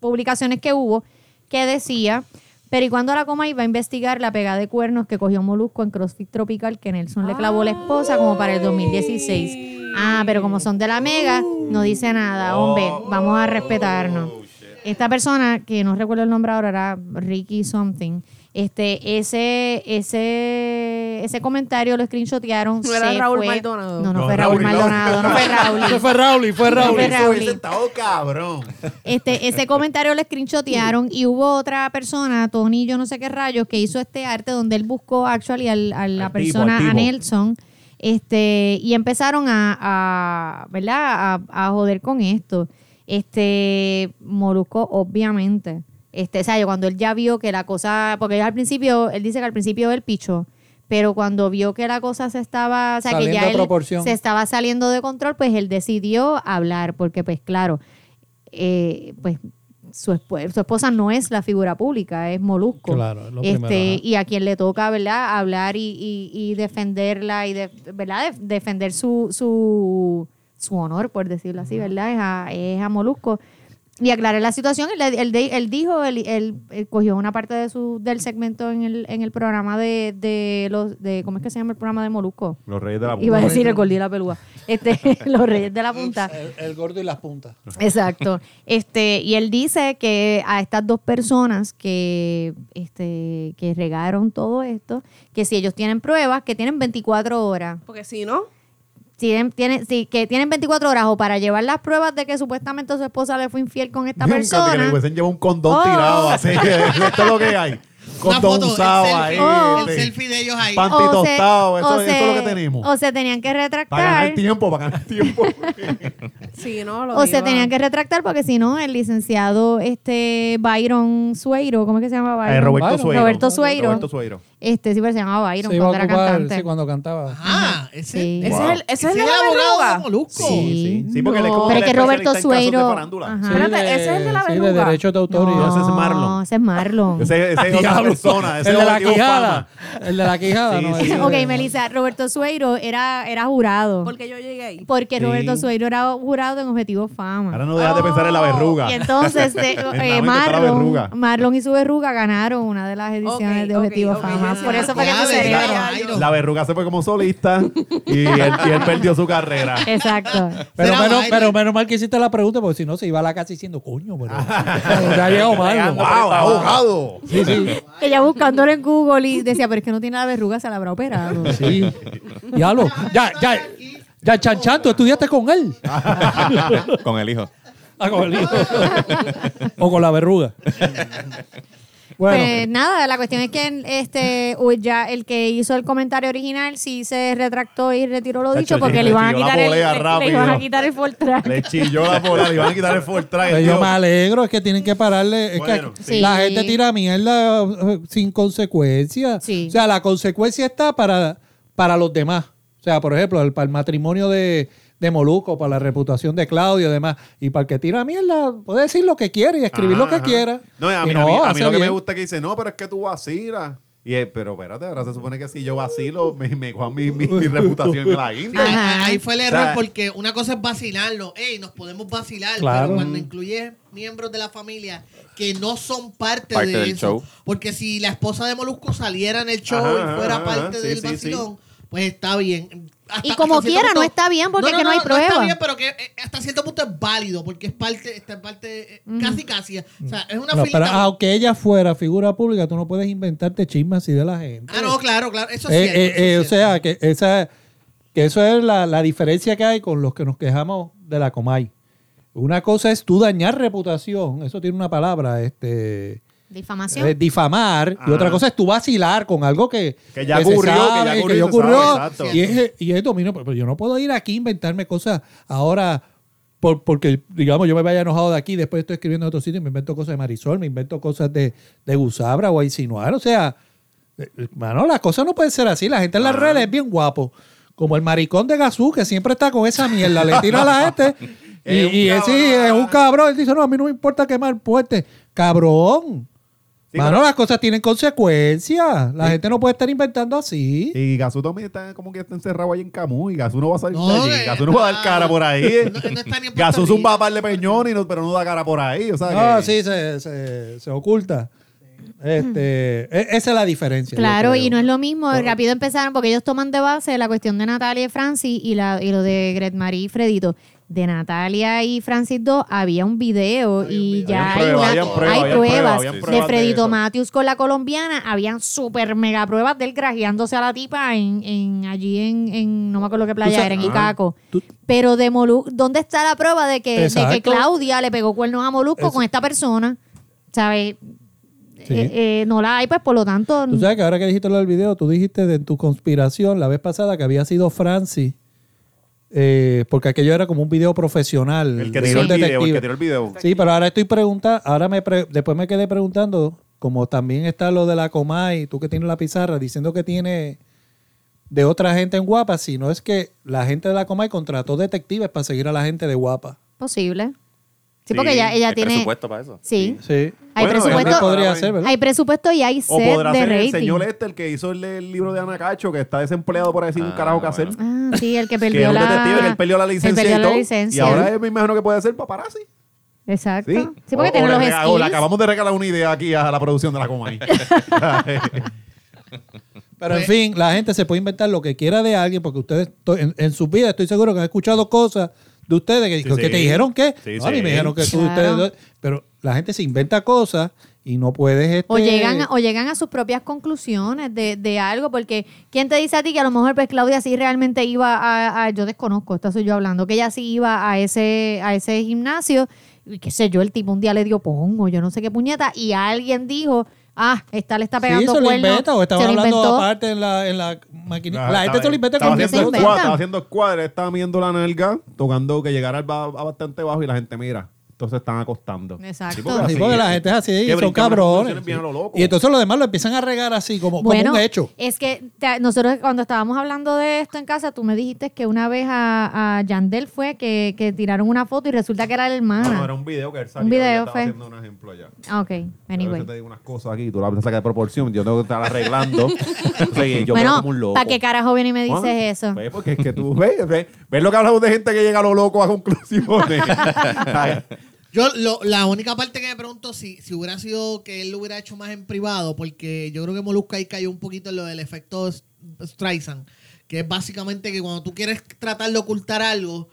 publicaciones que hubo, que decía... Pero ¿y cuando la coma iba a investigar la pega de cuernos que cogió Molusco en CrossFit Tropical que Nelson le clavó la esposa como para el 2016? Ah, pero como son de la mega, no dice nada, hombre, vamos a respetarnos. Esta persona, que no recuerdo el nombre ahora, era Ricky something, este, ese, ese, ese comentario lo screenshotearon.
No era
se
Raúl
fue-
Maldonado.
No, no,
No,
fue
Raúl,
Raúl Maldonado, no fue Raúl.
Eso fue Raúl y fue
No
Raúl.
fue Raúl.
estado cabrón.
Este, ese comentario lo screenshotearon y hubo otra persona, Tony, yo no sé qué rayos, que hizo este arte donde él buscó actually al- a la
Al tipo,
persona,
al tipo.
a Nelson, este, y empezaron a, a, ¿verdad? A, a joder con esto. Este, Molusco, obviamente. Este, o sea, yo cuando él ya vio que la cosa, porque al principio, él dice que al principio él pichó, pero cuando vio que la cosa se estaba, o sea, que
Saliendo
ya
de
él
proporción.
se estaba saliendo de control, pues él decidió hablar, porque pues claro, eh, pues su, esp- su esposa no es la figura pública, es Molusco.
Claro, es lo
este,
primero, ajá.
Y a quien le toca, ¿verdad? Hablar y, y- y defenderla y, de- ¿verdad? Def- defender su, su, su honor, por decirlo así, ¿verdad? Es a, es a Molusco. Y aclarar la situación, él, él- él- él dijo, él, él- él cogió una parte de su, del segmento en el, en el programa de, de los, de, ¿cómo es que se llama el programa de Molusco?
Los reyes de la
Iba a
punta.
decir el gol de la pelúa. Este, los reyes de la punta.
El, el gordo y las puntas.
Exacto. Este, y él dice que a estas dos personas que, este, que regaron todo esto, que si ellos tienen pruebas, que tienen 24 horas.
Porque si no,
Tienen, tienen, sí, que tienen 24 horas o para llevar las pruebas de que supuestamente su esposa le fue infiel con esta
Que le
persona.
hubiesen llevado un condón
Oh.
tirado así. Esto es lo que hay.
Una
Condón
foto, el
usado
selfie,
ahí.
Oh.
el
este,
selfie de ellos ahí.
Pan-
se-
Antitostado, eso- eso
o
es lo
se-
que tenemos.
O se tenían que
Para
retractar.
ganar tiempo, para ganar tiempo.
si no, lo
O se
iba.
tenían que retractar porque si no, el licenciado este Byron Sueiro, ¿cómo es que se llama Byron?
Eh, Roberto
Byron.
Sueiro.
Roberto Sueiro.
Roberto Sueiro.
Este sí, pero se llamaba Byron
Se iba a
cuando era
ocupar
cantante.
sí, cuando cantaba.
Ah, ese,
Sí.
Ese
Wow.
es el, ese es el
ese
de
es
la
abogado de
verruga.
Molusco.
Sí, sí, porque
No.
le como
Pero
el
es que
especialista
Roberto
en casos de
Sueiro-
farándula.
Ajá.
Sí,
Espérate, ese es el de la
sí, de
verruga.
derechos de autor. y-
No, ese es
No,
Marlon.
ese es Marlon.
Ese, ese es otra
Diablo.
persona. Ese
el de la
objetivo
quijada.
fama.
El de la quijada.
Sí,
no,
sí.
ese
ok,
de-
Melissa, Roberto Sueiro era, era jurado.
Porque yo llegué ahí.
Porque
Sí.
Roberto Sueiro era jurado en Objetivo Fama.
Ahora no dejas de pensar en la verruga.
Y entonces eh,
Nada
eh,
más que está la verruga.
Marlon, Marlon y su verruga ganaron una de las ediciones
Ok,
de
ok,
Objetivo
ok,
Fama.
ya
Por
sé.
eso fue que
Ya
se
sé, ya,
celebró.
ya, ya.
La verruga se fue como solista y él, y él perdió su carrera.
Exacto.
Pero
Era
menos,
Byron.
pero menos mal que hiciste la pregunta, porque si no se iba a la casa diciendo, coño, pero ya llegó mal.
¡Wow, abogado!
Sí, sí,
Ella buscándolo en Google y decía, pero es que no tiene la verruga, se la habrá operado.
sí. Diablo. Ya, ya, ya, Chan Chan, tú estudiaste con él.
Con el hijo.
Ah, con el hijo. o con la verruga. Bueno,
Pues nada, la cuestión es que este uy, ya el que hizo el comentario original sí se retractó y retiró lo
Chacho,
dicho porque
le
le iban a
tiró la
quitar el,
polea
le- le
rápido.
iban a quitar el full track.
Le chilló la bola, le iban a quitar el Fortran.
pues yo me alegro, es que tienen que pararle. Es
Bueno,
que
sí.
la
Sí.
gente tira mierda eh, sin consecuencia.
Sí.
O sea, la consecuencia está para, para los demás. O sea, por ejemplo, el, para el matrimonio de, de Moluco, para la reputación de Claudio y demás. Y para el que tira mierda, puede decir lo que quiere y escribir lo que quiera.
No, a
Y
mí, a mí- a mí
hace
lo que me
bien.
gusta es que dice, no, pero es que tú vacilas. Y él, pero espérate, ahora se supone que si yo vacilo, me, me cojan mi, mi, mi reputación en la India.
Ajá.
Ahí fue el
O
error
sea,
porque una cosa es vacilarlo. Ey, nos podemos vacilar.
Claro.
Pero cuando incluyes miembros de la familia que no son parte,
Parte
de
del
eso.
show.
Porque si la esposa de Molusco saliera en el show
Ajá,
y fuera
ajá, ajá.
parte
Sí,
del
sí,
vacilón, pues está bien. Hasta-
Y como
hasta cierto
quiera, no está bien porque es que no hay
No está
prueba.
bien, pero que eh, hasta cierto punto es válido porque es parte, está en parte, eh, casi casi. O sea, es una
No,
filita-
pero ah, aunque ella fuera figura pública, tú no puedes inventarte chismas así de la gente.
Ah, no, claro, claro. Eso es
Eh,
cierto,
eh,
eso es
eh, o
cierto.
sea, que esa que eso es la, la diferencia que hay con los que nos quejamos de la Comay. Una cosa es tú dañar reputación, eso tiene una palabra, este
Difamación.
eh, difamar, y
Ajá.
otra cosa es tú vacilar con algo que,
Ah. Que ya
se
ocurrió, que ya
sabe,
ocurrió y se sabe, exacto.
y, es, y es dominio, pero yo no puedo ir aquí a inventarme cosas ahora por- porque, digamos, yo me vaya enojado de aquí, después estoy escribiendo en otro sitio y me invento cosas de Marisol, me invento cosas de, de Gusabra o a insinuar, o sea, Eh, Mano, las cosas no pueden ser así. La gente en
Ah.
las redes es bien guapo. Como el maricón de Gazú, que siempre está con esa mierda. Le tira a la gente. y
Es un
y él sí,
cabrón.
es un cabrón. Él dice, no, a mí no me importa quemar puentes. Cabrón.
Sí,
Mano,
pero-
las cosas tienen consecuencias. La gente no puede estar inventando así.
Y Gazú también está como que está encerrado ahí en Camus. Y Gazú no va a salir
No,
de allí.
eh,
Gazú no va a dar
ah,
cara por ahí.
no- no está ni en Puerto
Gazú es un
Rico.
papá de peñón, y no- pero no da cara por ahí. O sea
No,
que-
sí, se, se- se oculta. Este, e- esa es la diferencia. yo
Claro,
creo.
y no es lo mismo. Rápido empezaron porque ellos toman de base la cuestión de Natalia y Francis y, la, y lo de Gret Marie y Fredito. De Natalia y Francis 2 había un video y
Habían
ya hay,
pruebas,
una-
habían pruebas,
hay
habían
pruebas.
pruebas, habían
de
pruebas de
Fredito
eso.
Matthews con la colombiana habían super mega pruebas de él grajeándose a la tipa en, en- allí en, en- no me acuerdo qué playa
sabes-
era, en
ah,
Icaco.
tú-
Pero de Molusco, ¿dónde está la prueba de que, de que
Exacto.
Claudia le pegó cuernos a Molusco con esta persona? ¿Sabes?
Sí.
Eh, eh, no la hay, pues por lo tanto.
Tú sabes que ahora que dijiste lo del video, tú dijiste de tu conspiración la vez pasada que había sido Francis, eh, porque aquello era como un video profesional.
El que
de
tiró el video,
un
el
detective.
que tiró el video.
Sí, pero ahora estoy preguntando, ahora me pre- después me quedé preguntando, como también está lo de la Comay, tú que tienes la pizarra, diciendo que tiene de otra gente en Guapa, si no es que la gente de la Comay contrató detectives para seguir a la gente de Guapa.
Posible.
Sí,
Sí, porque ella, ella
Hay
tiene.
presupuesto para eso.
Sí.
Sí.
Hay,
Bueno,
También
Puesto-
presupuesto,
podría ser, ¿verdad?
hay presupuesto y hay
O
set
podrá
de
ser el
rating.
señor este, el que hizo el, el libro de Ana Cacho, que está desempleado por ahí sin un
Ah,
carajo que hacer.
bueno.
Ah, sí, el que
Que
perdió
es un
la.
detective, que él perdió la
él
licencia
perdió
y
la
todo. Y
licencia.
ahora él, me imagino que puede ser paparazzi.
Exacto.
Sí,
Sí, porque
O-
tiene
o
los
le rega- o le
skills.
acabamos de regalar una idea aquí a la producción de la Comay.
Pero en fin, la gente se puede inventar lo que quiera de alguien, porque ustedes to- en, en sus vidas estoy seguro que han escuchado cosas de ustedes que, que
sí.
te dijeron que
Sí,
"No, a mí
sí.
me dijeron que tú,
Claro.
ustedes dos". pero la gente se inventa cosas y no puedes este,
O llegan, a- o llegan a sus propias conclusiones de, de algo, porque ¿quién te dice a ti que a lo mejor pues Claudia sí realmente iba a, a- yo desconozco, esta soy yo hablando, que ella sí iba a ese, a ese gimnasio, y qué sé yo, el tipo un día le dio pongo, yo no sé qué puñeta, y alguien dijo, ah, esta le está
Sí,
pegando
se lo
cuernos,
inventa, o estaban
se lo
hablando
inventó.
aparte en la, en la maquinita. La gente se lo inventa
Ah, estaba
con
haciendo,
inventa.
squad, estaba haciendo squad, él estaba midiendo la nalga, tocando que llegara al ba- a bastante bajo y la gente mira. Entonces están acostando.
Exacto.
Sí,
así
porque la
es.
gente es así,
Que
y son
brincan unas
cabrones.
conclusiones bien a lo loco.
Y entonces los demás lo empiezan a regar así, como, como un hecho.
Es que te- nosotros cuando estábamos hablando de esto en casa, tú me dijiste que una vez a, a Yandel fue que, que tiraron una foto y resulta que era la
ah,
hermana.
No, no, Ah, era un video que él salió.
Un video,
yo estaba
fue.
haciendo un ejemplo allá.
Ah, ok,
Yo a
anyway.
veces te digo unas cosas aquí, tú las sacas de proporción, yo tengo que estar arreglando. Entonces, yo quedo como un
bueno,
loco.
¿para qué carajo viene y me
Ah,
dices eso?
¿Ves? Porque es que tú ves, ves, ves lo que hablamos de gente que llega a lo loco a conclusiones.
Yo lo- la única parte que me pregunto si, si hubiera sido que él lo hubiera hecho más en privado, porque yo creo que Molusca ahí cayó un poquito en lo del efecto S- Streisand, que es básicamente que cuando tú quieres tratar de ocultar algo,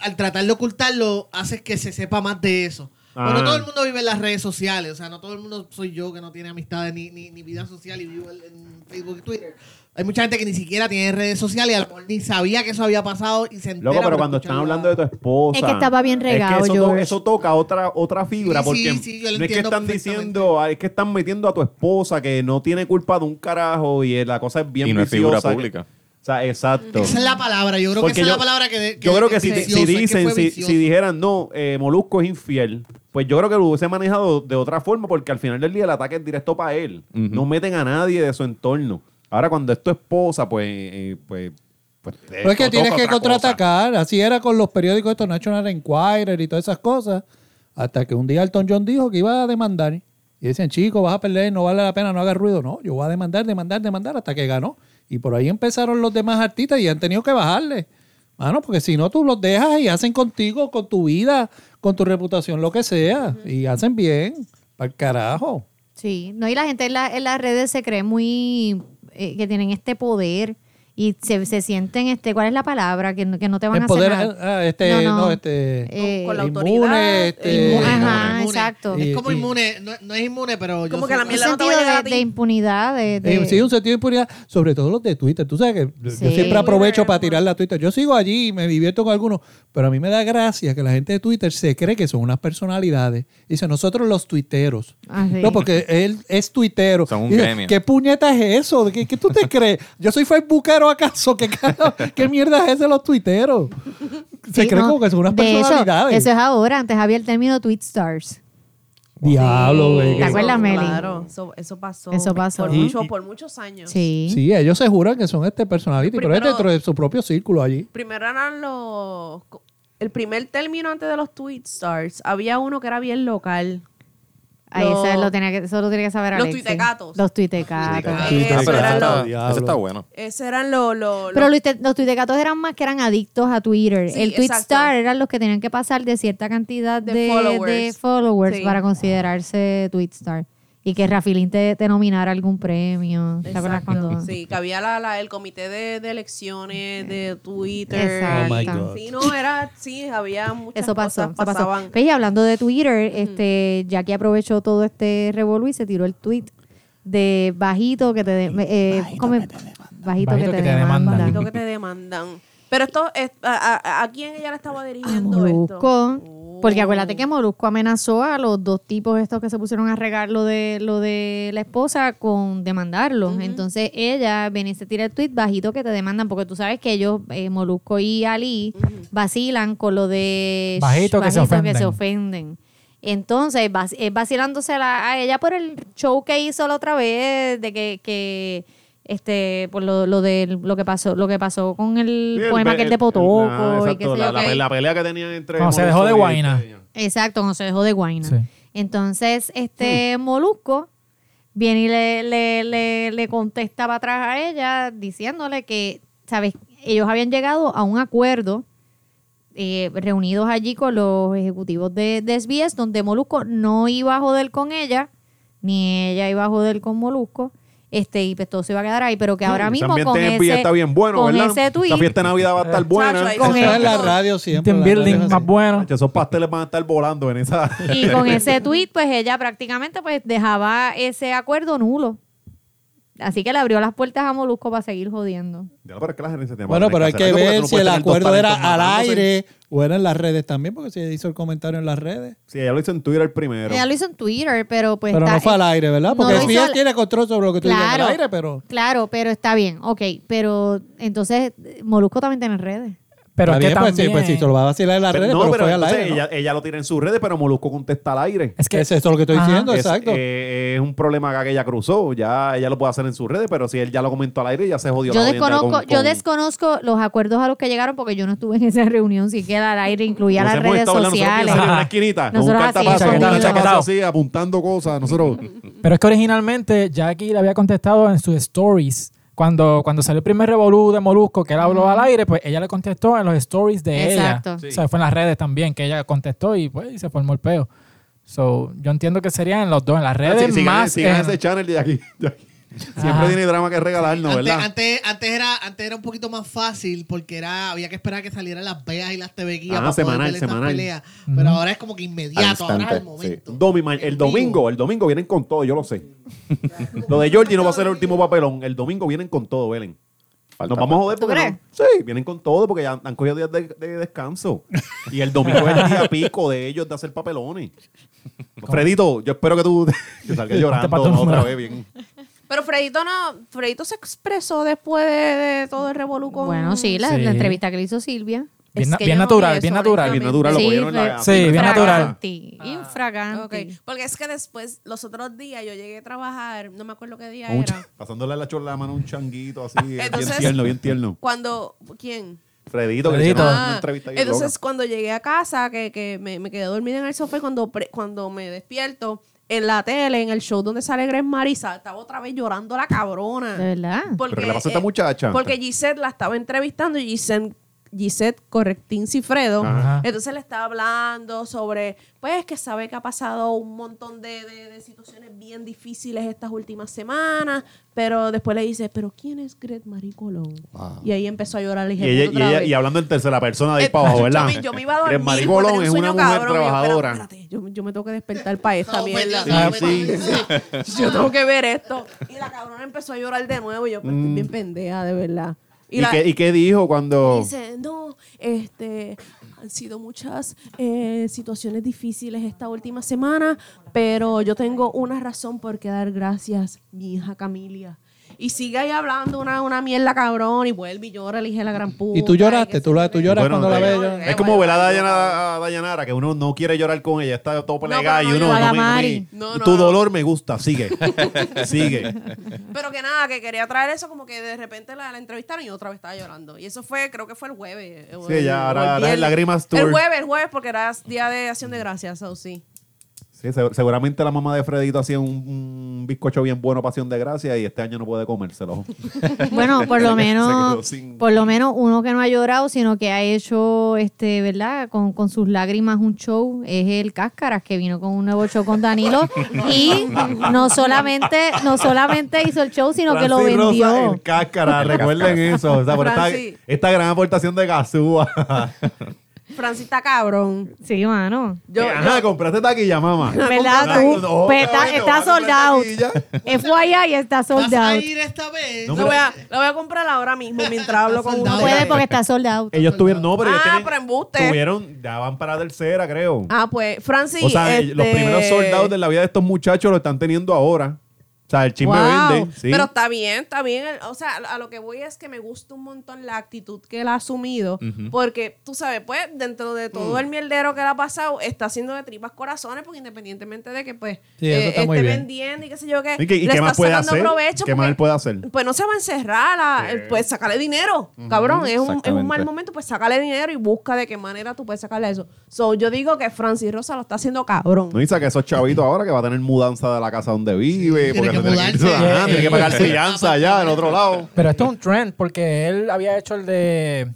al tratar de ocultarlo, haces que se sepa más de eso. Pero
Ah.
no todo el mundo vive en las redes sociales, o sea, no todo el mundo soy yo que no tiene amistades ni, ni, ni vida social y vivo en- en Facebook y Twitter. Hay mucha gente que ni siquiera tiene redes sociales y a lo mejor ni sabía que eso había pasado y se entera.
Loco, pero
por
cuando
escuchar
están
la-
hablando de tu esposa.
Es que estaba bien regado,
eso,
George.
eso toca otra, otra fibra,
Sí,
porque
sí, sí, yo lo
no es que
entiendo
están
perfectamente.
diciendo, "Ah, es que están metiendo a tu esposa que no tiene culpa de un carajo y eh, la cosa es bien
Y no es
viciosa,
figura
que-
pública.
O sea, exacto.
Esa es la palabra, yo creo
Porque
que esa
yo-
es la palabra que. de-
Yo creo que si,
vicioso,
si
es que
dicen,
fue
si,
vicioso.
si dijeran, no, eh, Molusco es infiel, pues yo creo que lo hubiese manejado de otra forma, porque al final del día el ataque es directo para él.
Ujú.
No meten a nadie de su entorno. Ahora, cuando es tu esposa, pues. eh, pues, pues, eh,
Pero es que
toca
tienes que
otra
contraatacar. Así era con los periódicos estos, National Enquirer y todas esas cosas. Hasta que un día Elton John dijo que iba a demandar. Y decían, chico, vas a perder, no vale la pena, no hagas ruido. No, yo voy a demandar, demandar, demandar hasta que ganó. Y por ahí empezaron los demás artistas y han tenido que bajarle. Mano, porque si no, tú los dejas y hacen contigo, con tu vida, con tu reputación, lo que sea. Y hacen bien. Para carajo.
Sí, no, y la gente en, la- en las redes se cree muy. eh, que tienen este poder y se, se sienten, este ¿cuál es la palabra? Que, no- que no te van
El
a
poder,
hacer. nada.
ah, este, no, este,
eh,
Con la
inmune,
autoridad,
este,
inmune.
Ajá,
Inmune.
exacto.
Es
Y-
como
y-
inmune, no, no es inmune, pero. yo
Como
soy-
que la
un
mierda no te
sentido
va a llegar a
de,
ti.
de impunidad. De, de-
Eh, sí, un sentido de impunidad, sobre todo los de Twitter. Tú sabes que
Sí.
yo siempre aprovecho para
Twitter,
tirarla a Twitter. Yo sigo allí y me divierto con algunos, pero a mí me da gracia que la gente de Twitter se cree que son unas personalidades. Dice, nosotros los tuiteros.
Ah, sí.
No, porque él es tuitero.
Son un
Dice,
gremio.
¿Qué puñeta es eso? ¿Qué, qué tú te crees? ¿Yo soy facebookero acaso? ¿Qué, carajo- qué mierda es eso de los tuiteros? Se
sí,
creen
no,
como que son unas
de eso-
personalidades.
Eso, es ahora. Antes había el término tweet stars.
Diablo, güey.
¿Te
que-
acuerdas,
Eso,
Meli?
Claro, eso, eso pasó.
Eso pasó.
Por,
Y-
mucho- por muchos años.
Sí.
Sí, ellos se juran que son este personality, pero es
Primero-
dentro de su propio círculo allí.
Primero eran los... El primer término antes de los tweet stars, había uno que era bien local.
Ahí
Los-
eso lo tenía que, eso lo tiene que saber
Los
Alexis.
tuitecatos.
Los tuitecatos.
Tuitecatos.
Tuitecatos.
Ah,
Eso
pero
era
ese
lo-
está,
Diablo.
ese está bueno.
Ese eran los... los-
Pero
los-
los, tuite- los tuitecatos eran más que eran adictos a Twitter.
Sí,
el tweet
exacto.
star eran los que tenían que pasar de cierta cantidad de,
De
de followers,
followers. Sí.
para considerarse tweet star. Y que Rafilín te, te nominara algún premio. ¿Te acuerdas
Exacto.
cuando?
Sí, que había la, la- el comité de, de elecciones de Twitter.
Exacto.
Oh, my God.
Sí, no, era... Sí, había muchas
Eso pasó,
cosas
eso pasó.
pasaban.
Pero y hablando de Twitter, este, Jackie aprovechó todo este revolú y se tiró el tweet de bajito que te de- eh, ¿cómo es? bajito, que te, demanda.
Lo que te demandan. Pero esto, es, a, a- a quién ella le estaba
A
dirigiendo esto?
Ah, Molusco.
Oh.
Porque acuérdate que Molusco amenazó a los dos tipos estos que se pusieron a regar lo de, lo de la esposa con demandarlos. Entonces ella viene y se tira el tweet bajito que te demandan, porque tú sabes que ellos, eh, Molusco y Ali, vacilan con lo de
Bajito que
se
se ofenden.
ofenden. Entonces, vas- eh, vacilándosela a ella por el show que hizo la otra vez, de que, que este, por lo, lo de lo que pasó, lo que pasó con el poema aquel de Potoco
Ah,
y qué
exacto,
sé yo
la, la
qué.
pe- la pelea que tenían entre.
Cuando se
Molusco
dejó de
y-
guayna.
Exacto, no se dejó de guayna.
Sí.
Entonces, este Molusco viene y le, le, le, le contesta para atrás a ella diciéndole que, ¿sabes? Ellos habían llegado a un acuerdo eh, reunidos allí con los ejecutivos de, de SBS, donde Molusco no iba a joder con ella, ni ella iba a joder con Molusco. Este, y pues todo se iba a quedar ahí, pero que ahora
Ese
mismo
ambiente
con
en
ese,
Villa está bien bueno,
con
¿verdad?
ese tweet,
La fiesta de Navidad va a estar buena.
ahí-
Eso
Con
es en
el-
la radio siempre.
Team
la radio
building
es
más
así.
bueno.
Esos pasteles van a estar volando en esa.
Y con ese tweet, pues ella prácticamente pues dejaba ese acuerdo nulo. Así que le abrió las puertas a Molusco para seguir jodiendo.
Ya, pero es que la gerencia tiene
Bueno,
que
pero hay
hacer
que
algo, porque tú
ver
no
si
puedes tener
el
dos
acuerdo
talentos
era al
matándose.
aire pues, o era en las redes también, porque si hizo el comentario en las redes.
Sí, ella lo hizo en Twitter primero.
ella lo hizo en Twitter, pero pues
Pero
está-
no fue al aire, ¿verdad?
no
Porque
lo
el
hizo al-
tiene control sobre lo pues, que tú digas en
Claro.
el aire, pero...
Claro, pero está bien. Ok, pero entonces Molusco también tiene redes.
Pero
Está
es que
bien, pues, sí,
también...
pues, si se lo va a vacilar en las
Pero
redes,
no,
pero,
pero
fue al
entonces
aire. ¿no?
ella, ella lo tira en sus redes, pero Molusco contesta al aire.
Es que
Es esto lo que estoy
Ajá.
diciendo,
Es-
exacto.
eh, es un problema acá que ella cruzó. Ya ella lo puede hacer en sus redes, pero si él ya lo comentó al aire, ya se jodió.
Yo
la audiencia
desconozco,
con-
yo
con-
desconozco los acuerdos a los que llegaron porque yo no estuve en esa reunión siquiera al aire, incluía
Nos
las
hemos
redes
estado hablando, nosotros
sociales.
piensa en una esquinita, con un
Nosotros así,
cartapacio, con un
escondidos.
cartapacio así, apuntando cosas. Nosotros.
Pero es que originalmente Jackie le había contestado en sus stories. Cuando, cuando salió el primer revolú de Molusco, que él habló al aire, pues ella le contestó en los stories de
Exacto.
ella. O sea, fue en las redes también que ella contestó y pues y se formó el peo. So, yo entiendo que serían los dos, en las redes
Ah, Sí, sigan-
más...
sigan
en-
ese channel de aquí. de aquí. Siempre
Ajá.
tiene drama que regalarnos,
Antes,
¿verdad?
antes, antes era, antes era un poquito más fácil porque era, había que esperar que salieran las veas y las TV guías
Ah,
para
semanal,
poder ver esas
semanal.
peleas. Pero ahora es como que
Al
inmediato, ahora es
instante,
el momento.
Domima- el domingo, el domingo vienen con todo, yo lo sé. lo de Georgie no va a ser el último papelón. El domingo vienen con todo, Belén. Nos vamos a joder
¿Tú
porque
crees?
no- Sí, vienen con todo porque ya han- han cogido días de, de descanso. Y el domingo es el día pico de ellos de hacer papelones. Fredito, yo espero que tú que salgas llorando
Ponte pa' tu
otra
número.
vez bien.
Pero Fredito no, Fredito se expresó después de, de todo el revolú con-
Bueno, sí la,
Sí.
la entrevista que le hizo Silvia.
Es
Bien na-
que
bien
yo no vi
natural,
eso,
bien natural.
Bien
honestamente.
natural, lo
Sí,
cogieron en la-
fue-
Sí, bien
Infragante.
natural.
Infraganti, infraganti.
Ok, Porque es que después, los otros días yo llegué a trabajar, no me acuerdo qué día
Un
era.
ch- Pasándole la chorla a la mano a un changuito así, bien
Entonces-
tierno, bien tierno.
Cuando, ¿quién?
Fredito, que le
Fredito.
hicieron
Ah,
una entrevista bien
entonces
loca.
cuando llegué a casa, que, que me, me quedé dormida en el sofá y cuando, pre- cuando me despierto, en la tele, en el show donde sale Grace Marisa, estaba otra vez llorando la cabrona.
De verdad.
Porque, eh,
¿Pero qué le pasó a esta muchacha?
Porque Gisette la estaba entrevistando y Gisette, Gisette Correctín Cifredo,
Ajá.
entonces le estaba hablando sobre, pues que sabe que ha pasado un montón de, de- de situaciones bien difíciles estas últimas semanas, pero después le dice, pero ¿quién es Gret Marie Colón? Y ahí empezó a llorar. Le
Y,
dije,
ella,
"Puta,
y,
otra
ella-
vez".
y hablando en tercera persona de ahí
Eh,
para abajo, ¿verdad?
Yo me, yo me iba a dormir.
Tres Maricolón
porque tenía
es
un
una
sueño
mujer
cabrón, y yo, espérate,
trabajadora.
espérate, yo, yo me tengo que despertar para esta
pues,
mierda.
Ah, sí.
Yo tengo que ver esto. Y la cabrona empezó a llorar de nuevo. Y yo, pues, estoy bien pendeja, de
Mm.
verdad.
¿Y,
la-
qué, ¿Y qué dijo cuando.?
Dice, no, este, han sido muchas eh, situaciones difíciles esta última semana, pero yo tengo una razón por qué dar gracias, mi hija Camilia. Y sigue ahí hablando una, una mierda cabrón y vuelve y llora, elige la gran puta.
¿Y tú lloraste? ¿Tú, la, tú lloras
Bueno,
cuando la
eh,
ves?
no,
llorar?
Es como ver a Dayanara, a Dayanara, que uno no quiere llorar con ella, está todo plegada
pero
y
no
uno
llora
no me- no
Mari.
me-
No, no,
Tu
no.
dolor me gusta, sigue. sigue.
Pero que nada, que quería traer eso como que de repente la, la entrevistaron y otra vez estaba llorando. Y eso fue, creo que fue el jueves. eh, o
Sí,
el-
ya,
o el
ahora- ahora es
viernes.
Lágrimas Tour.
El jueves, el jueves, porque era día de acción de gracias, o sí.
Sí, se- seguramente la mamá de Fredito hacía un, un bizcocho bien bueno, Pasión de Gracia, y este año no puede comérselo.
Bueno, por
Se
lo
quedó
menos,
sin-
por lo menos uno que no ha llorado, sino que ha hecho, este, ¿verdad? Con, con sus lágrimas un show, es el Cáscaras, que vino con un nuevo show con Danilo. Y no solamente, no solamente hizo el show, sino que lo
Francis
vendió.
Rosa, el cáscara, recuerden eso. O sea, por esta,
Francis.
esta gran aportación de Gazúa.
Francita cabrón.
Sí, mano.
Yo,
Eh, Ajá, compraste taquilla, mamá.
¿Verdad?
No,
Tú,
no,
Pues
no,
está,
no,
está
no,
sold out.
taquilla.
FYI está
¿Vas
sold
a
out.
ir esta vez?
No,
lo, voy a, lo voy a comprar ahora mismo mientras hablo con uno.
No
Soldado.
puede porque está sold out.
Ellos tuvieron, no, pero ellos
Ah,
tienen-
pero embuste.
tuvieron, ya van para tercera, creo.
Ah, pues, Francis.
o sea, eh,
este-
los primeros soldados de la vida de estos muchachos lo están teniendo ahora. O sea, el chisme
Wow.
vende. Sí.
Pero está bien, está bien. El- O sea, a lo que voy es que me gusta un montón la actitud que él ha asumido. Porque, tú sabes, pues, dentro de todo
Mm.
el mierdero que le ha pasado, está haciendo de tripas corazones, porque independientemente de que, pues,
Sí, eso está
esté
muy bien.
vendiendo y qué sé yo, que
¿Y qué, y
le
qué
está
más puede
sacando
hacer?
provecho.
¿Qué más
porque,
él puede hacer?
Pues no se va a encerrar, a- pues sacarle dinero, cabrón. Es un, es un mal
Exactamente.
momento, pues sácale dinero y busca de qué manera tú puedes sacarle eso. So, yo digo que Francis Rosa lo está haciendo cabrón.
No dice que esos chavitos ahora que va a tener mudanza de la casa donde vive,
Tiene
porque
que
se tiene que,
mudarse.
Ajá, tiene que pagar
Sí.
fianza allá del otro lado.
Pero esto es un trend porque él había hecho el de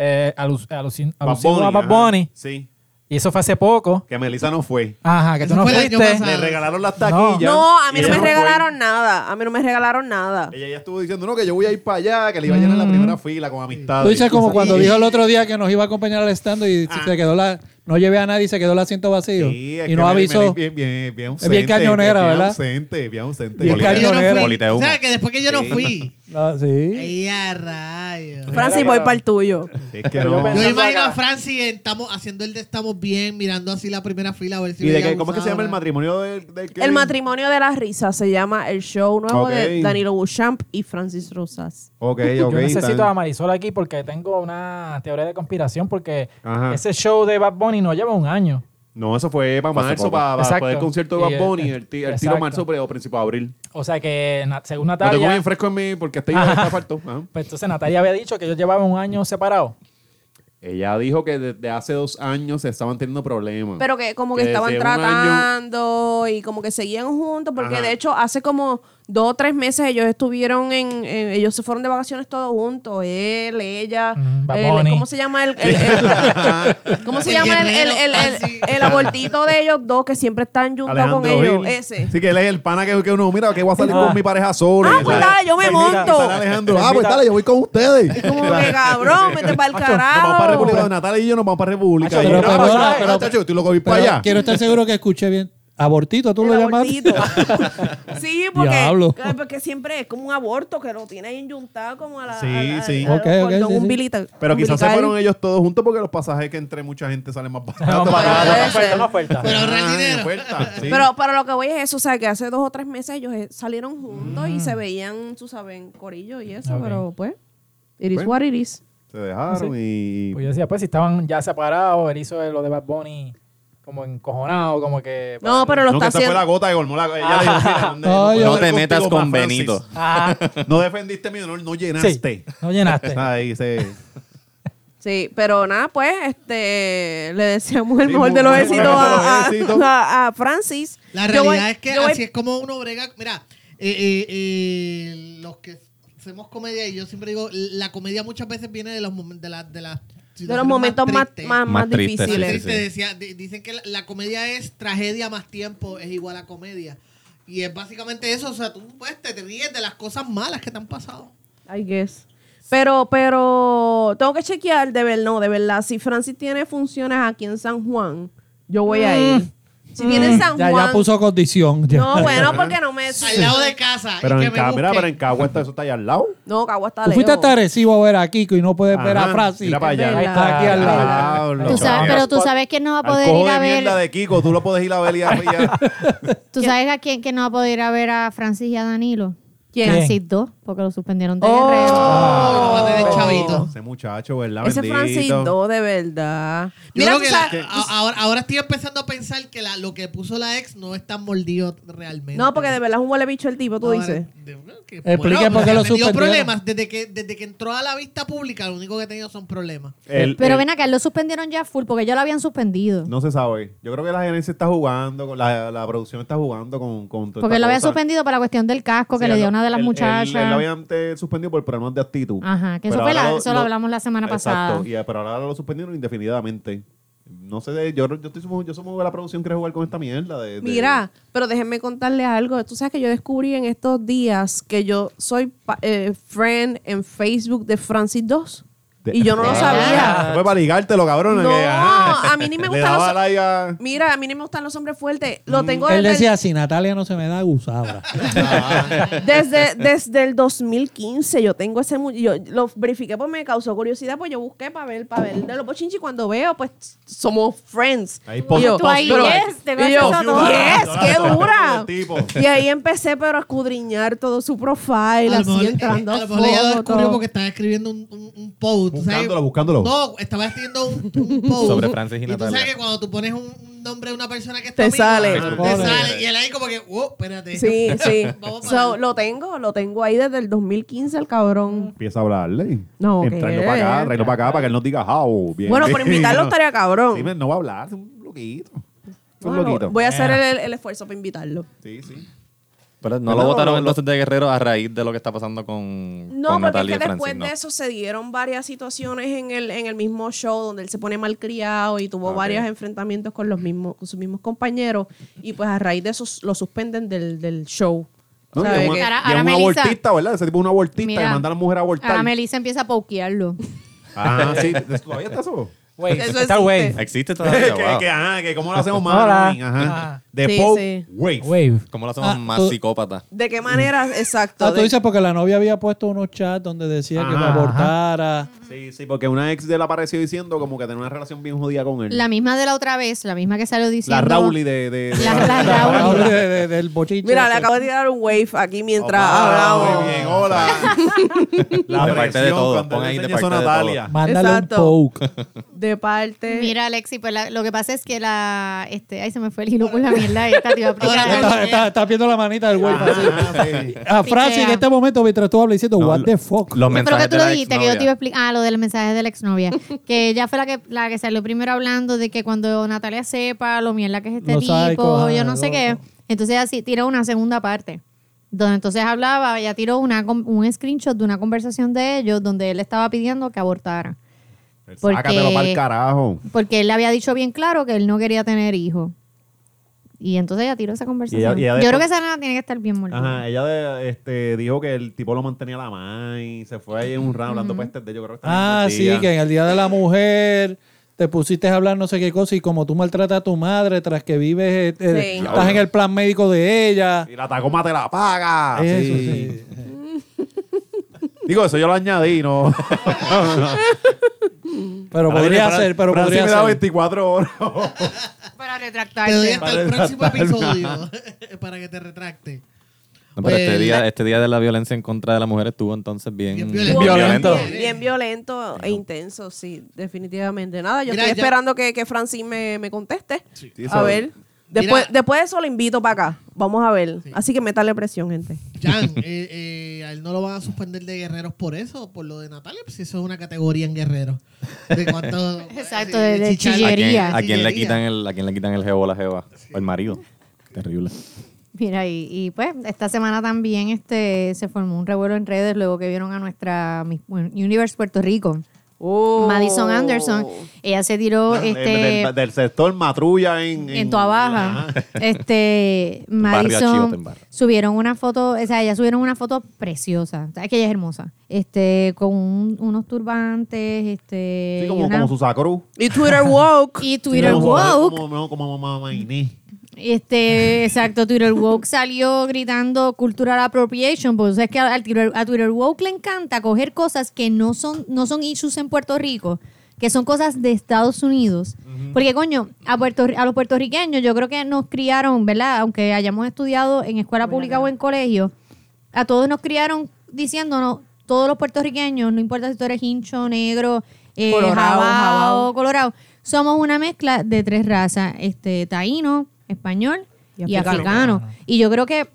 eh, alu- alucin-
Bad
alusivo a Bad
ajá.
Bunny.
Sí,
Y eso fue hace poco.
que Melissa no fue.
Ajá, que
Eso
tú no
fue el año
fuiste.
pasado.
Le regalaron las taquillas.
Ah. No, a mí
y
no
ella
me
fue.
regalaron nada. A mí no me regalaron nada.
Ella ya estuvo diciendo, no, que yo voy a ir para allá, que le iba a llenar la primera fila con amistades.
Mm. Tú dices como cuando
ah, Sí. Ah.
dijo el otro día que nos iba a acompañar al stand y se- se quedó la... No llevé a nadie y se quedó el asiento vacío.
Sí, es
y
que
no
Meli- Meli
avisó.
Bien, bien, bien,
Es bien cañonera,
bien
¿verdad?
ausente, bien ausente.
Bien
Bolita-
Que yo no
cañonera.
fui.
Bolita de
O
humo.
sea, que después que yo no fui.
Ah, sí.
Ey, a rayos.
Francis, voy para el tuyo.
Es que no.
Yo
Pensando
imagino
acá.
a Francis en- estamos haciendo el de estamos bien, mirando así la primera fila a ver si
¿Y de
veía
qué, cómo es que se llama el
abusadora.
matrimonio del, del
El matrimonio de la risa se llama el show nuevo de
Ok.
Danilo Bouchamp y Francis Rosas.
Ok,
Yo
ok.
necesito
está-
a Marisol aquí porque tengo una teoría de conspiración porque
Ajá.
ese show de Bad Bunny no lleva un año.
No, eso fue para
Fue hace
marzo,
poco.
para, para
Exacto.
después del concierto de
Y,
Bad
eh,
Bunny, el, ti- el tiro
exacto.
marzo, pero principio de abril.
O sea que na- según
Lo tengo
Natalia,
bien fresco en mí porque este día está faltó. Ajá.
pues entonces Natalia había dicho que ellos llevaban un año separados.
Ah, Ella dijo que desde hace dos años se estaban teniendo problemas.
Pero que como que
Que
estaban
desde un año-
tratando y como que seguían juntos, porque
Ajá.
de hecho hace como dos o tres meses ellos estuvieron en, en- ellos se fueron de vacaciones todos juntos, él, ella,
Mm, Bad
el-
Bunny.
¿cómo se llama el, el- el- ¿cómo se
El
llama el, el, el,
Ah,
guerrero,
el- el abortito de ellos dos que siempre están juntos con ellos?
Gil.
Ese.
Sí, que él es el pana que, que uno, mira, que voy a salir
Ah.
con mi pareja solo.
Ah, pues dale, yo me monto.
Sale Alejandro, ah, pues dale, yo voy con ustedes.
Como que cabrón, vete para el
Nos vamos para República
carajo.
Natalia y yo nos vamos para República.
Hacho,
Y yo,
pero
"No,
perdona,
chacho,
pero-
chacho, estoy loco de ir para
Pero
allá.
quiero estar seguro que escuché bien. Abortito, tú
El
lo llamaste.
abortito. sí, porque,
Diablo.
eh, porque siempre es como un aborto que lo tiene ahí enyuntado como a la.
Sí,
a- a-
sí.
a-
Ok, ok,
al cordón
sí, sí.
umbilical.
Pero quizás se
umbilical.
fueron ellos todos juntos porque los pasajes que entre mucha gente salen más
Vamos
baratos.
para
puede
allá, una
ser.
oferta, una oferta.
Pero ahorrar
Ah,
dinero.
oferta, sí.
Pero para lo que voy es eso, o sea, que hace dos o tres meses ellos eh, salieron juntos y
Mm.
se veían, tú sabes, en corillo y eso,
Ok.
pero pues, iris
Bueno.
what iris.
se dejaron y
Pues yo decía, pues si estaban ya separados, él hizo lo de Bad Bunny como encojonado, como que... pues,
No, pero lo
no, que
está
esta fue la
haciendo.
gota que colmó la. ella dijo, "Mira, no-
No,
puedo haber
yo-
No te metas
contigo
con
más,
Benito".
Francis.
Ah,
No defendiste mi honor, no
sí,
llenaste.
no llenaste.
Ahí
Este.
se.
Sí, pero nada, pues, este, le deseamos el
Sí,
mejor de los
muy-
éxitos
muy bueno de los
a, a-
éxitos.
a- a Francis.
La
Yo
realidad
voy-
es que
yo voy-
así es como uno brega. Mira, eh, eh, eh, los que hacemos comedia, y yo siempre digo, la comedia muchas veces viene de los, momen- de la- de las
de
situaciones
los momentos más,
tristes.
más,
Más
más
tristes, sí,
difíciles.
sí,
Te-
sí.
te decía- di- dicen que la, la comedia es tragedia más tiempo, es igual a comedia. Y es básicamente eso, o sea, tú pues, te ríes de las cosas malas que te han pasado.
I guess. Pero, pero tengo que chequear, de verdad, no, de verdad. Si Francis tiene funciones aquí en San Juan, yo voy a ir. Si tiene en San
Ya,
Juan.
ya puso condición. ya.
No, pues, bueno, porque no me.
Al lado de casa.
Pero
y que
en
me
cámara,
busquen.
pero en Cagua está- eso está allá al lado.
No, Cagua está
Tú fuiste
lejos.
hasta Arecibo a ver a Kiko y no puedes ver
Ajá,
a Francis.
Mira para allá.
Ahí
está, aquí al lado.
Diablo,
Tú sabes-
chaval.
pero tú sabes quién no va a
Al
poder
cojo
ir a
de mierda
ver.
de Kiko, tú lo puedes ir a ver y a- y a-
Tú sabes a quién que no va a poder ir a ver a Francis y a Danilo.
¿Quién?
Francis 2. porque lo suspendieron de
Oh.
guerrero.
Ah.
Ah,
no va a tener chavito.
Oh, Ese muchacho, ¿verdad?
Ese
Bendito.
Francisco, de verdad.
Yo
Mira,
creo
tú
que
sabes-
la- a- ahora, ahora estoy empezando a pensar que la- lo que puso la ex no es tan mordido realmente.
No, porque de verdad es un huele bicho el tipo, tú
Ahora,
dices.
de- bueno, que-
Explique
bueno,
por Eh, qué lo
me dio
suspendieron.
problemas desde que, desde que entró a la vista pública, lo único que he tenido son problemas.
El-
Pero
el-
ven acá, lo suspendieron ya full porque ya lo habían suspendido.
No se sabe. Yo creo que la gerencia está jugando, con la, la producción está jugando con, con toda
porque
esta
lo habían
cosa.
suspendido para la cuestión del casco que
Sí,
le dio
él-
una de las
él-
muchachas.
Él, él lo habían eh, suspendido por problemas de actitud.
Ajá, que eso,
Pero
fue la-
ahora
eso lo hablamos la semana pasada.
Exacto, y, eh, pero ahora lo suspendieron indefinidamente. No sé, de- yo, yo, estoy, supongo- yo supongo que la producción quiere jugar con esta mierda. De, de-
Mira, pero déjenme contarles algo. Tú sabes que yo descubrí en estos días que yo soy pa- eh, friend en Facebook de Francis 2.
de-
Y yo no lo
Ah,
sabía.
eso Fue para ligártelo, cabrón.
No,
que, ajá.
a mí ni me
Le
gustan
daba
los-
like a-
Mira, a mí no me gustan los hombres fuertes. Lo tengo
Mm. Él
desde,
decía, si Natalia no se me da, Ah, usaba.
Ah.
desde, desde el 2015. Yo tengo ese... mu- Yo lo verifiqué porque me causó curiosidad, pues yo busqué para ver, para ver de los bochinchi. y Cuando veo, pues somos friends.
Ahí pon-
Y yo,
Tú ahí,
pero-
yes, te
y
vas
yo,
a todo.
yes, qué dura.
El tipo.
Y ahí empecé, pero a escudriñar todo su profile,
a lo
así
mejor,
entrando
a lo mejor ella lo descubrió
fotos.
porque estaba escribiendo un, un, un post. ¿tú sabes?
Buscándolo, buscándolo.
No, estaba escribiendo un, un post.
Sobre Francis y
tú
Natalia.
sabes que cuando tú pones un- un nombre de una persona que es tu
Te
amiga,
sale.
te
Pobre.
sale. Y él ahí como que, wow, espérate.
Sí, sí.
Vamos para
So,
adelante.
lo tengo, lo tengo ahí desde el 2015, el cabrón.
Empieza a hablarle.
No,
Em,
que-
Tráelo para acá, tráelo para acá, para que él nos diga how. Bien,
Bueno, por
bien.
invitarlo
No.
estaría cabrón.
Sí, no va a hablar, es un loquito. Es un
Bueno,
loquito. Eh.
voy a hacer el, el esfuerzo para invitarlo.
Sí, sí.
Pero no
Pero
lo votaron
lo-
entonces de Guerrero a raíz de lo que está pasando con,
No,
con
porque es
Natalia
que
y
después
Francis. ¿no?
de eso se dieron varias situaciones en el, en el mismo show donde él se pone malcriado y tuvo
Ok.
varios enfrentamientos con los mismos, con sus mismos compañeros. Y pues a raíz de eso lo suspenden del, del show.
No, y
¿Sabe
es un,
qué?
y es
Ahora-
un
ahora Melissa-
abortista, ¿verdad? Ese tipo es un abortista que
Mira,
manda a la mujer a
Ahora
abortar.
Melissa empieza a pauquearlo.
Ah, sí. ¿Todavía está eso?
Wait,
Eso
está
existe.
Wave.
Existe
que,
todavía. wow.
que, ajá, que cómo lo hacemos más.
Ahora.
annoying, Ajá.
Ajá.
De
Sí,
Pope
sí.
Wave.
Wave.
¿Cómo lo hacemos
Ah,
más
tú-
psicópata?
¿De qué manera? Exacto.
Ah, tú
de-
dices porque la novia había puesto unos chats donde decía que me
Ajá.
abortara.
Sí, sí, porque una ex de él apareció diciendo como que tenía una relación bien jodida con él.
La
La,
misma de la otra vez, la misma que salió diciendo.
Rowley de... de, de-
La- la Raúl.
Raúl de- de- del bochinche. este.
Mira, le acabo de tirar un wave aquí mientras
Ah,
hablamos.
Muy bien, hola. la
De parte de
presión,
todos,
cuando
pon
le
ahí de
enseña eso a
parte de
Natalia.
Mándale
Exacto.
un poke.
De parte.
Mira, Alexi, pues la- lo que pasa es que la. Este, ay, se me fue el hilo con la mierda esta, te iba a explicar.
Estás viendo la manita del güey. así.
Ah, sí.
A Francis en
Pichea.
este momento, mientras tú hablas diciendo,
No,
what
lo-
the fuck.
Yo creo
Los
que
mensajes
tú
de
lo
la
dijiste que yo te iba a
exnovia.
explicar. Ah, lo del mensaje de la exnovia. que ella fue la que, la que salió primero hablando de que cuando Natalia sepa lo mierda que es este
Los
tipo,
psychos, ajá,
yo no sé
loco.
qué. Entonces ella sí tiró una segunda parte. Donde entonces hablaba, ella tiró una, com- un screenshot de una conversación de ellos donde él estaba pidiendo que abortara. Porque-
Sácatelo para el carajo.
Porque él le había dicho bien claro que él no quería tener hijos. Y entonces ella tiró esa conversación.
y ella
yo
después-
creo que esa nena tiene que estar bien molesta.
Ajá, ella de- este, dijo que el tipo lo mantenía a la mano Ah, y se fue ahí en un round hablando pestes de yo creo que está
Ah,
bien
sí,
mordida.
que en el Día de la Mujer te pusiste a hablar no sé qué cosa y como tú maltratas a tu madre tras que vives, eh, eh,
Sí.
estás en el plan médico de ella. Ah,
Y la atacó, mate la paga.
Eso,
Ah, Sí.
sí.
Digo, eso yo lo añadí, ¿no?
Pero podría ser, pero
Francis
podría
me da
ser.
24 horas.
Para
Te doy
retractarte.
hasta el próximo episodio para que te retracte.
No, pero este,
Eh,
día,
la-
este día de la violencia en contra de la mujer estuvo entonces bien,
Bien
Estuvo
violento.
bien-
Violento.
Bien, bien violento e intenso, sí, definitivamente. Nada, yo
Mira,
estoy
ya-
esperando que, que Francine me, me conteste.
Sí,
A
eso-
ver. Después,
Mira.
después de eso lo invito para acá. Vamos a ver. Así que métale presión, gente.
Jan, eh, eh, a él no lo van a suspender de guerreros por eso, por lo de Natalia, pues eso es una categoría en guerreros. De cuánto, eh,
Exacto, de- de
chichar-
¿A quién,
Chillería.
a quién le
Chillería.
quitan el, ¿A quién le quitan el jebo a la jeva? O el marido. Terrible.
Mira, y, y, pues esta semana también este se formó un revuelo en redes luego que vieron a nuestra Miss Universe Puerto Rico,
Oh.
Madison Anderson. Ella se tiró
del-
este
eh, del, del sector matrulla en...
en Toa Baja. este
Barrio Achiote,
Madison
en barrio.
subieron una foto, o sea, ella subieron una foto preciosa. Sabes que ella es hermosa. Este con un- unos turbantes, este
Sí,
y,
como,
una-
como Susacruz.
Y Twitter woke.
y Twitter
como,
woke.
Como, no, como mamá Inés.
Este, exacto, Twitter Woke salió gritando cultural appropriation, pues, porque tú sabes que a, al Twitter, a Twitter Woke le encanta coger cosas que no son, no son issues en Puerto Rico, que son cosas de Estados Unidos. Porque, coño, a, Puerto, a los puertorriqueños yo creo que nos criaron, ¿verdad? Aunque hayamos estudiado en escuela pública o en colegio, a todos nos criaron diciéndonos, todos los puertorriqueños, no importa si tú eres hincho, negro, eh,
Colorado,
colorado,
jabao.
colorado, somos una mezcla de tres razas, este taíno, español
Y
y,
africano.
africano. Y yo creo que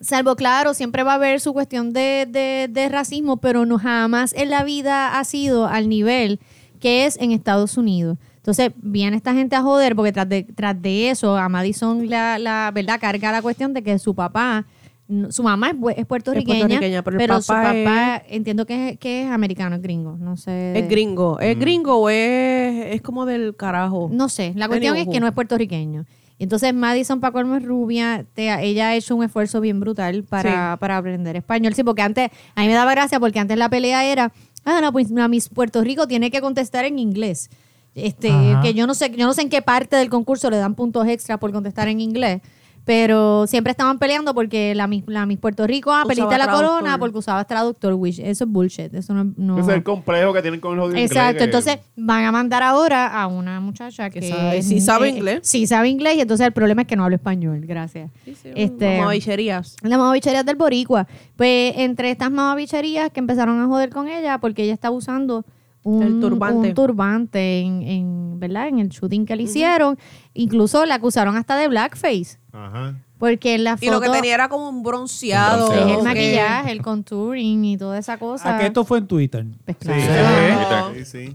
Salvo, claro, siempre va a haber su cuestión de, de- de racismo, pero no jamás en la vida ha sido al nivel que es en Estados Unidos. Entonces, viene esta gente a joder, porque tras de, tras de eso, a Madison, la, la verdad, carga la cuestión de que su papá, no- su mamá es, bu- es puertorriqueña,
puertorriqueña, pero
pero,
el
su
papá
papá, entiendo que es, que es americano, es gringo, no sé.
Es gringo. ¿Es gringo o es, es como del carajo?
No sé, la cuestión
Anywho.
es que no es puertorriqueño. Y Entonces Madison Paco es rubia, te- ella ha hecho un esfuerzo bien brutal para, para aprender español. Sí, porque antes, a mí me daba gracia porque antes la pelea era, ah, no, pues a mis Puerto Rico tiene que contestar en inglés. Este,
Ajá.
que yo no sé, yo no sé en qué parte del concurso le dan puntos extra por contestar en inglés. Pero siempre estaban peleando porque la Miss, la Miss Puerto Rico, ah,
Usaba
pelita la
traductor.
corona porque usabas traductor, which, eso es bullshit, eso no, no-
Ese es el complejo que tienen con el jodido inglés,
Exacto,
que-
entonces van a mandar ahora a una muchacha que, eh,
Que sabe- sí sabe inglés.
Sí sabe inglés y entonces el problema es que no habla español, gracias. Este,
Como bicherías.
las mamabicherías del boricua. Pues entre estas mamabicherías que empezaron a joder con ella porque ella estaba usando un,
El turbante.
un turbante en, en, ¿verdad? en el shooting que le hicieron. Incluso la acusaron hasta de blackface.
Ajá.
Porque en la foto...
Y lo que tenía era como un bronceado.
Un
Sí,
bronceado,
el
que-
maquillaje, el contouring y toda esa cosa.
¿A qué Ah, esto fue en Twitter?
Pues
Sí,
claro.
sí, sí.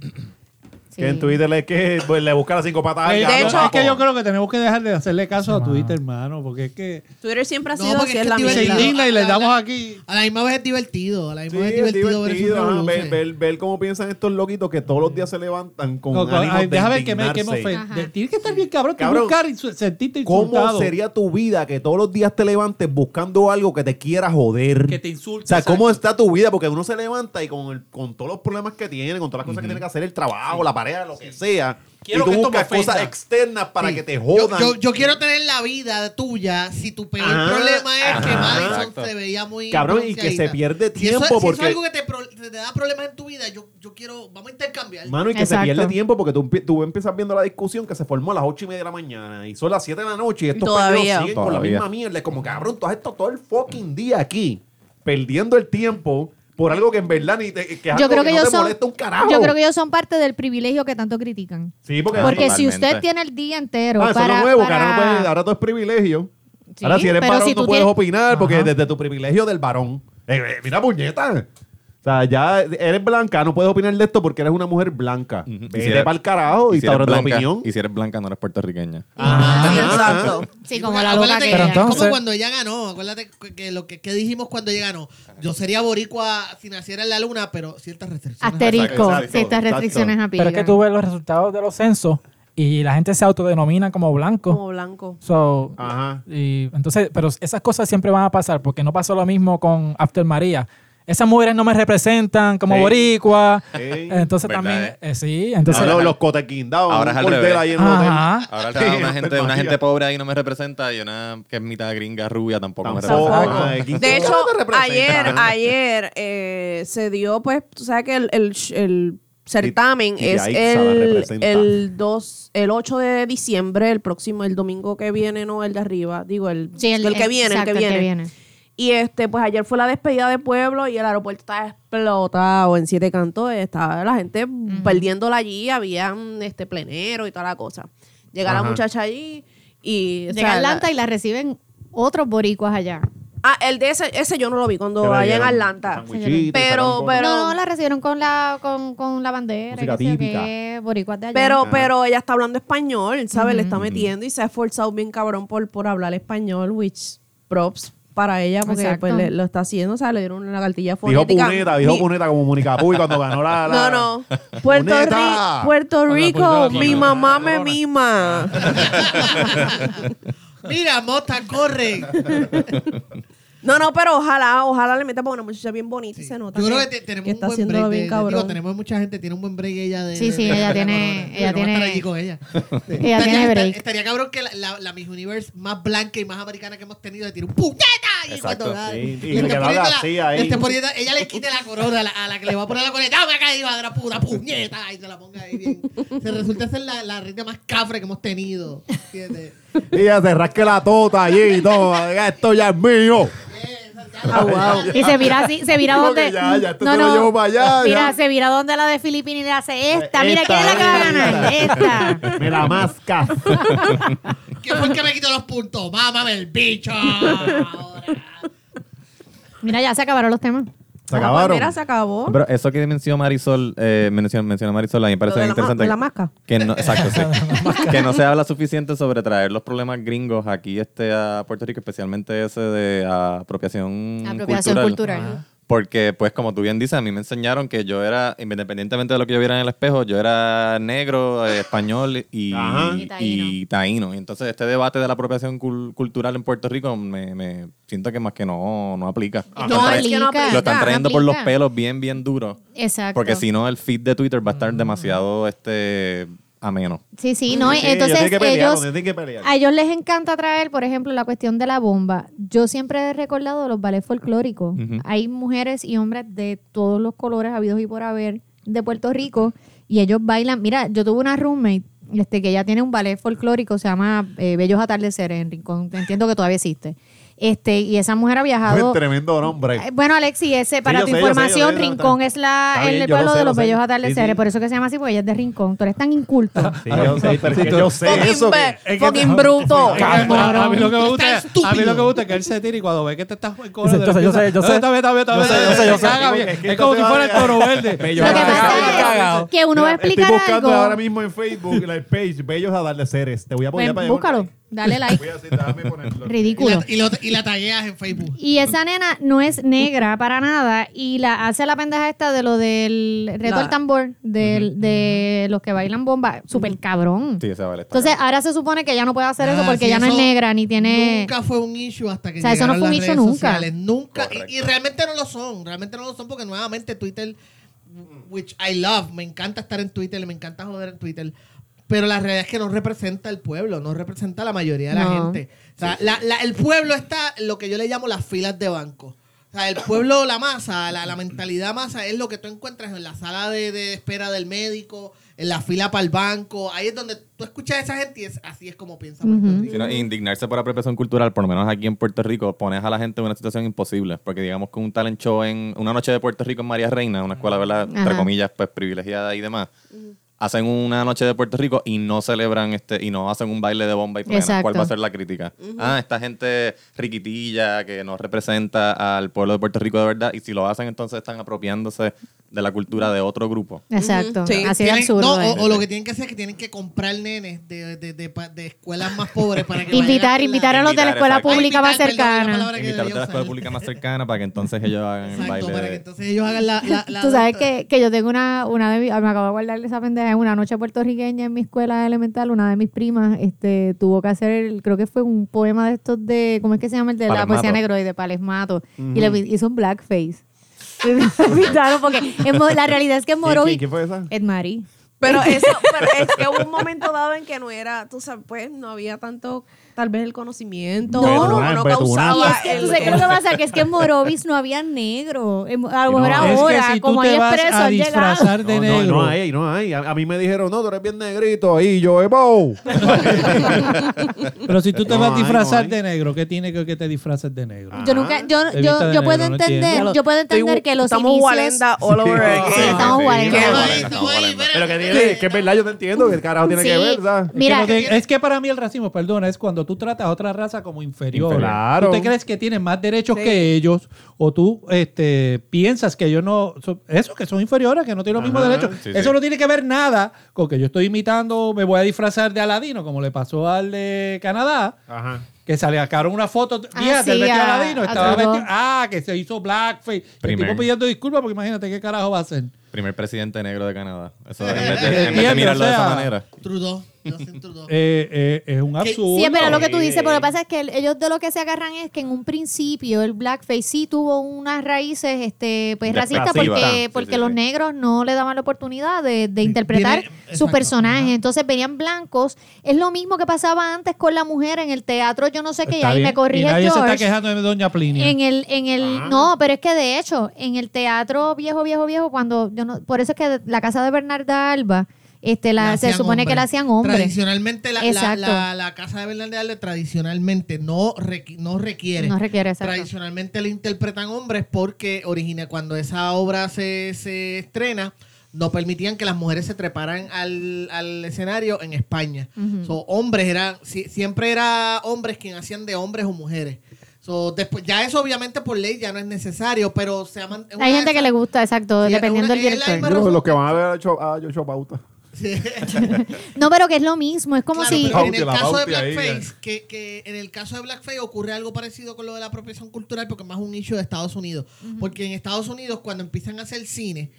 Sí.
Que en Twitter es que pues, le busca las cinco patas al
Eh,
gato,
de hecho-
es que yo
papo.
creo que tenemos que dejar de hacerle caso a Twitter, hermano, porque es que
Twitter siempre ha
No,
sido
porque
así,
es
es
que
la
te iba a
se
Sí,
mierda.
decir-
indigna y le damos aquí.
A la misma vez es divertido. A la
Sí,
misma vez
es
es divertido, ver esos
divertido, ajá, ver,
revoluciones.
ver, ver cómo piensan estos loquitos que todos los días se levantan con
No,
ánimo
con- ay,
de
déjame que me, que me
indignarse.
ofenda.
Ajá.
Tienes que estar bien cabrón, tú
Cabrón,
buscar y su- sentirte
¿Cómo
insultado.
sería tu vida que todos los días te levantes buscando algo que te quiera joder?
Que te insulte,
O sea, ¿cómo
exacto.
está tu vida? Porque uno se levanta y con, el- con todos los problemas que tiene, con todas las cosas que tiene que hacer, el trabajo, la pareja, lo que sea.
Quiero
y tú
que esto me
buscas cosas
ofenda.
externas para
Sí.
que te
Yo-
jodan.
Yo, yo quiero tener la vida tuya si tu peor
Ajá,
problema es que
ajá.
Madison
Exacto.
se veía muy.
Cabrón, y que se
bronceadita.
pierde
Si eso-
tiempo
si eso,
porque-
es algo que te, pro- te da problemas en tu vida, yo, yo quiero. Vamos a intercambiar.
Mano, y que
Exacto.
se pierde tiempo porque tú, empie- tú empiezas viendo la discusión que se formó a las 8 y media de la mañana y son las 7 de la noche y estos
Todavía.
pendejos siguen con la
Todavía.
misma mierda. Es como, cabrón, tú has estado todo el fucking día aquí perdiendo el tiempo por algo que en verdad ni te, que es
yo
algo
creo
que
que,
no
ellos
te
son,
molesta un carajo.
yo creo que ellos son parte del privilegio que tanto critican.
Sí, porque,
Porque si
Totalmente.
usted tiene el día entero
Ah, eso es
para,
lo nuevo, que
para-
ahora, no puedes- ahora todo es privilegio.
Sí,
ahora si eres
pero
varón
si
no
tú
puedes
tienes-
opinar porque
Ajá.
desde tu privilegio del varón. Eh, eh, mira, puñeta. O sea, ya eres blanca, no puedes opinar de esto porque eres una mujer blanca.
Ujú.
Vete
Y si eres-
para el carajo Oh, y, te
eres
abres la
blanca-
opinión.
Y si eres blanca, no eres puertorriqueña.
Ah,
Sí, exacto.
Sí,
Sí,
como
porque
la loca
acuérdate
que
que-
Pero
ella.
entonces-
como cuando ella ganó, acuérdate que- que lo que, que dijimos cuando ella ganó. Yo sería boricua si naciera en la luna, pero ciertas restricciones.
Asterisco,
Exacto,
sí, estas
exacto.
restricciones
Pero es que tú ves los resultados de los censos y la gente se autodenomina como blanco.
Como blanco.
So,
Ajá.
y entonces, pero esas cosas siempre van a pasar porque no pasó lo mismo con After María. Esas mujeres no me representan como
Sí.
boricua.
Sí.
Entonces
¿Verdad,
también,
eh?
eh, sí, entonces...
Ahora los cotequindados.
Ahora
un
es al
cordel
revés.
ahí en el hotel.
Ajá.
Ah, Ahora
Sí,
está una
no te
gente, una
imaginas.
gente pobre ahí no me representa y una que es mitad gringa rubia tampoco,
Tampoco,
me representa.
ajá, ¿quién
De
coño
hecho,
te representa?
ayer, ayer eh, se dio, pues, tú sabes que el, el sh- el certamen
Y- y
es
ahí Sara
el,
representa.
el, dos- el 8 de diciembre, el próximo, el domingo que viene, no el de arriba, digo, el,
Sí,
el, que viene,
exacto,
el que viene. Y este, pues ayer fue la despedida de pueblo y el aeropuerto estaba explotado en siete cantos. Estaba la gente perdiéndola allí, habían este plenero y toda la cosa. Llega la
Ajá.
muchacha allí y. o
Llega
sea,
a
la-
Atlanta y la reciben otros boricuas allá.
Ah, el de ese, ese yo no lo vi cuando
Te la
vaya en
dieron
Atlanta.
sandwichitos,
Pero-
sacaron
pero-
no, no, la recibieron con la, con, con la bandera.
Música
y qué sé yo
típica.
qué, boricuas de allá.
Pero, pero ella está hablando español, ¿sabes? Le está metiendo y se ha esforzado bien cabrón por, por hablar español, which props para ella, porque
Exacto.
pues, le- lo está haciendo, o sea, le dieron una cartilla
cosas. Dijo
fonética.
puneta, dijo
Mi-
puneta como Mónica Puy cuando ganó la... la-
No, no. Puerto,
Puneta.
Ri- Puerto
Hola,
Rico,
Puerto Rico.
mi mamá me
Hola.
mima.
Mira, Mota, corre.
No, no, pero ojalá, ojalá le meta porque una muchacha bien bonita y se nota.
Yo creo que te- tenemos
está
un buen
haciéndolo
break. de-
bien
de-
cabrón.
digo, tenemos mucha gente, tiene un buen break ella de.
Sí, sí,
de-
ella
de-
tiene-
de- vamos
ella
a estar
tiene-
allí con ella.
Ella tiene
esta-
break.
Estaría cabrón que la, la, la Miss Universe más blanca y más americana que hemos tenido le tire un puñeta. Y
Exacto,
cuando la-
sí, y
le
que
esté
la haga
poniendo la-
así ahí.
le esté poniendo- ella le quite la corona a la, a la que le va a poner la corona. Dame acá, hija de la puta puñeta. Y se la ponga ahí bien. Se resulta ser la, la reina más cafre que hemos tenido. ¿Entiendes?
Y ya se rasque la tota allí y todo. Esto ya es mío.
Eh, ya,
Ah, wow.
Y se mira así, se mira
Como
donde.
que ya, ya, esto te lo llevo para allá,
Mira,
ya.
se mira donde la de Filipinas y le hace esta. Mira,
Esta,
¿quién es la que va a ganar? Esta.
Me la mascas.
¿Qué fue el que me quitó los puntos? ¡Mámame el bicho! Ahora.
Mira, ya se acabaron los temas.
Se acabaron.
Mira, se acabó.
Pero eso que mencionó Marisol, eh, menciona, menciona Marisol, a mí me parece
Lo de la
interesante.
ma- de la masca.
Que no, exacto, sí. que no se habla suficiente sobre traer los problemas gringos aquí este, a Puerto Rico, especialmente ese de apropiación,
Apropiación cultural.
Porque, pues, como tú bien dices, a mí me enseñaron que yo era, independientemente de lo que yo viera en el espejo, yo era negro, eh, español y,
Ajá.
Y taíno.
y taíno. Y entonces, este debate de la apropiación cul- cultural en Puerto Rico me, me siento que más que no, no aplica.
No
Lo están tra-
aplica,
Lo están
no
trayendo por los
aplica.
pelos bien, bien duro.
Exacto. Mm.
Porque si no, el feed de Twitter va a estar demasiado este ameno.
Sí, sí, no.
Sí,
entonces
tienen que pelear,
ellos,
tienen que pelear.
a ellos les encanta traer, por ejemplo, la cuestión de la bomba. Yo siempre he recordado los ballets folclóricos. Hay mujeres y hombres de todos los colores habidos y por haber de Puerto Rico y ellos bailan. Mira, yo tuve una roommate este, que ella tiene un ballet folclórico, se llama eh, Bellos Atardeceres en Rincón. Entiendo que todavía existe. Este, y esa mujer ha viajado.
Buen tremendo nombre.
Eh, Bueno, Alexi, ese, para
yo
tu
sé, yo sé,
información,
yo sé, yo sé.
Rincón es la,
Está bien,
el
yo lo
pueblo
sé,
de
lo
los
sé.
bellos
Sí,
atardeceres.
sí.
Por eso que se llama así, porque ella es de Rincón. Tú eres tan inculto.
Sí, yo sé, pero es que yo sé
Fucking,
eso.
be-
que- es que-
fucking bruto.
A mí lo que me gusta,
Está
a mí lo que
estúpido.
me gusta es que él se tira y cuando ve que te estás
Dice, yo sé, yo sé, yo sé.
Está bien, está bien, está bien,
Yo sé, yo sé, yo sé.
Caga bien.
Es que
Es
esto
como
se
si
va
fuera
a
el
cagar.
coro verde.
Lo
Bello
que
Yo
pasa
cagao.
es que uno va a
Estoy
explicar
buscando ahora
algo.
mismo en Facebook la page Bellos Atardeceres. Te voy a
Pues,
poner para
búscalo, dale
Voy
like.
a decir, déjame ponerlo.
Y
Ridículo.
la, y, lo- y la tagueas en Facebook.
Y esa nena no es negra para nada y la hace la pendeja esta de lo del reto
La-
al tambor del- de los que bailan bomba. Súper cabrón.
Sí, ese vale. está
Entonces
cabrón.
ahora se supone que ella no puede hacer eso
Ah,
porque
sí,
ella no es
eso
negra ni tiene...
Nunca fue un issue hasta que
O sea, eso no
llegaron
fue un
las
issue
redes
nunca.
sociales. Nunca. Y- Y,
Correcto.
realmente no lo son. Realmente no lo son porque nuevamente Twitter, which I love, me encanta estar en Twitter, me encanta joder en Twitter. Pero la realidad es que no representa el pueblo, no representa a la mayoría de la
No.
gente. O sea, la- la- el pueblo está en lo que yo le llamo las filas de banco. O sea, el pueblo, la masa, la, la mentalidad masa es lo que tú encuentras en la sala de, de espera del médico, en la fila para el banco. Ahí es donde tú escuchas a esa gente y es, así es como piensa Puerto
Ujú.
Rico.
Si no, indignarse por apropiación cultural, por lo menos aquí en Puerto Rico, pones a la gente en una situación imposible. Porque digamos que un talent show en una noche de Puerto Rico en María Reina, una escuela, ¿verdad? entre
Ajá.
comillas, pues privilegiada y demás, hacen una noche de Puerto Rico y no celebran este y no hacen un baile de bomba y plena.
Exacto.
¿Cuál va a ser la crítica? Ah, esta gente riquitilla que no representa al pueblo de Puerto Rico de verdad. Y si lo hacen, entonces están apropiándose de la cultura de otro grupo.
Exacto.
Ujú, sí.
Así de
Tienen-
absurdo.
no,
es.
o, o lo que tienen que hacer es que tienen que comprar nenes de, de, de, pa- de escuelas más pobres para que
invitar, invitar a los de la
Invitar,
escuela
exacto.
pública más
Invitar, perdón, es la
cercana.
palabra que
Invitar a
debería
la escuela
usar.
pública más cercana para que entonces ellos hagan el
Exacto,
baile.
para que
de-
entonces ellos hagan la... la, la
Tú sabes
la-
que, que yo tengo una, una de mis, me acabo de guardar esa pendeja, en una noche puertorriqueña en mi escuela elemental, una de mis primas este, tuvo que hacer, el- creo que fue un poema de estos de, ¿cómo es que se llama? El de la
Palesmato.
poesía negro y de Palesmato. Y le pi- hizo un blackface. Y me invitaron porque en Mo- la realidad es que en Morovi...
¿Quién- quién fue esa?
Ed Marie.
Pero eso, pero es que hubo un momento dado en que no era, tú sabes, pues no había tanto, tal vez el conocimiento,
No.
o no,
Betunal,
no
Betunal.
Y
causaba
es que,
Ah,
¿tú
el-
sabes qué es lo que pasa? Que es que en Morovis no había negro. En- a lo
No,
mejor
es
Es
ahora,
que si tú
como hay
te vas
expreso,
a
han llegado.
disfrazar de
No, no,
negro.
no hay, no hay. A, a mí me dijeron, no, tú eres bien negrito. Y yo, Evo.
Pero si tú te
No
vas
hay, no
a disfrazar
hay.
de negro, ¿qué tiene que que te disfraces de negro?
Yo nunca, yo,
Te vista
yo,
de
yo
negro,
puedo
no
entender,
entiendo.
yo puedo entender que los
Estamos
inicios,
Walenda all over
Sí,
again.
estamos
Qué
Walenda.
bonito,
Estamos
oye,
Walenda.
espérate,
Pero que,
espérate.
tiene, que es verdad, yo te entiendo que el carajo tiene que
Sí.
ver, ¿sabes?
Es que
Mira, eh,
no tiene- es que para mí el racismo, perdona, es cuando tú tratas a otra raza como inferior.
Claro.
Tú te crees que tienes más derechos que ellos o tú este, piensas que ellos no... so- eso, que son inferiores, que no tienen los mismos derechos.
Sí,
eso
sí.
no tiene que ver nada con que yo estoy imitando, me voy a disfrazar de Aladino, como le pasó al de Canadá.
Ajá.
Que se le sacaron una foto
Ah,
mía del
sí,
vestido
a-
Aladino.
a
Estaba
Trudeau.
vestido- Ah, que se hizo blackface. El
Primer.
tipo pidiendo disculpas porque imagínate qué carajo va a hacer.
Primer presidente negro de Canadá. Eso, en vez de, en vez de
Entiendo,
mirarlo
o
de
sea,
esa manera.
Trudeau, Justin Trudeau.
Eh, eh, es un absurdo.
Sí, pero lo que tú dices, pero lo que pasa es que el- ellos de lo que se agarran es que en un principio el blackface sí tuvo unas raíces este pues racistas
Despreciativas.
porque,
Ah, Sí,
porque
sí,
los
sí.
negros no le daban la oportunidad de, de interpretar
Viene-
sus
exacto,
personajes.
ajá.
Entonces venían blancos. Es lo mismo que pasaba antes con la mujer en el teatro, yo no sé qué, y
Está
ahí
bien.
me corrige
Y nadie se está
George.
quejando de Doña Plinia.
En el, en el,
Ah.
no, pero es que de hecho, en el teatro viejo, viejo, viejo, cuando yo no, por eso es que la casa de Bernarda Alba este, la,
La
se
hacían
supone que la
hombres.
hacían hombres.
Tradicionalmente, la, la-
Exacto.
la- la casa de Bernal de Alde tradicionalmente no, requi- no requiere.
No requiere, exacto.
Tradicionalmente la interpretan hombres porque origina, cuando esa obra se, se estrena, no permitían que las mujeres se treparan al, al escenario en España. So, hombres eran, si- siempre era hombres quien hacían de hombres o mujeres. So, después, ya eso obviamente por ley ya no es necesario, pero se ha man- es una
Hay gente que
esa-
le gusta, exacto,
Sí,
dependiendo
una-
del
es la
director.
misma
Yo, los que van a ver a Cho- a Joshua Pauta.
Sí.
No, pero que es lo mismo, es como
Claro,
si...
pero en
Pauti,
el
la
caso
pauti
de
ahí,
Blackface, que, que en el caso de Blackface ocurre algo parecido con lo de la apropiación cultural, porque es más un nicho de Estados Unidos. Porque en Estados Unidos, cuando empiezan a hacer cine,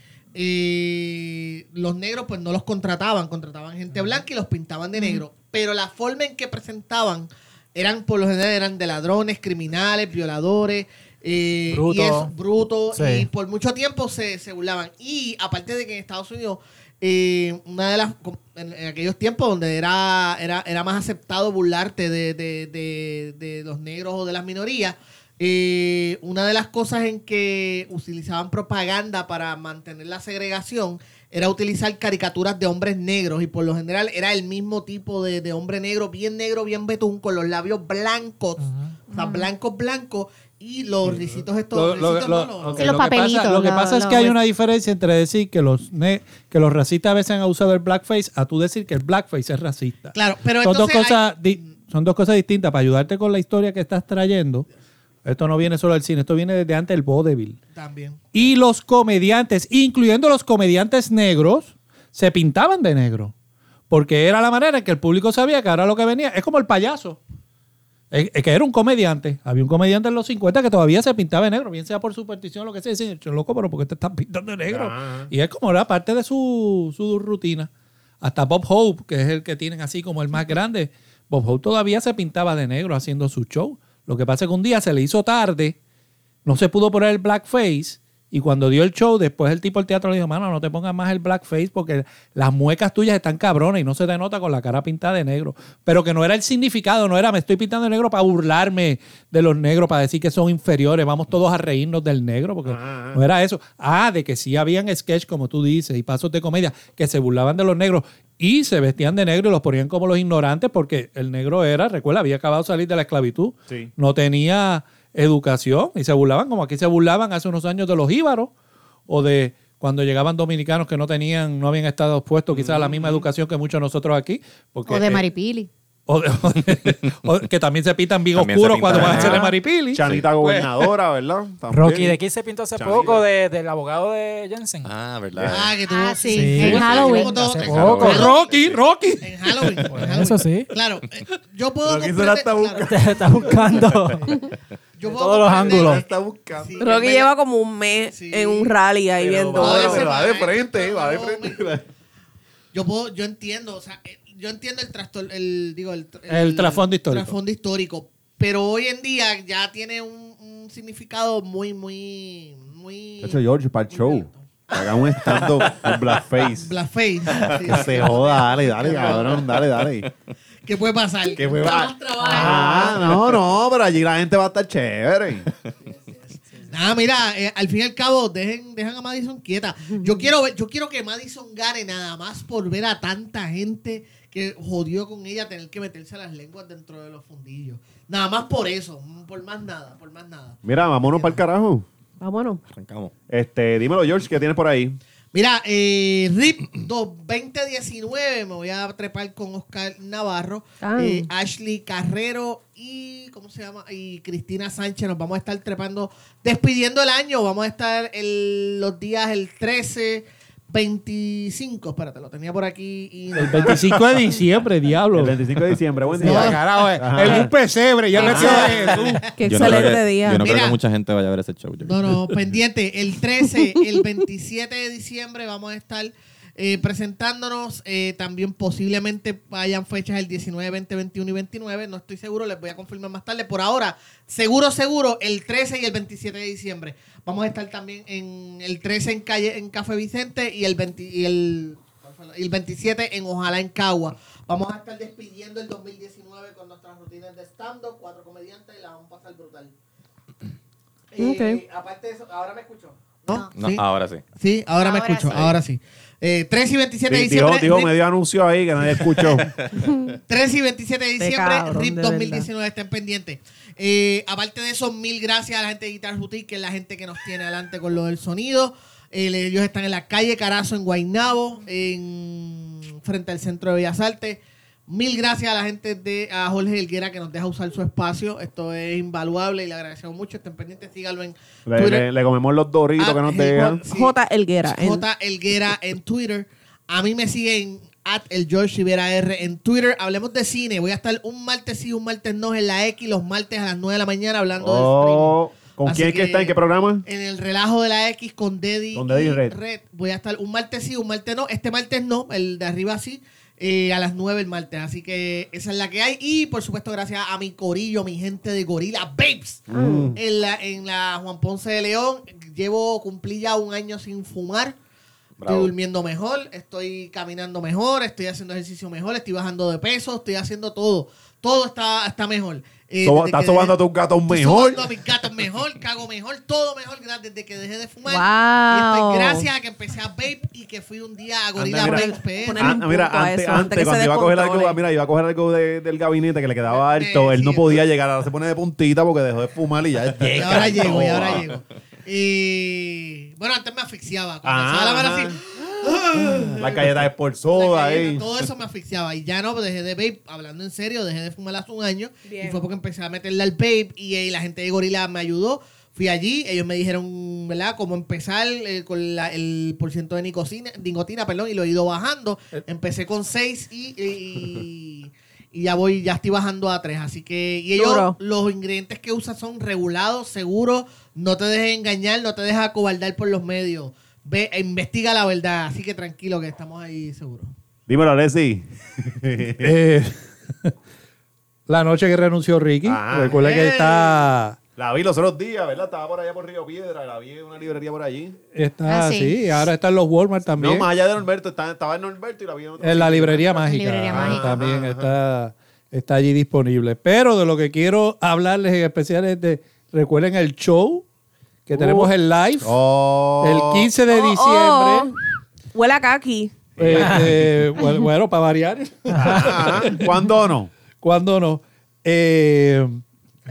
eh, los negros pues no los contrataban, contrataban gente blanca y los pintaban de negro. Pero la forma en que presentaban eran, por lo general, eran de ladrones, criminales, violadores. eh,
Bruto.
Y eso, bruto.
Sí.
Y por mucho tiempo se, se burlaban. Y aparte de que en Estados Unidos, eh, una de las com- en, en aquellos tiempos donde era, era, era más aceptado burlarte de, de- de- de los negros o de las minorías, eh, una de las cosas en que utilizaban propaganda para mantener la segregación era utilizar caricaturas de hombres negros y por lo general era el mismo tipo de, de hombre negro, bien negro, bien betún, con los labios blancos, o sea, blancos, blancos, y los risitos estos...
Lo- lo-
risitos,
lo-
no,
ok,
no, no.
Sí, los
lo que pasa-
papelitos,
Lo que
lo-
pasa es
lo-
que hay una diferencia entre decir que los, ne- que los racistas a veces han usado el blackface a tú decir que el blackface es racista.
Claro, pero
son dos
entonces hay-
cosas di- son dos cosas distintas para ayudarte con la historia que estás trayendo. Esto no viene solo del cine, esto viene desde antes del vaudeville.
También.
Y los comediantes, incluyendo los comediantes negros, se pintaban de negro. Porque era la manera en que el público sabía que ahora lo que venía es como el payaso. Es, es que era un comediante. Había un comediante en los 50 que todavía se pintaba de negro, bien sea por superstición o lo que sea. Y Dicen, "Che, loco, pero ¿por qué te están pintando de negro? Y es como era parte de su, su rutina. Hasta Bob Hope, que es el que tienen así como el más grande, Bob Hope todavía se pintaba de negro haciendo su show. Lo que pasa es que un día se le hizo tarde no se pudo poner el blackface y cuando dio el show, después el tipo del teatro le dijo, mano, no te pongas más el blackface porque las muecas tuyas están cabronas y no se te nota con la cara pintada de negro. Pero que no era el significado, no era me estoy pintando de negro para burlarme de los negros, para decir que son inferiores, vamos todos a reírnos del negro, porque no era eso. Ah, de que sí habían sketch, como tú dices, y pasos de comedia, que se burlaban de los negros y se vestían de negro y los ponían como los ignorantes porque el negro era, recuerda, había acabado de salir de la esclavitud,
Sí.
no tenía educación y se burlaban como aquí se burlaban hace unos años de los íbaros o de cuando llegaban dominicanos que no tenían, no habían estado expuestos quizás a la misma educación que muchos de nosotros aquí. Porque,
O de
eh,
Maripili.
o de- o de- o que también se pitan bien
También se
oscuros
pintan
cuando
de
van a hacer de
negro.
maripili.
Chanita gobernadora, ¿verdad? También.
Rocky de aquí se pintó hace
Chanita.
poco de- del abogado de Jensen.
Ah, ¿verdad?
Ah, que tú...
Ah, sí.
Sí.
En
Sí.
Halloween.
Tengo todo-
Hace
en
poco.
Halloween.
Rocky, Rocky.
En Halloween. en Halloween.
eso sí.
Claro, eh, yo puedo
Pero aquí se la
comprender-
está
claro,
Te está buscando.
yo puedo
todos los
comprender-
ángulos.
Está buscando.
Sí,
Rocky
en
lleva como un mes
Sí.
en un rally ahí
Pero
viendo.
va,
Todo ese
pero va de
maestro,
frente, va de
no,
frente.
yo puedo, yo entiendo, o sea, eh, yo entiendo el trastor- el digo el,
El trasfondo histórico.
trasfondo histórico, pero hoy en día ya tiene un, un significado muy muy muy
De hecho, George, para el show. Que haga un estando con blackface.
blackface. Sí,
Que
sí.
se joda, dale, dale, cabrón, dale, dale.
¿Qué puede pasar?
Que hueva.
trabajo.
Ah, no, no, pero allí la gente va a estar chévere.
Nada, mira, eh, al fin y al cabo, dejen, dejan a Madison quieta. Yo quiero, ver- yo quiero que Madison gane nada más por ver a tanta gente que jodió con ella tener que meterse las lenguas dentro de los fundillos. Nada más por eso, mm, por más nada, por más nada.
Mira, vámonos para el carajo.
Vámonos.
Arrancamos.
Este, dímelo, George, ¿qué tienes por ahí?
Mira, eh, RIP 2019, me voy a trepar con Oscar Navarro,
Ah.
eh, Ashley Carrero y ¿cómo se llama? Y Cristina Sánchez. Nos vamos a estar trepando, despidiendo el año. Vamos a estar el- los días el 13, 25. Espérate, lo tenía por aquí y
El 25 de diciembre,
El
diablo.
25 de diciembre, buen
Ya,
día.
carajo, eh. En un pesebre, ya no es que-
Qué
Yo no creo
excelente
que-
día.
Yo no creo
Mira.
que mucha gente vaya a ver ese show. yo creo.
No, no, pendiente. El 13, el 27 de diciembre vamos a estar eh, presentándonos. Eh, también posiblemente hayan fechas el 19, 20, 21 y 29. No estoy seguro, les voy a confirmar más tarde. Por ahora, seguro, seguro, el 13 y el 27 de diciembre. Vamos a estar también en el 13 en calle en Café Vicente y el 20 y el y el 27 en Ojalá en Cagua. Vamos a estar despidiendo el 2019 con nuestras rutinas de stand-up, cuatro comediantes y la vamos a pasar brutal. Eh, Aparte de eso, ¿ahora me escucho? No,
No,
sí,
ahora sí.
sí, ahora, me
Ahora
escucho,
sí.
ahora sí. Eh, 3 y 27 de
Di- Dijo,
diciembre.
dijo
Rip-
medio anuncio ahí que nadie escuchó.
3 y 27 de diciembre,
cabrón,
RIP
de
2019, estén pendientes. Eh, aparte de eso, mil gracias a la gente de Guitar Boutique, que es la gente que nos tiene adelante con lo del sonido. Eh, le- ellos están en la calle Carazo, en Guaynabo, en, frente al Centro de Bellas Artes. Mil gracias a la gente de a Jorge Helguera que nos deja usar su espacio. Esto es invaluable y le agradecemos mucho. Estén pendientes, síganlo en
Le,
Twitter.
le- le comemos los doritos que nos
Ah,
dejan.
sí.
J. Elguera. en-
J. Elguera en Twitter. A mí me siguen at el George Rivera R en Twitter. Hablemos de cine. Voy a estar un martes sí, un martes no en la X, los martes a las 9 de la mañana hablando
Oh, ¿Con
Así
quién es que
que-
está? ¿En qué programa?
de streaming. En el relajo de la X con Deddy
Con Deddy
y
Red.
Voy a estar un martes sí, un martes no. Este martes no, el de arriba sí. eh, a las 9 el martes. Así que esa es la que hay. Y por supuesto, gracias a mi corillo, mi gente de Gorila Babes
Mm.
en, la, en la Juan Ponce de León. Llevo, cumplí ya un año sin fumar.
Bravo.
Estoy durmiendo mejor, estoy caminando mejor, estoy haciendo ejercicio mejor, estoy bajando de peso, estoy haciendo todo. Todo está, está mejor. Eh,
Soba-
desde
estás
que
sobando
dejé-
a tus gatos
estoy
mejor.
sobando a mis gatos mejor, cago mejor, todo mejor gra- desde que dejé de fumar.
Wow.
Y estoy gracias a que empecé a vape y que fui un día a Gorilla
mira.
Vape PR.
Poner-
Ah,
un
mira,
punto a
antes, antes,
eso, antes que
cuando
se
iba a coger
descontrole.
algo, mira, iba a coger algo de- del gabinete que le quedaba alto,
Eh,
él no
sí,
podía llegar, ahora se pone de puntita porque dejó de fumar y ya es
Y ahora llego, y ahora llego. Y bueno, antes me asfixiaba. Cuando
Ah,
empezaba a lavar así.
La galleta es por
la
soda
galleta,
ahí.
todo eso me asfixiaba. Y ya no, pues, dejé de vape, hablando en serio, dejé de fumar hace un año.
Bien.
Y fue porque empecé a meterle al vape y, eh, la gente de Gorila me ayudó. Fui allí, ellos me dijeron, ¿verdad?, cómo empezar eh, con la- el porciento de nicocina- nicotina, perdón, y lo he ido bajando.
Eh.
Empecé con 6 y, y- y ya voy, ya estoy bajando a 3. Así que, y ellos,
Duro.
los ingredientes que usas son regulados, seguros, no te dejes engañar, no te dejes acobardar por los medios. Ve, e investiga la verdad, así que tranquilo que estamos ahí seguros.
Dímelo, Alexi.
Eh, la noche que renunció Ricky.
Ah.
recuerda que
Eh.
está.
La vi los otros días, ¿verdad? Estaba por allá por Río Piedra, la vi en una librería por allí.
Está
Ah,
así.
sí.
Ahora está en los Walmart
No,
también.
más allá de Norberto, está- estaba en Norberto y la vi en otro
en la
sitio.
librería mágica.
Librería
Ah,
mágica.
También está, está allí disponible. Pero de lo que quiero hablarles en especial es de. Recuerden el show que tenemos en live
Oh.
el 15 de
Oh,
diciembre.
oh. Huele a caqui.
Este, bueno, bueno, para variar.
Ajá. ¿Cuándo no?
¿Cuándo no? Eh,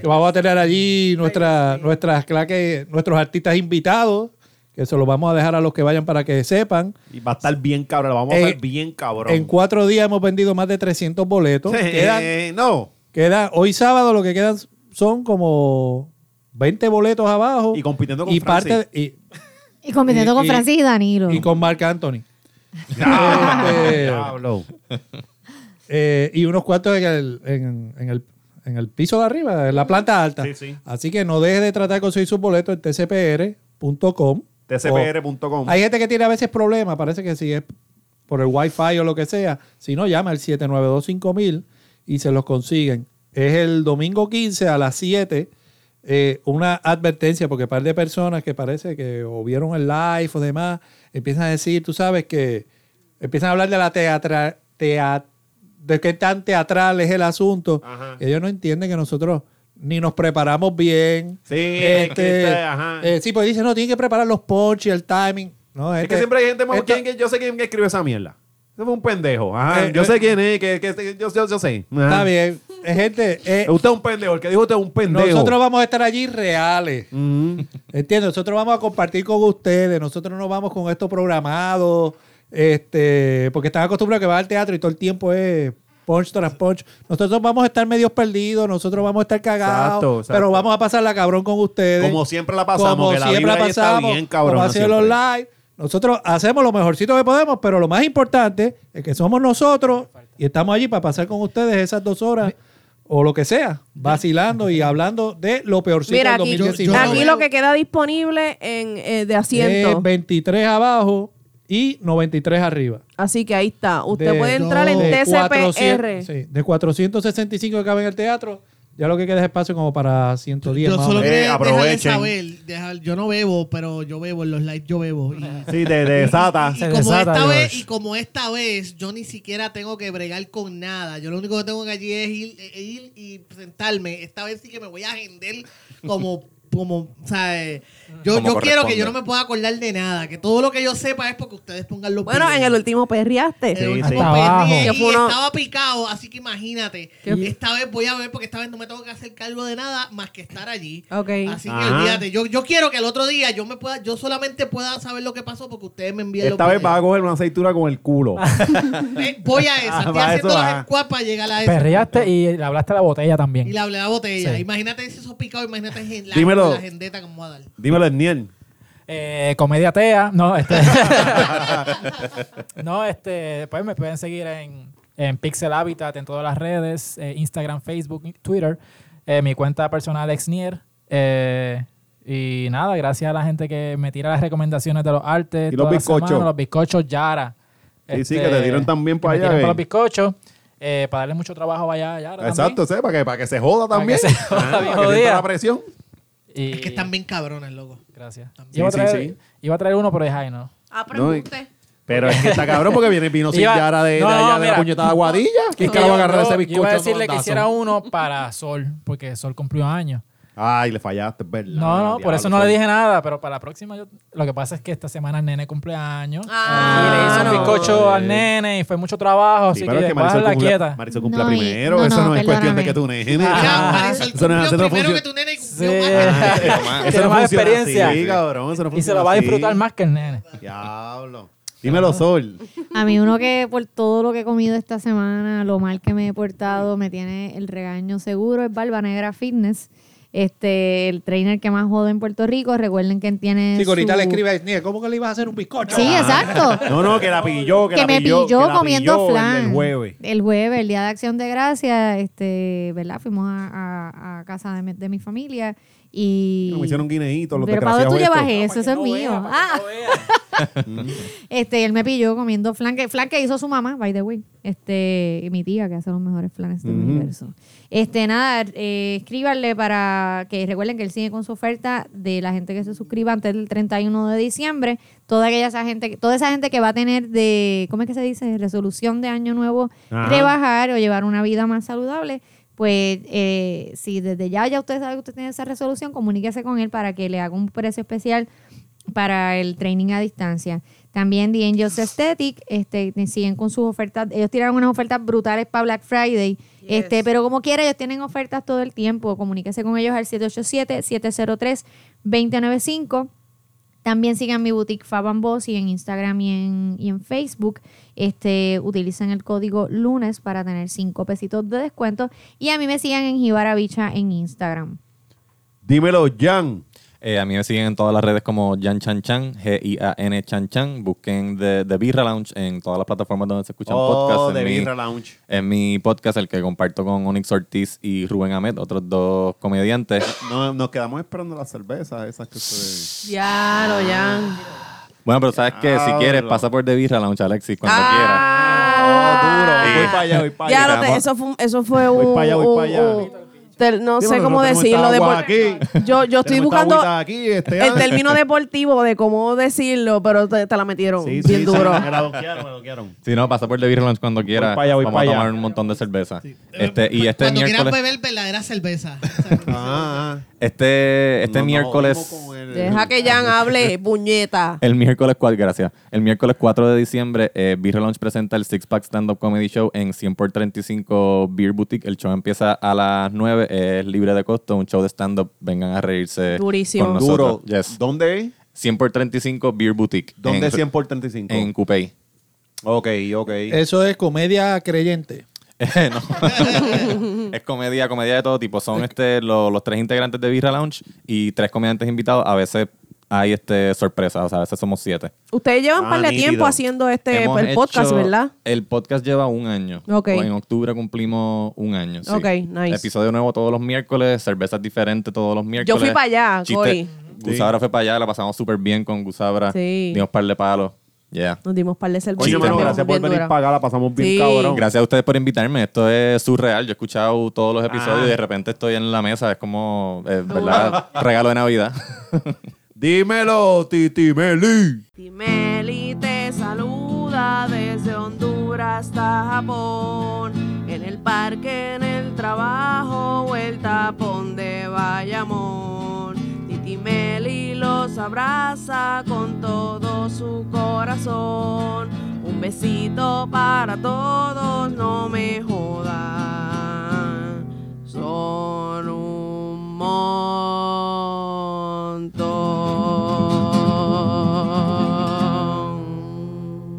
vamos a tener allí nuestra, nuestras claques, nuestros artistas invitados, que se los vamos a dejar a los que vayan para que sepan.
Y va a estar bien cabrón, la vamos a
Eh,
ver bien cabrón.
En cuatro días hemos vendido más de 300 boletos. Quedan,
Eh, no.
quedan- hoy sábado lo que quedan son como 20 boletos abajo.
Y compitiendo con
y
Francis.
parte y,
Y compitiendo
Y-
con
y-
Francis y Danilo.
y con Marc Anthony. Este,
Diablo.
Eh, y unos cuartos en el, en, en el, en el piso de arriba, en la planta alta.
Sí, sí.
Así que no dejes de tratar de conseguir sus boletos en tcpr.com.
tcpr.com.
O- Hay gente que tiene a veces problemas, parece que si es por el wifi o lo que sea. Si no, llama al 7925000 y se los consiguen. Es el domingo 15 a las 7. eh, una advertencia porque un par de personas que parece que o vieron el live o demás empiezan a decir, tú sabes que empiezan a hablar de la teatra, tea- de qué tan teatral es el asunto.
Ajá.
que ellos no entienden que nosotros ni nos preparamos bien.
Sí, es que está- Este, ajá.
eh, sí, pues dicen, no, tienen que preparar los punch y el timing. No,
Es
este-
que siempre hay gente más
esta-
¿quién que yo sé quién que escribe esa mierda. Eso fue un pendejo. Ajá,
Eh,
yo
eh.
sé quién es, que, que- yo, yo, yo sé. Ajá.
Está bien. Es gente. eh,
Usted es Ah. un pendejo, el que dijo usted es un pendejo.
nosotros vamos a estar allí reales.
Mm.
¿Entiendes? Nosotros vamos a compartir con ustedes. Nosotros no vamos con esto programado. Este, porque están acostumbrados que va al teatro y todo el tiempo es punch tras punch. Nosotros vamos a estar medios perdidos, nosotros vamos a estar cagados,
Exacto, exacto.
pero vamos a pasar la cabrón con ustedes.
Como siempre la pasamos, que la vibra ahí está bien cabrona
como ha sido los
siempre.
live. Nosotros hacemos lo mejorcito que podemos, pero lo más importante es que somos nosotros y estamos allí para pasar con ustedes esas dos horas o lo que sea, vacilando y hablando de lo peorcito
Mira,
del
aquí,
2019.
aquí lo que queda disponible en, eh, de asiento.
Es 23 abajo y 93 arriba.
Así que ahí está. Usted
De-
puede entrar en
de 400,
TCPR.
sí, de 465 que cabe en el teatro, ya lo que queda es espacio como para 110
Yo
más o
solo
menos.
Eh,
quería dejarles
aprovechen.
saber, dejar- yo no bebo, pero yo bebo en los lives, yo bebo. Y,
Sí, te, te desata.
y
Se
como
desata,
esta
George.
vez, y como esta vez, yo ni siquiera tengo que bregar con nada. Yo lo único eh, que tengo que allí es ir, ir y sentarme. Esta vez sí que me voy a agender como como, o sea, eh, yo,
Como
yo quiero que
corresponde.
yo no me pueda acordar de nada, que todo lo que yo sepa es porque ustedes pongan los
Bueno,
videos. Eh,
en el último perriaste.
Eh,
El último
sí.
perrié
Hasta abajo.
y
Que fue uno-
estaba picado, así que imagínate. Esta vez voy a ver porque esta vez no me tengo que hacer cargo de nada más que estar allí.
Ok.
Así que
Ajá.
olvídate. Yo, yo quiero que el otro día yo me pueda, yo solamente pueda saber lo que pasó porque ustedes me envían
Esta
los
vez vas a
videos.
coger una aceitura con el culo.
Eh, voy a esa,
Ah,
estoy
para
haciendo
eso,
las
ajá.
squats para llegar a esa.
Perreaste y le hablaste a la botella también.
Y le hablé a la botella.
Sí.
Imagínate si eso picado, imagínate en la,
Dímelo.
la agendeta como va a dar.
Dímelo, Niel.
Eh, comedia Tea. No, este. no, este. Pues me pueden seguir en, en Pixel Habitat, en todas las redes: eh, Instagram, Facebook, Twitter. eh, mi cuenta personal, Exnier. eh, y nada, gracias a la gente que me tira las recomendaciones de los artes.
Y los
todas las
bizcochos.
semanas, los bizcochos Yara. Este,
Sí, sí, que te dieron también por
que me
allá,
tiran
eh.
para los bizcochos. eh, para darle mucho trabajo allá a Yara.
Exacto, ¿sí? Para que, para que se joda
Para
también.
que se joda,
Ajá,
bien
para que sienta
jodida.
la presión.
también. Y-
Es que están bien cabrones, loco.
Gracias.
También.
Iba, a
Sí,
traer,
sí, sí.
iba a traer uno, pero es ahí, ¿no?
Ah,
No, y-
pregunte.
Pero es que está cabrón porque viene vino sin
Iba-
yara de, de
No,
allá de
mira.
la puñetada guadilla. ¿Quién
que
que lo va a
yo-
agarrar
yo-
ese
yo
bizcocho?
iba a decirle que
bondazo?
hiciera uno para Sol, porque Sol cumplió años.
Ay, le fallaste, es verdad.
No, no, por
Diablo,
eso no
Sol.
le dije nada, pero para la próxima yo- lo que pasa es que esta semana el nene cumpleaños.
Ah,
y le hizo
no.
un bizcocho al nene y fue mucho trabajo,
Sí,
así
pero
que,
es que Marisol
bájala
cumpla,
quieta.
Marisol cumpla
No, y-
primero.
no,
eso no,
no,
es cuestión de que tú nene.
Mira,
Ah,
Marisol
Eso no- eso
cumplió
no
primero que
funciona.
tu nene y cumplió más.
Sí.
Toma.
Eso
Tiene
no
más
funciona
experiencia.
así, cabrón. Eso no
Y se
funciona
lo va a
así.
disfrutar más que el nene.
Diablo. Dímelo, Sol.
A mí uno que por todo lo que he comido esta semana, lo mal que me he portado, me tiene el regaño seguro, es Barba Negra Fitness. Este, el trainer que más jode en Puerto Rico, recuerden que él tiene
Sí, que ahorita
su-
le escribe a Disney, ¿cómo que le ibas a hacer un bizcocho? Ah,
Sí, exacto.
No, no, que la pilló, que,
que
la
me
pilló,
pilló,
que la
comiendo
pilló el
flan.
del jueves.
El jueves, el día de Acción de Gracia, este, ¿verdad? Fuimos a, a- a casa de mi, de mi familia y...
Me hicieron guineíto los
Pero ¿para dónde tú
desgraciados
llevas
estos.
eso? Eso es mío. ah, este, él me pilló comiendo flan, que, flan que hizo su mamá, by the way. Este, y mi tía, que hace los mejores flanes del
Ujú.
universo. Este, nada, eh, escríbanle para que recuerden que él sigue con su oferta de la gente que se suscriba antes del 31 de diciembre. Toda aquella esa gente, toda esa gente que va a tener de, ¿cómo es que se dice? Resolución de año nuevo,
Ajá.
rebajar o llevar una vida más saludable. Pues eh, si desde ya ya usted sabe que usted tiene esa resolución, comuníquese con él para que le haga un precio especial para el training a distancia. También The Angels Aesthetic, este, te siguen con sus ofertas. Ellos tiraron unas ofertas brutales para Black Friday. Este, pero como quiera, ellos tienen ofertas todo el tiempo. Comuníquese con ellos al 787-703-2095. También sigan mi boutique Fab and Boss y en Instagram y en, y en Facebook. Este, utilizan el código lunes para tener 5 pesitos de descuento. Y a mí me sigan en Jibara Bicha en Instagram.
Dímelo, Jan.
Eh, a mí me siguen en todas las redes como Jan Chan Chan, G-I-A-N Chan Chan. Busquen The, The Birra Lounge en todas las plataformas donde se escuchan podcasts.
Oh, de
en mi-
Birra Lounge.
En mi podcast, el que comparto con Onyx Ortiz y Rubén Ahmed, otros dos comediantes.
No, nos quedamos esperando las cervezas esas que ustedes...
Ya, lo ya.
Bueno, pero sabes que si quieres,
Diablo.
pasa por The Birra Lounge, Alexis, cuando
Oh,
Ah.
duro. Voy para allá, voy para allá.
Ya, lo te- eso fue, eso fue
Voy
un...
pa' allá, voy
un-
pa' allá.
un- te- no
Sí,
sé
pero
cómo
nosotros
decirlo.
tenemos esta
depo-
agua aquí.
Yo, yo estoy
Tenemos esta
buscando
agüita aquí, este
el
año.
término deportivo de cómo decirlo, pero te, te la metieron
Sí, sí,
bien
sí,
duro.
me la donkearon, me donkearon.
quiera. Si no, pasa por The Birra Lounge cuando quieras.
pa' allá, voy
Vamos
pa'
a
allá.
tomar un montón de cerveza. Este, y este
Cuando quieras
miércoles.
beber verdadera cerveza.
Ah,
Este, este
no, no,
miércoles.
vamos con el-
Deja que Jan hable, puñeta.
Eh,
El miércoles 4, gracias. El miércoles 4 de diciembre, eh, Beer Launch presenta el Six Pack Stand Up Comedy Show en 100 por 35 Beer Boutique. El show empieza a las 9, es libre de costo, un show de stand up. Vengan a reírse.
Durísimo.
Con
Duro.
nosotros. Yes.
¿Dónde es?
100 por 35 Beer Boutique.
¿Dónde
en,
100 por 35?
En Coupey.
Ok, ok.
Eso es comedia creyente.
Eh, no. es comedia, comedia de todo tipo. Son este lo- los tres integrantes de Birra Lounge y tres comediantes invitados. A veces hay este sorpresas, o sea, a veces somos siete.
Ustedes llevan un
Ah,
par de
nítido.
tiempo haciendo este
Hemos
el podcast,
hecho-
¿verdad?
El podcast lleva un año.
Ok.
En octubre cumplimos un año. sí.
Ok, nice.
Episodio nuevo todos los miércoles, cervezas diferentes todos los miércoles.
fui pa' allá,
Chiste-
Cory.
Gusabra fue para allá, la pasamos súper bien con Gusabra.
Sí.
Dimos par de palos. Yeah.
Nos dimos par de cervezas.
Oye, mano,
pero
gracias por
bien
venir
dura.
para acá. La pasamos bien,
Sí.
cabrón.
Gracias a ustedes por invitarme. Esto es surreal. Yo he escuchado todos los episodios
Ah.
y de repente estoy en la mesa. Es como, eh, ¿verdad? Regalo de Navidad.
Dímelo, Titi Meli.
Timeli te saluda desde Honduras hasta Japón, en el parque, en el trabajo o el tapón de Bayamón. abraza con todo su corazón. Un besito para todos, no me jodan. Son un montón.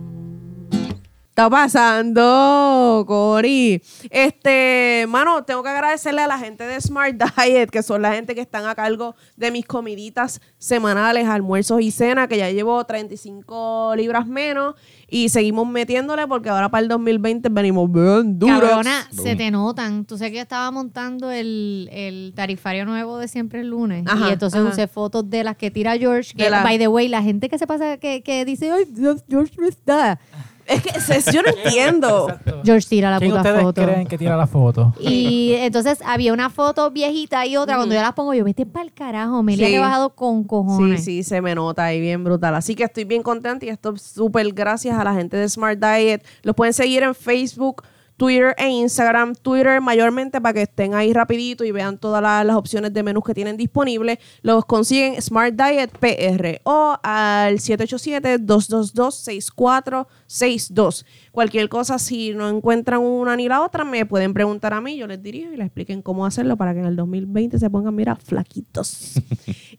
Está pasando, Cori. Este, mano, tengo que agradecerle a la gente de Smart Diet, que son la gente que están a cargo de mis comiditas semanales, almuerzos y cena, que ya llevo 35 libras menos y seguimos metiéndole porque ahora para el 2020 venimos bien duras.
Cabrona, se te notan. Tú sé que yo estaba montando el, el tarifario nuevo de siempre el lunes.
Ajá,
y entonces
ajá.
usé fotos de las que tira George. Que,
De la-
By the way, la gente que se pasa que, que dice, ay, Dios, George no está.
Es que se- yo no entiendo.
George tira la
¿Quién
puta
ustedes
foto.
creen que tira la foto?
Y entonces había una foto viejita y otra. Cuando yo las pongo, yo, vete para el carajo, me le
Sí.
he bajado con
Sí,
cojones.
sí, se me nota ahí bien brutal. Así que estoy bien contenta y esto es súper gracias a la gente de Smart Diet. Los pueden seguir en Facebook, Twitter e Instagram. Twitter mayormente para que estén ahí rapidito y vean todas la- las opciones de menús que tienen disponibles. Los consiguen Smart Diet PR o al 787-222-6462. Cualquier cosa, si no encuentran una ni la otra, me pueden preguntar a mí, yo les dirijo y les expliquen cómo hacerlo para que en el 2020 se pongan, mira, flaquitos.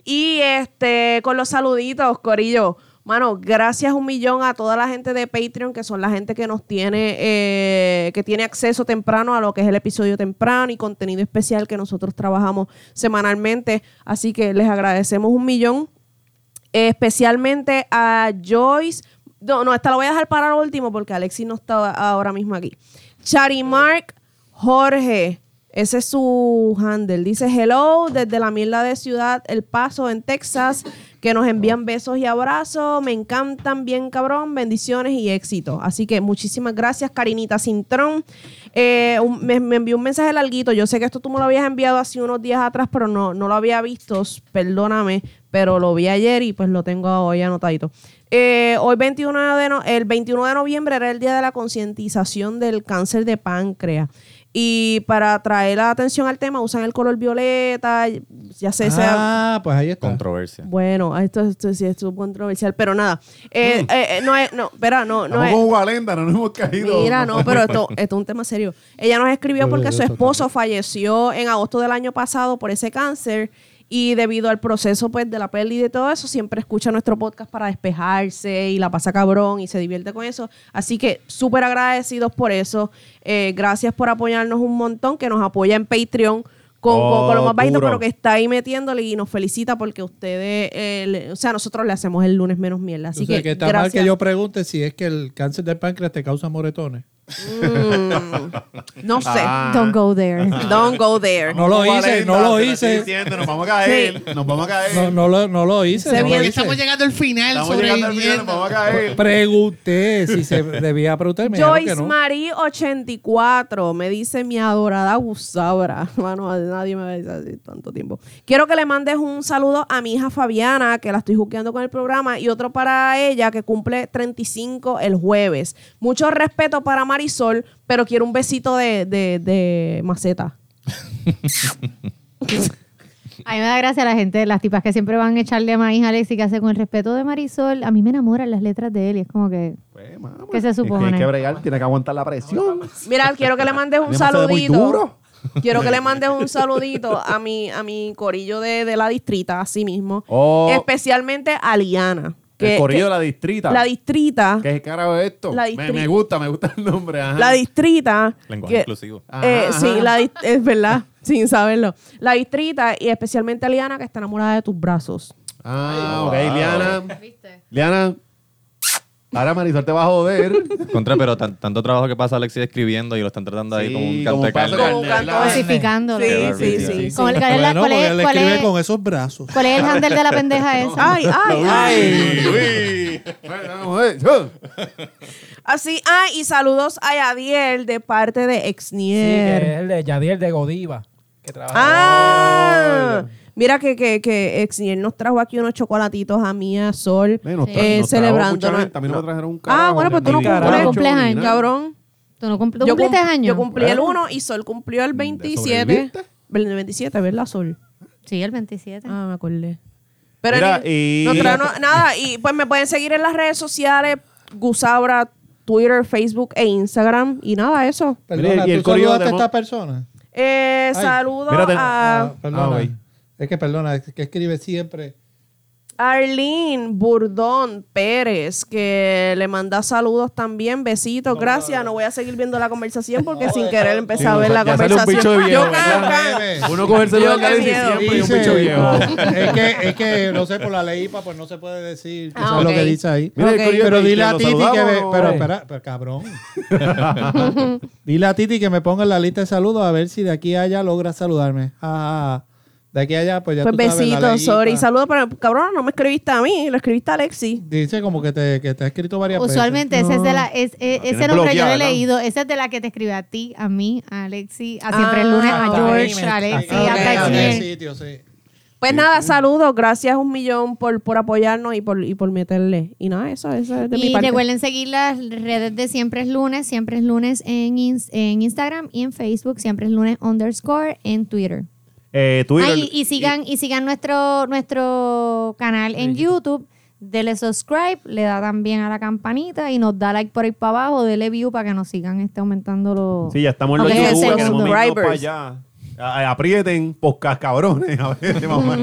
Y este, con los saluditos, Corillo. Mano, gracias un millón a toda la gente de Patreon, que son la gente que nos tiene, eh, que tiene acceso temprano a lo que es el episodio temprano y contenido especial que nosotros trabajamos semanalmente. Así que les agradecemos un millón especialmente a Joyce. No, no, esta la voy a dejar para lo último porque Alexis no está ahora mismo aquí. Charimark Jorge, ese es su handle. Dice hello desde la mierda de ciudad El Paso en Texas, que nos envían besos y abrazos. Me encantan bien, cabrón. Bendiciones y éxito. Así que muchísimas gracias, Karinita Cintrón. Eh, un- me, me envió un mensaje larguito. Yo sé que esto tú me lo habías enviado hace unos días atrás, pero no, no lo había visto. Perdóname pero lo vi ayer y pues lo tengo hoy anotadito. Eh, hoy 21 de no- el 21 de noviembre era el día de la concientización del cáncer de páncreas. Y para traer la atención al tema usan el color violeta, ya sé, sea,
Ah, pues ahí está.
Controversia.
bueno, esto, esto sí es controversial, pero nada. Eh, eh, eh, no es, no, espera, no, no
Estamos
es.
con Walenda, no nos hemos caído. Pues,
Mira, no, pero esto, esto es un tema serio. Ella nos escribió porque su esposo falleció en agosto del año pasado por ese cáncer y debido al proceso pues de la peli y de todo eso, siempre escucha nuestro podcast para despejarse y la pasa cabrón y se divierte con eso. Así que súper agradecidos por eso. Eh, gracias por apoyarnos un montón, que nos apoya en Patreon. Con, con- con lo
Oh,
más bajito,
duro.
pero que está ahí metiéndole y nos felicita porque ustedes, eh, le- o sea, nosotros le hacemos el lunes menos mierda. Así
O sea,
que,
que está mal
gracias.
que yo pregunte si es que el cáncer de páncreas te causa moretones.
Mm, no sé.
Don't go there.
Don't go there.
Ah. No eh, lo
Como
hice,
Walenda,
no lo
te estoy
hice.
diciendo, nos vamos a caer, nos vamos a caer.
No, no lo, no lo hice.
Se
no lo
viene-
hice.
Estamos llegando al final,
Estamos llegando al final, nos vamos a caer.
sobreviviendo.
Pregunté si se debía preguntar. y me dijeron que
Joyce
no.
Marie 84 me dice mi adorada Gusabra. Bueno, a nadie me va a decir así tanto tiempo. Quiero que le mandes un saludo a mi hija Fabiana, que la estoy juzgando con el programa, y otro para ella, que cumple 35 el jueves. Mucho respeto para Marisol, pero quiero un besito de, de- de maceta.
A mí me da gracia la gente, las tipas que siempre van a echarle maíz a Alexis, que hace con el respeto de Marisol. A mí me enamoran las letras de él y es como que.
Pues, mano,
¿Qué se
es
supone?
Hay que bregar, tiene que aguantar la presión.
Mira, quiero que le mandes un
Demasiado muy
saludito.
duro.
Quiero que le mandes un saludito a mi, a mi corillo de, de la distrita, así mismo.
Oh.
Especialmente a Liana.
el corrido de la distrita.
La distrita.
¿Qué es carajo es esto?
La
me,
distrita.
me gusta, me gusta el nombre. ajá.
La distrita.
Lenguaje
que-
inclusivo.
Ajá,
eh,
ajá.
Sí, la dis- es verdad, sin saberlo. La distrita y especialmente a Liana que está enamorada de tus brazos.
Ah, ok, Liana. Liana, ahora Marisol te va a joder.
Contra, pero tan- tanto trabajo que pasa Alexis escribiendo y lo están tratando ahí
Sí,
como
como
un canto de
pasa
carne.
Como un
Carne,
canto
la-
de-
Cosificándolo.
Sí, sí,
Sí,
sí.
sí,
Con el- ¿Cuál es la-
Bueno,
cuál
porque
es-
él
cuál
escribe
es- Ah.
con esos brazos.
¿Cuál es el handle de la pendeja esa?
Ay, ay, ay.
Uy, uy. Bueno, joder, yo.
Así, ah, y saludos a Yadiel de parte de
Sí,
Exnier.
que es el de Yadiel de Godiva. Que trabaja.
Ah, mira que, que, que Exnier nos trajo aquí unos chocolatitos a mí, a Sol,
Eh, nos tra-
eh,
nos trajo
celebrando.
mucha
¿no?
gente, a mí no me trajeron un
ah,
carajo,
bueno, pues tú no
ni
carajo.
cumples,
Cumpleaños.
Mira. cabrón.
¿Tú no cumpl- tú
Yo,
cumpliste
cum-
años?
yo cumplí el 1 y Sol cumplió el 27.
sobreviviste?
El 27, ¿verdad, Sol?
Sí, el 27.
Ah, me acordé. Pero
Mira,
ni-
y-
no trae no- nada, y pues me pueden seguir en las redes sociales, Gusabra, Twitter, Facebook e Instagram. Y nada, eso.
Perdona,
Mire, y el
¿tú
corrido
saludaste
de
a
Mo-
esta persona?
Eh,
Ay.
saludo
Mira, te-
a
Ah, perdona.
ah, güey.
Es que perdona, es que escribe siempre.
Arlene Burdón Pérez, que le manda saludos también, besitos, gracias. No voy a seguir viendo la conversación porque sin querer empecé a ver la
ya sale un
conversación.
bicho de viejo,
Yo ah, can, can.
Uno coge el
Yo,
celular
qué
y dice
miedo.
siempre es un
Dice-
bicho viejo.
es, que, es que, no sé, por la ley IPA, pues no se puede decir. tú
Ah,
sabes
ok.
lo que dice ahí.
Mira, el
Ok.
corillo
Pero
que-
dile
que
a
lo
Titi que
saludamos,
me,
¿no?
pero
Eh.
espera, pero cabrón. dile a Titi que me ponga en la lista de saludos a ver si de aquí a allá logra saludarme. Ah, ah, ah. de aquí a allá pues ya
Pues
tú sabes, la
besitos,
ley
sorry.
IPA.
Saludos para cabrón, no me escribiste a mí, lo escribiste a Alexi.
Dice como que te, que te ha escrito varias
Usualmente ese es de la, es, es- ese
tienes
nombre yo lo
bloqueada,
he
¿no?
leído. Ese es de la que te escribe a ti, a mí, a Alexi, a siempre el lunes, a
Ah,
George, a
veces.
Alexi,
ok,
a
ok.
Taxiel.
sitio, sí.
Pues nada, saludos, gracias un millón por, por apoyarnos y por, y por meterle. Y nada, eso, eso es de mi
Y
parte.
recuerden seguir las redes de Siempre es Lunes, Siempre es Lunes en, ins- en Instagram y en Facebook, Siempre es Lunes underscore en Twitter.
Eh, Twitter.
Ah, y, y sigan, y sigan nuestro, nuestro canal en YouTube. Dele subscribe, le da también a la campanita y nos da like por ahí para abajo, dele view para que nos sigan este, aumentando los...
Sí, ya estamos en
Ok,
los
ese
YouTube,
es
queremos
el
irnos
subscribers.
para allá. A- Aprieten, podcast cabrones. A ver, mamá.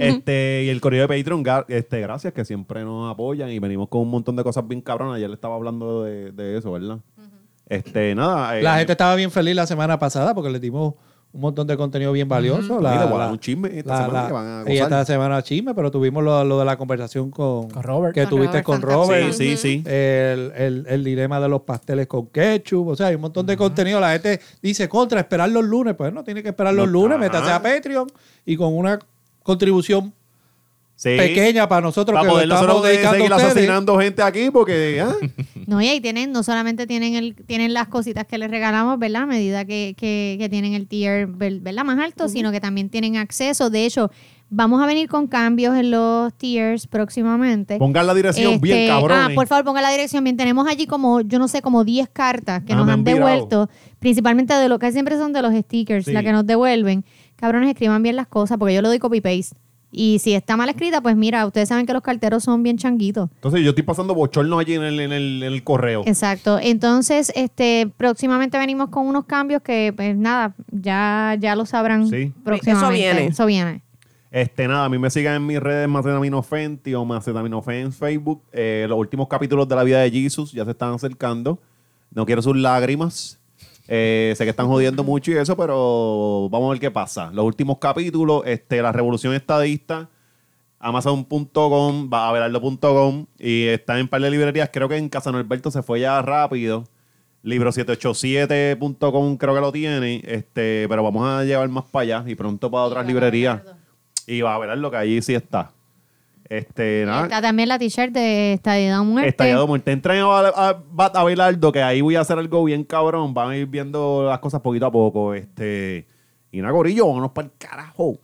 este, y el correo de Patreon, ga- este, gracias, que siempre nos apoyan y venimos con un montón de cosas bien cabronas. Ayer le estaba hablando de, de eso, ¿verdad? Este, nada. eh,
La gente estaba bien feliz la semana pasada porque le dimos un montón de contenido bien valioso. La,
Mira, voy a
la-
dar un chisme esta semana que van a gozar.
y esta semana chisme, pero tuvimos lo, lo de la conversación con,
Con Robert.
que
Con
tuviste
Robert
con
Fantasma.
Robert.
Sí, sí, sí.
El, el- el dilema de los pasteles con ketchup. O sea, hay un montón de contenido. La gente dice contra esperar los lunes. Pues no tiene que esperar los
No,
lunes.
ajá.
Métase a Patreon y con una contribución
Sí.
pequeña para nosotros
Para
que lo
poder
estamos
nosotros de-
dedicando a
seguir
ustedes.
asesinando gente aquí porque... ah,
No, y ahí tienen, no solamente tienen el, tienen las cositas que les regalamos, ¿verdad? A medida que, que, que tienen el tier, ver- ¿verdad? Más alto, sino que también tienen acceso. De hecho, vamos a venir con cambios en los tiers próximamente.
Pongan la dirección bien
Este,
cabrones.
Ah, por favor, pongan la dirección bien. Tenemos allí como, yo no sé, como 10 cartas que
Ah,
nos
me
han
han virado.
devuelto, principalmente de lo que siempre son de los stickers,
Sí.
la que nos devuelven. Cabrones, escriban bien las cosas, porque yo lo doy copy-paste. Y si está mal escrita, pues mira, ustedes saben que los carteros son bien changuitos.
Entonces yo estoy pasando bochornos allí en el, en el, en el correo.
Exacto. Entonces, este, próximamente venimos con unos cambios que, pues nada, ya, ya lo sabrán
Sí.
próximamente.
Eso viene.
Eso viene.
Este, nada, a mí me sigan en mis redes Macetaminofén, tío Macetaminofén en Facebook. Eh, los últimos capítulos de la vida de Jesus ya se están acercando. No quiero sus lágrimas. Eh, sé que están jodiendo mucho y eso, pero vamos a ver qué pasa. Los últimos capítulos, este, la revolución estadista, Amazon.com, Abelardo.com y está en par de librerías. Creo que en Casa Norberto se fue ya rápido. Libro787.com creo que lo tiene, este, pero vamos a llevar más para allá y pronto para otras librerías. Y va a ver lo que allí sí está. Este,
Está
nada.
también la t-shirt de Estadidad o Muerte.
Estallado muerte. Entren a, a, a, a Abelardo, que ahí voy a hacer algo bien cabrón. Van a ir viendo las cosas poquito a poco. Este, y nada, gorillo, vámonos para el carajo.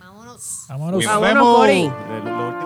Vámonos.
Vámonos.
Vámonos, Cory.
Eh, lo- lo último-